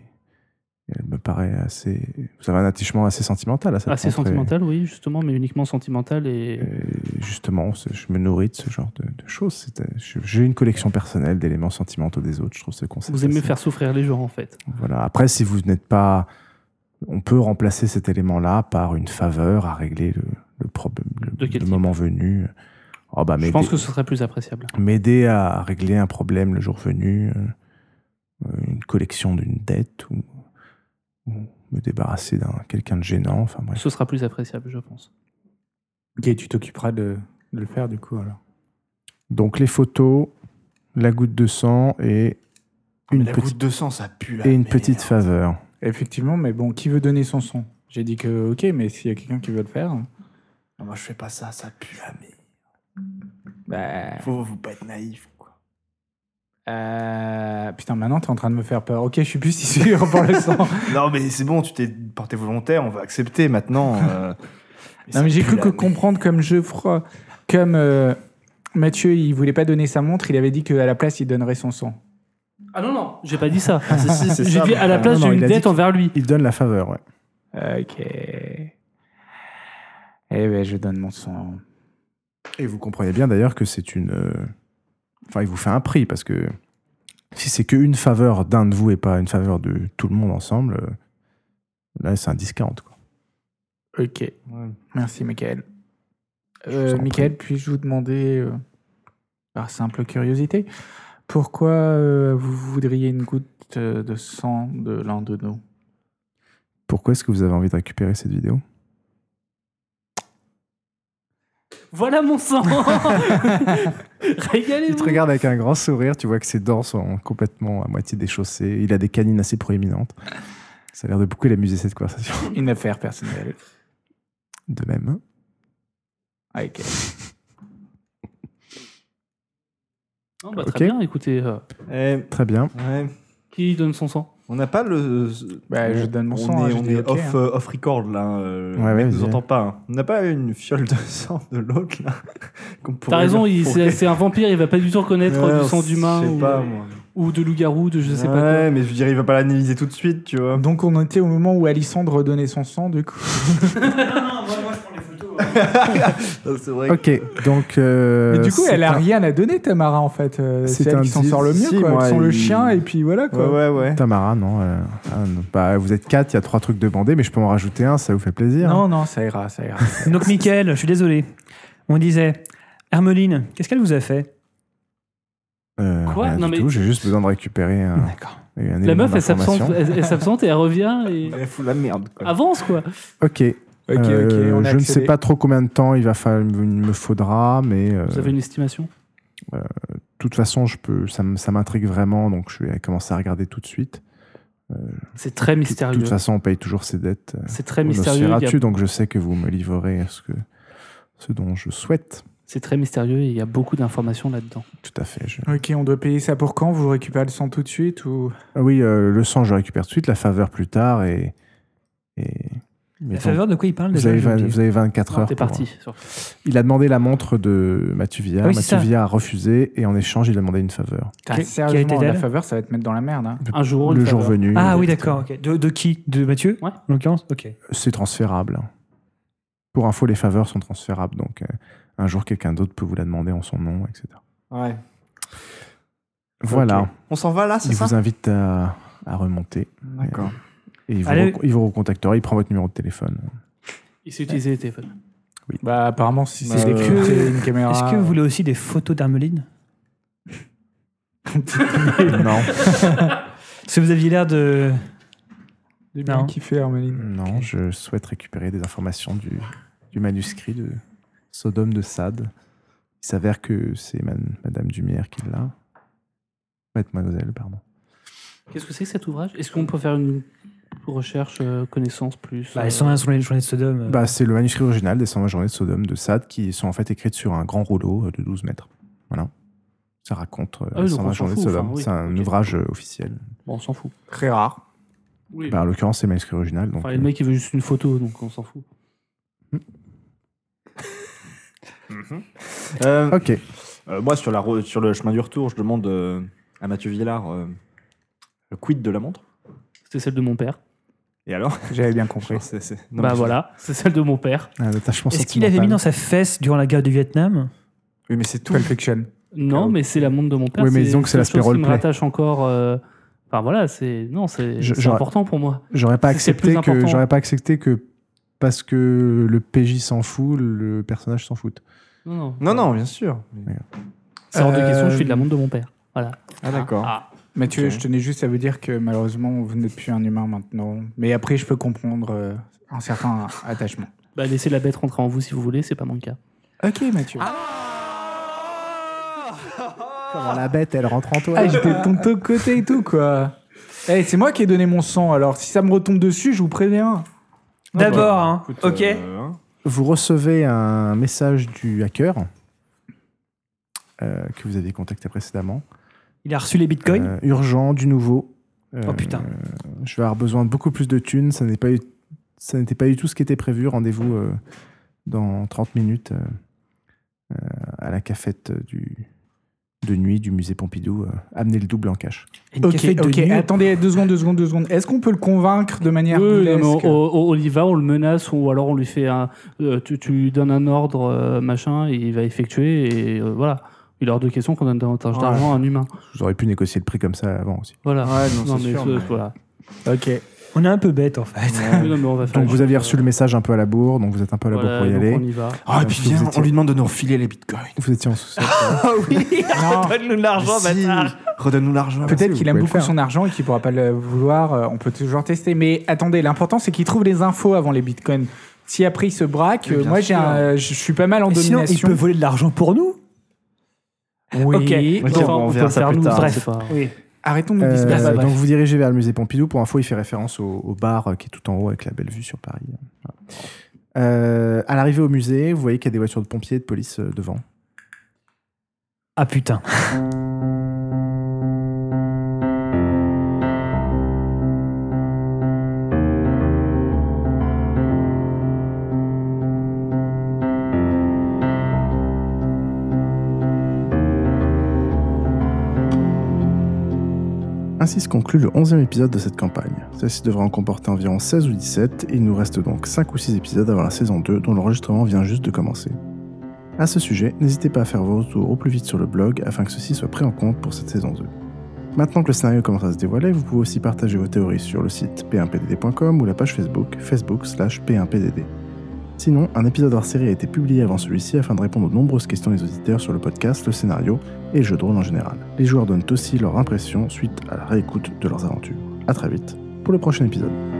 elle me paraît assez. Vous avez un attachement assez sentimental à cette
Assez
rentrée.
sentimentale, oui, justement, mais uniquement sentimentale et
Euh, Et justement, c'est- je me nourris de ce genre de, de choses. C'est, euh, je- J'ai une collection personnelle d'éléments sentimentaux des autres. Je trouve ce concept.
vous aimez
assez-
faire souffrir les gens en fait.
Voilà. Après, si vous n'êtes pas. On peut remplacer cet élément-là par une faveur à régler le, le problème
De
le,
quel
le
type
moment venu. Oh, bah,
Je
m'aider-
pense que ce serait plus appréciable.
M'aider à régler un problème le jour venu, euh, une collection d'une dette ou, ou me débarrasser d'un quelqu'un de gênant. Enfin bref.
Ce sera plus appréciable, je pense.
Ok, tu t'occuperas de, de le faire du coup alors.
Donc les photos, la goutte de sang et une,
Ah, La
petite-
goutte de sang, ça pue la
et une
merde.
petite faveur.
Effectivement, mais bon, qui veut donner son son J'ai dit que ok, mais s'il y a quelqu'un qui veut le faire, hein.
Non, Moi, je fais pas ça, ça pue la merde.
bah.
Faut, faut pas être naïf, quoi.
euh, Putain, maintenant t'es en train de me faire peur. Ok, je suis plus si sûr pour le sang.
Non, mais c'est bon, tu t'es porté volontaire, on va accepter maintenant. euh.
Non,
ça
mais j'ai
pue
cru
la
que
merde.
comprendre comme Geoffroy, comme euh, Mathieu, il voulait pas donner sa montre, il avait dit qu'à la place, il donnerait son sang.
Ah non, non, j'ai pas dit ça.
Ah,
c'est
j'ai
ça,
dit
mais-
à la place
Non, non,
d'une
il a dit
dette
que-
envers lui.
Il donne la faveur, ouais.
Ok. Eh ben, je donne mon sang.
Et vous comprenez bien d'ailleurs que c'est une. euh, Enfin, il vous fait un prix parce que si c'est qu'une faveur d'un de vous et pas une faveur de tout le monde ensemble, euh, là c'est un discount. Quoi.
Ok.
Ouais.
Merci, Michael.
vous en
Euh,
prie.
Michael, puis-je vous demander, euh, par simple curiosité, pourquoi euh, vous voudriez une goutte euh, de sang de l'un de nous
Pourquoi est-ce que vous avez envie de récupérer cette vidéo
Voilà mon sang
Il te
Régalez-vous
regarde avec un grand sourire, tu vois que ses dents sont complètement à moitié déchaussées, il a des canines assez proéminentes. Ça a l'air de beaucoup l'amuser cette conversation.
Une affaire personnelle.
De même. hein.
Ah, Ok.
Non, bah, Très
Ok.
bien, écoutez, euh,
Eh,
Très bien.
ouais.
qui donne son sang
On n'a pas le.
Bah, je donne mon
on
sang, hein,
Est,
je
on
dis
est
ok,
off,
hein.
euh, off record là. hein, euh,
Ouais,
le mec
ouais,
nous
vas-y.
entend pas. hein. On n'a pas une fiole de sang de l'autre là. qu'on pourrait
T'as raison,
leur
il- c'est
fourrer.
c'est un vampire, il va pas du tout reconnaître
Ouais,
euh, du sang d'humain
Je sais
ou,
pas moi.
ou de loup-garou, de je sais pas quoi.
Ouais, mais je dirais, il va pas l'analyser tout de suite, tu
euh.
vois.
Donc, on était au moment où Alissandre donnait son sang, du coup.
C'est vrai.
Ok, donc. euh,
Mais du coup,
c'est
elle a
un-
rien à donner, Tamara, en fait. Euh,
C'est
C'est elle
un
qui s'en
deal.
sort le mieux,
Si,
quoi.
moi,
Elles sont le
il-
chien, et puis voilà, quoi.
Ouais, ouais, ouais.
Tamara, non. euh, ah, non. Bah, vous êtes quatre, il y a trois trucs demandés, mais je peux en rajouter un, ça vous fait plaisir.
Non, non, ça ira, ça ira.
Donc, Mickaël, je suis désolé. On disait, Hermeline, qu'est-ce qu'elle vous a fait
Euh,
Quoi
rien
Non,
du
mais-
tout, j'ai juste besoin de récupérer un,
D'accord.
un élément
La meuf, elle s'absente
d'information.
elle- elle s'absente et elle revient et
Elle fout la merde, quoi.
avance quoi.
Ok,
Ok,
euh,
ok, on a
je ne
accédé.
sais pas trop combien de temps il, va falloir, il me faudra, mais euh,
Vous avez une estimation
de toute façon, je peux, ça, m- ça m'intrigue vraiment, donc je vais commencer à regarder tout de suite. Euh,
C'est très
De
mystérieux.
toute façon, on paye toujours ses dettes. euh,
C'est Ah, très
au
mystérieux. il y a-
Nosferatu, donc je sais que vous me livrerez ce, que, ce dont je souhaite.
C'est très mystérieux et il y a beaucoup d'informations là-dedans.
Tout à fait. je-
Ok, on doit payer ça pour quand Vous récupérez le sang tout de suite ou...
Ah oui, euh, le sang, je récupère tout de suite, la faveur plus tard, et... et... mais
La
donc,
faveur de quoi il parle
vous,
déjà
avez,
j'ai oublié.
vous avez 24 heures.
T'es
pour-
parti. surtout.
Il a demandé la montre de Mathieu Villard.
Ah oui, c'est
Mathieu
ça.
Villard a refusé et en échange, il a demandé une faveur.
Putain,
Qui- qui a été
Sérieusement, la
d'elle
faveur, ça va te mettre dans la merde. hein.
Un jour, une
le jour
faveur.
venu,
Ah oui,
euh,
d'accord. ok. De, de qui De Mathieu
Ouais.
En l'occurrence Ok.
c'est transférable. Pour info, les faveurs sont transférables, donc euh, un jour quelqu'un d'autre peut vous la demander en son nom, etc.
Ouais.
Voilà,
Ok. On s'en va là, c'est
il
ça
vous invite à, à remonter
D'accord.
et il vous,
Allez.
rec- il vous recontactera, il prend votre numéro de téléphone.
Il s'est utilisé les téléphones.
Bah, apparemment, si
Bah,
c'est
euh,
décrypté, une caméra. euh,
Est-ce
euh,
que vous voulez aussi des photos d'Armeline
non,
Parce que vous aviez l'air de.
voulez
Non.
qui fait Hermeline
non, je souhaite récupérer des informations du, du manuscrit de Sodome de Sade. Il s'avère que c'est man- Madame Dumière qui l'a. Mademoiselle, pardon.
Qu'est-ce que c'est que cet ouvrage Est-ce qu'on peut faire une recherche, euh, connaissance plus
Bah,
euh,
elles sont là sur les journées de Sodome. euh,
Bah, c'est le manuscrit original des 120 journées de Sodome de Sade qui sont en fait écrites sur un grand rouleau euh, de 12 mètres. Voilà. Ça raconte euh,
Ah oui,
les
donc
120
on s'en
journées de
fout,
Sodome.
enfin, oui,
c'est un
ok.
ouvrage euh, officiel.
Bon, on s'en fout.
Très rare.
Oui.
Bah, en l'occurrence, c'est le manuscrit original. Donc,
Enfin,
euh,
le mec, il veut juste une photo, donc on s'en fout.
Euh,
Ok.
euh, moi, sur, la, re- sur le chemin du retour, je demande euh, à Mathieu Villard euh, le quid de la montre.
C'était celle de mon père.
Et alors
J'avais bien compris.
C'est- c'est- non,
bah
mais-
voilà, c'est celle de mon père.
Un attachement
Est-ce qu'il avait mis dans sa fesse durant la guerre du Vietnam
Oui, mais c'est tout.
Pulp Fiction.
Non, mais c'est la montre de mon père.
Oui, mais disons que c'est
la
l'aspect
chose qui me
roleplay.
rattache encore. euh, Enfin voilà, c'est non, c'est
Je-
c'est
j'aurais-
important pour moi.
J'aurais pas
C'est le plus
accepté que
important.
j'aurais pas accepté que parce que le PJ s'en fout, le personnage s'en fout.
Non, non.
Non, non, bien sûr.
C'est hors de
Euh,
question. Je suis de la montre de mon père.
Ah, d'accord.
Ah,
Mathieu,
Ok.
je tenais juste à vous dire que malheureusement, vous n'êtes plus un humain maintenant. Mais après, je peux comprendre euh, un certain attachement.
bah laissez la bête rentrer en vous si vous voulez, c'est pas mon cas.
Ok, Mathieu.
Ah.
Ah.
la bête, elle rentre en toi.
Ah, j'étais de ton côté et tout, quoi. Eh, c'est moi qui ai donné mon sang, alors si ça me retombe dessus, je vous préviens.
D'abord, hein,
Écoute,
ok.
euh, hein.
Vous recevez un message du hacker euh, que vous avez contacté précédemment.
Il a reçu les bitcoins
Euh, urgent, du nouveau. Euh,
Oh putain.
Je vais avoir besoin de beaucoup plus de thunes. Ça n'est pas eu- ça n'était pas du tout ce qui était prévu. Rendez-vous euh, dans 30 minutes euh, euh, à la cafette du, de nuit du musée Pompidou. euh, amenez le double en cash.
Et une
Ok,
cafette de
ok,
nuit.
attendez, deux secondes, deux secondes, deux secondes. Est-ce qu'on peut le convaincre de manière
Oui, non, mais on,
boulesque
on- on y va, on le menace ou alors on lui fait un. euh, tu, tu lui donnes un ordre euh, machin, et il va effectuer et euh, voilà. Il est hors de question qu'on donne davantage
Ouais.
d'argent à un humain.
Vous auriez pu négocier le prix comme ça avant aussi.
Voilà.
Ouais, non, c'est
mais
sûr,
ce-
mais-
voilà.
Ok.
On est un peu bête en fait.
Oui, non, mais on va faire
Donc
les
vous aviez
choses,
reçu
euh,
le message un peu à la bourre, donc vous êtes un peu à la
voilà,
bourre pour y
donc
aller.
On y va.
Ah, et puis
Vous
viens,
étiez-
on lui demande de nous refiler les bitcoins.
Vous étiez en sous-sol.
Donne-nous de l'argent,
Si,
bâtard.
Redonne-nous l'argent.
Peut-être
Ah, Peut-être
vous
qu'il aime
pouvez le
beaucoup
faire.
son argent et qu'il pourra pas le vouloir. euh, On peut toujours tester. Mais attendez, l'important c'est qu'il trouve les infos avant les bitcoins. Si après il se braque,
Mais
euh,
bien
moi j'ai
sûr.
un- euh, je suis pas mal en
Et Sinon, il
domination.
peut voler de l'argent pour nous.
Oui.
Ok.
Ok,
Enfin,
bon, on
on peut
verra
le
ça
faire
plus
nous.
tard.
Bref.
Oui.
Arrêtons de nous
Euh,
disperser.
donc vous dirigez vers le musée Pompidou. Pour info, il fait référence au, au bar euh, qui est tout en haut avec la belle vue sur Paris. Voilà. Euh, à l'arrivée au musée, vous voyez qu'il y a des voitures de pompiers et de police euh, devant.
Ah putain.
Ainsi se conclut le 11e épisode de cette campagne. Celle-ci devra en comporter environ 16 ou 17, et il nous reste donc 5 ou 6 épisodes avant la saison 2 dont l'enregistrement vient juste de commencer. À ce sujet, n'hésitez pas à faire vos retours au plus vite sur le blog afin que ceci soit pris en compte pour cette saison 2. Maintenant que le scénario commence à se dévoiler, vous pouvez aussi partager vos théories sur le site p1pdd.com ou la page Facebook facebook slash p1pdd. Sinon, un épisode hors série a été publié avant celui-ci afin de répondre aux nombreuses questions des auditeurs sur le podcast, le scénario et le jeu de rôle en général. Les joueurs donnent aussi leur impression suite à la réécoute de leurs aventures. À très vite pour le prochain épisode.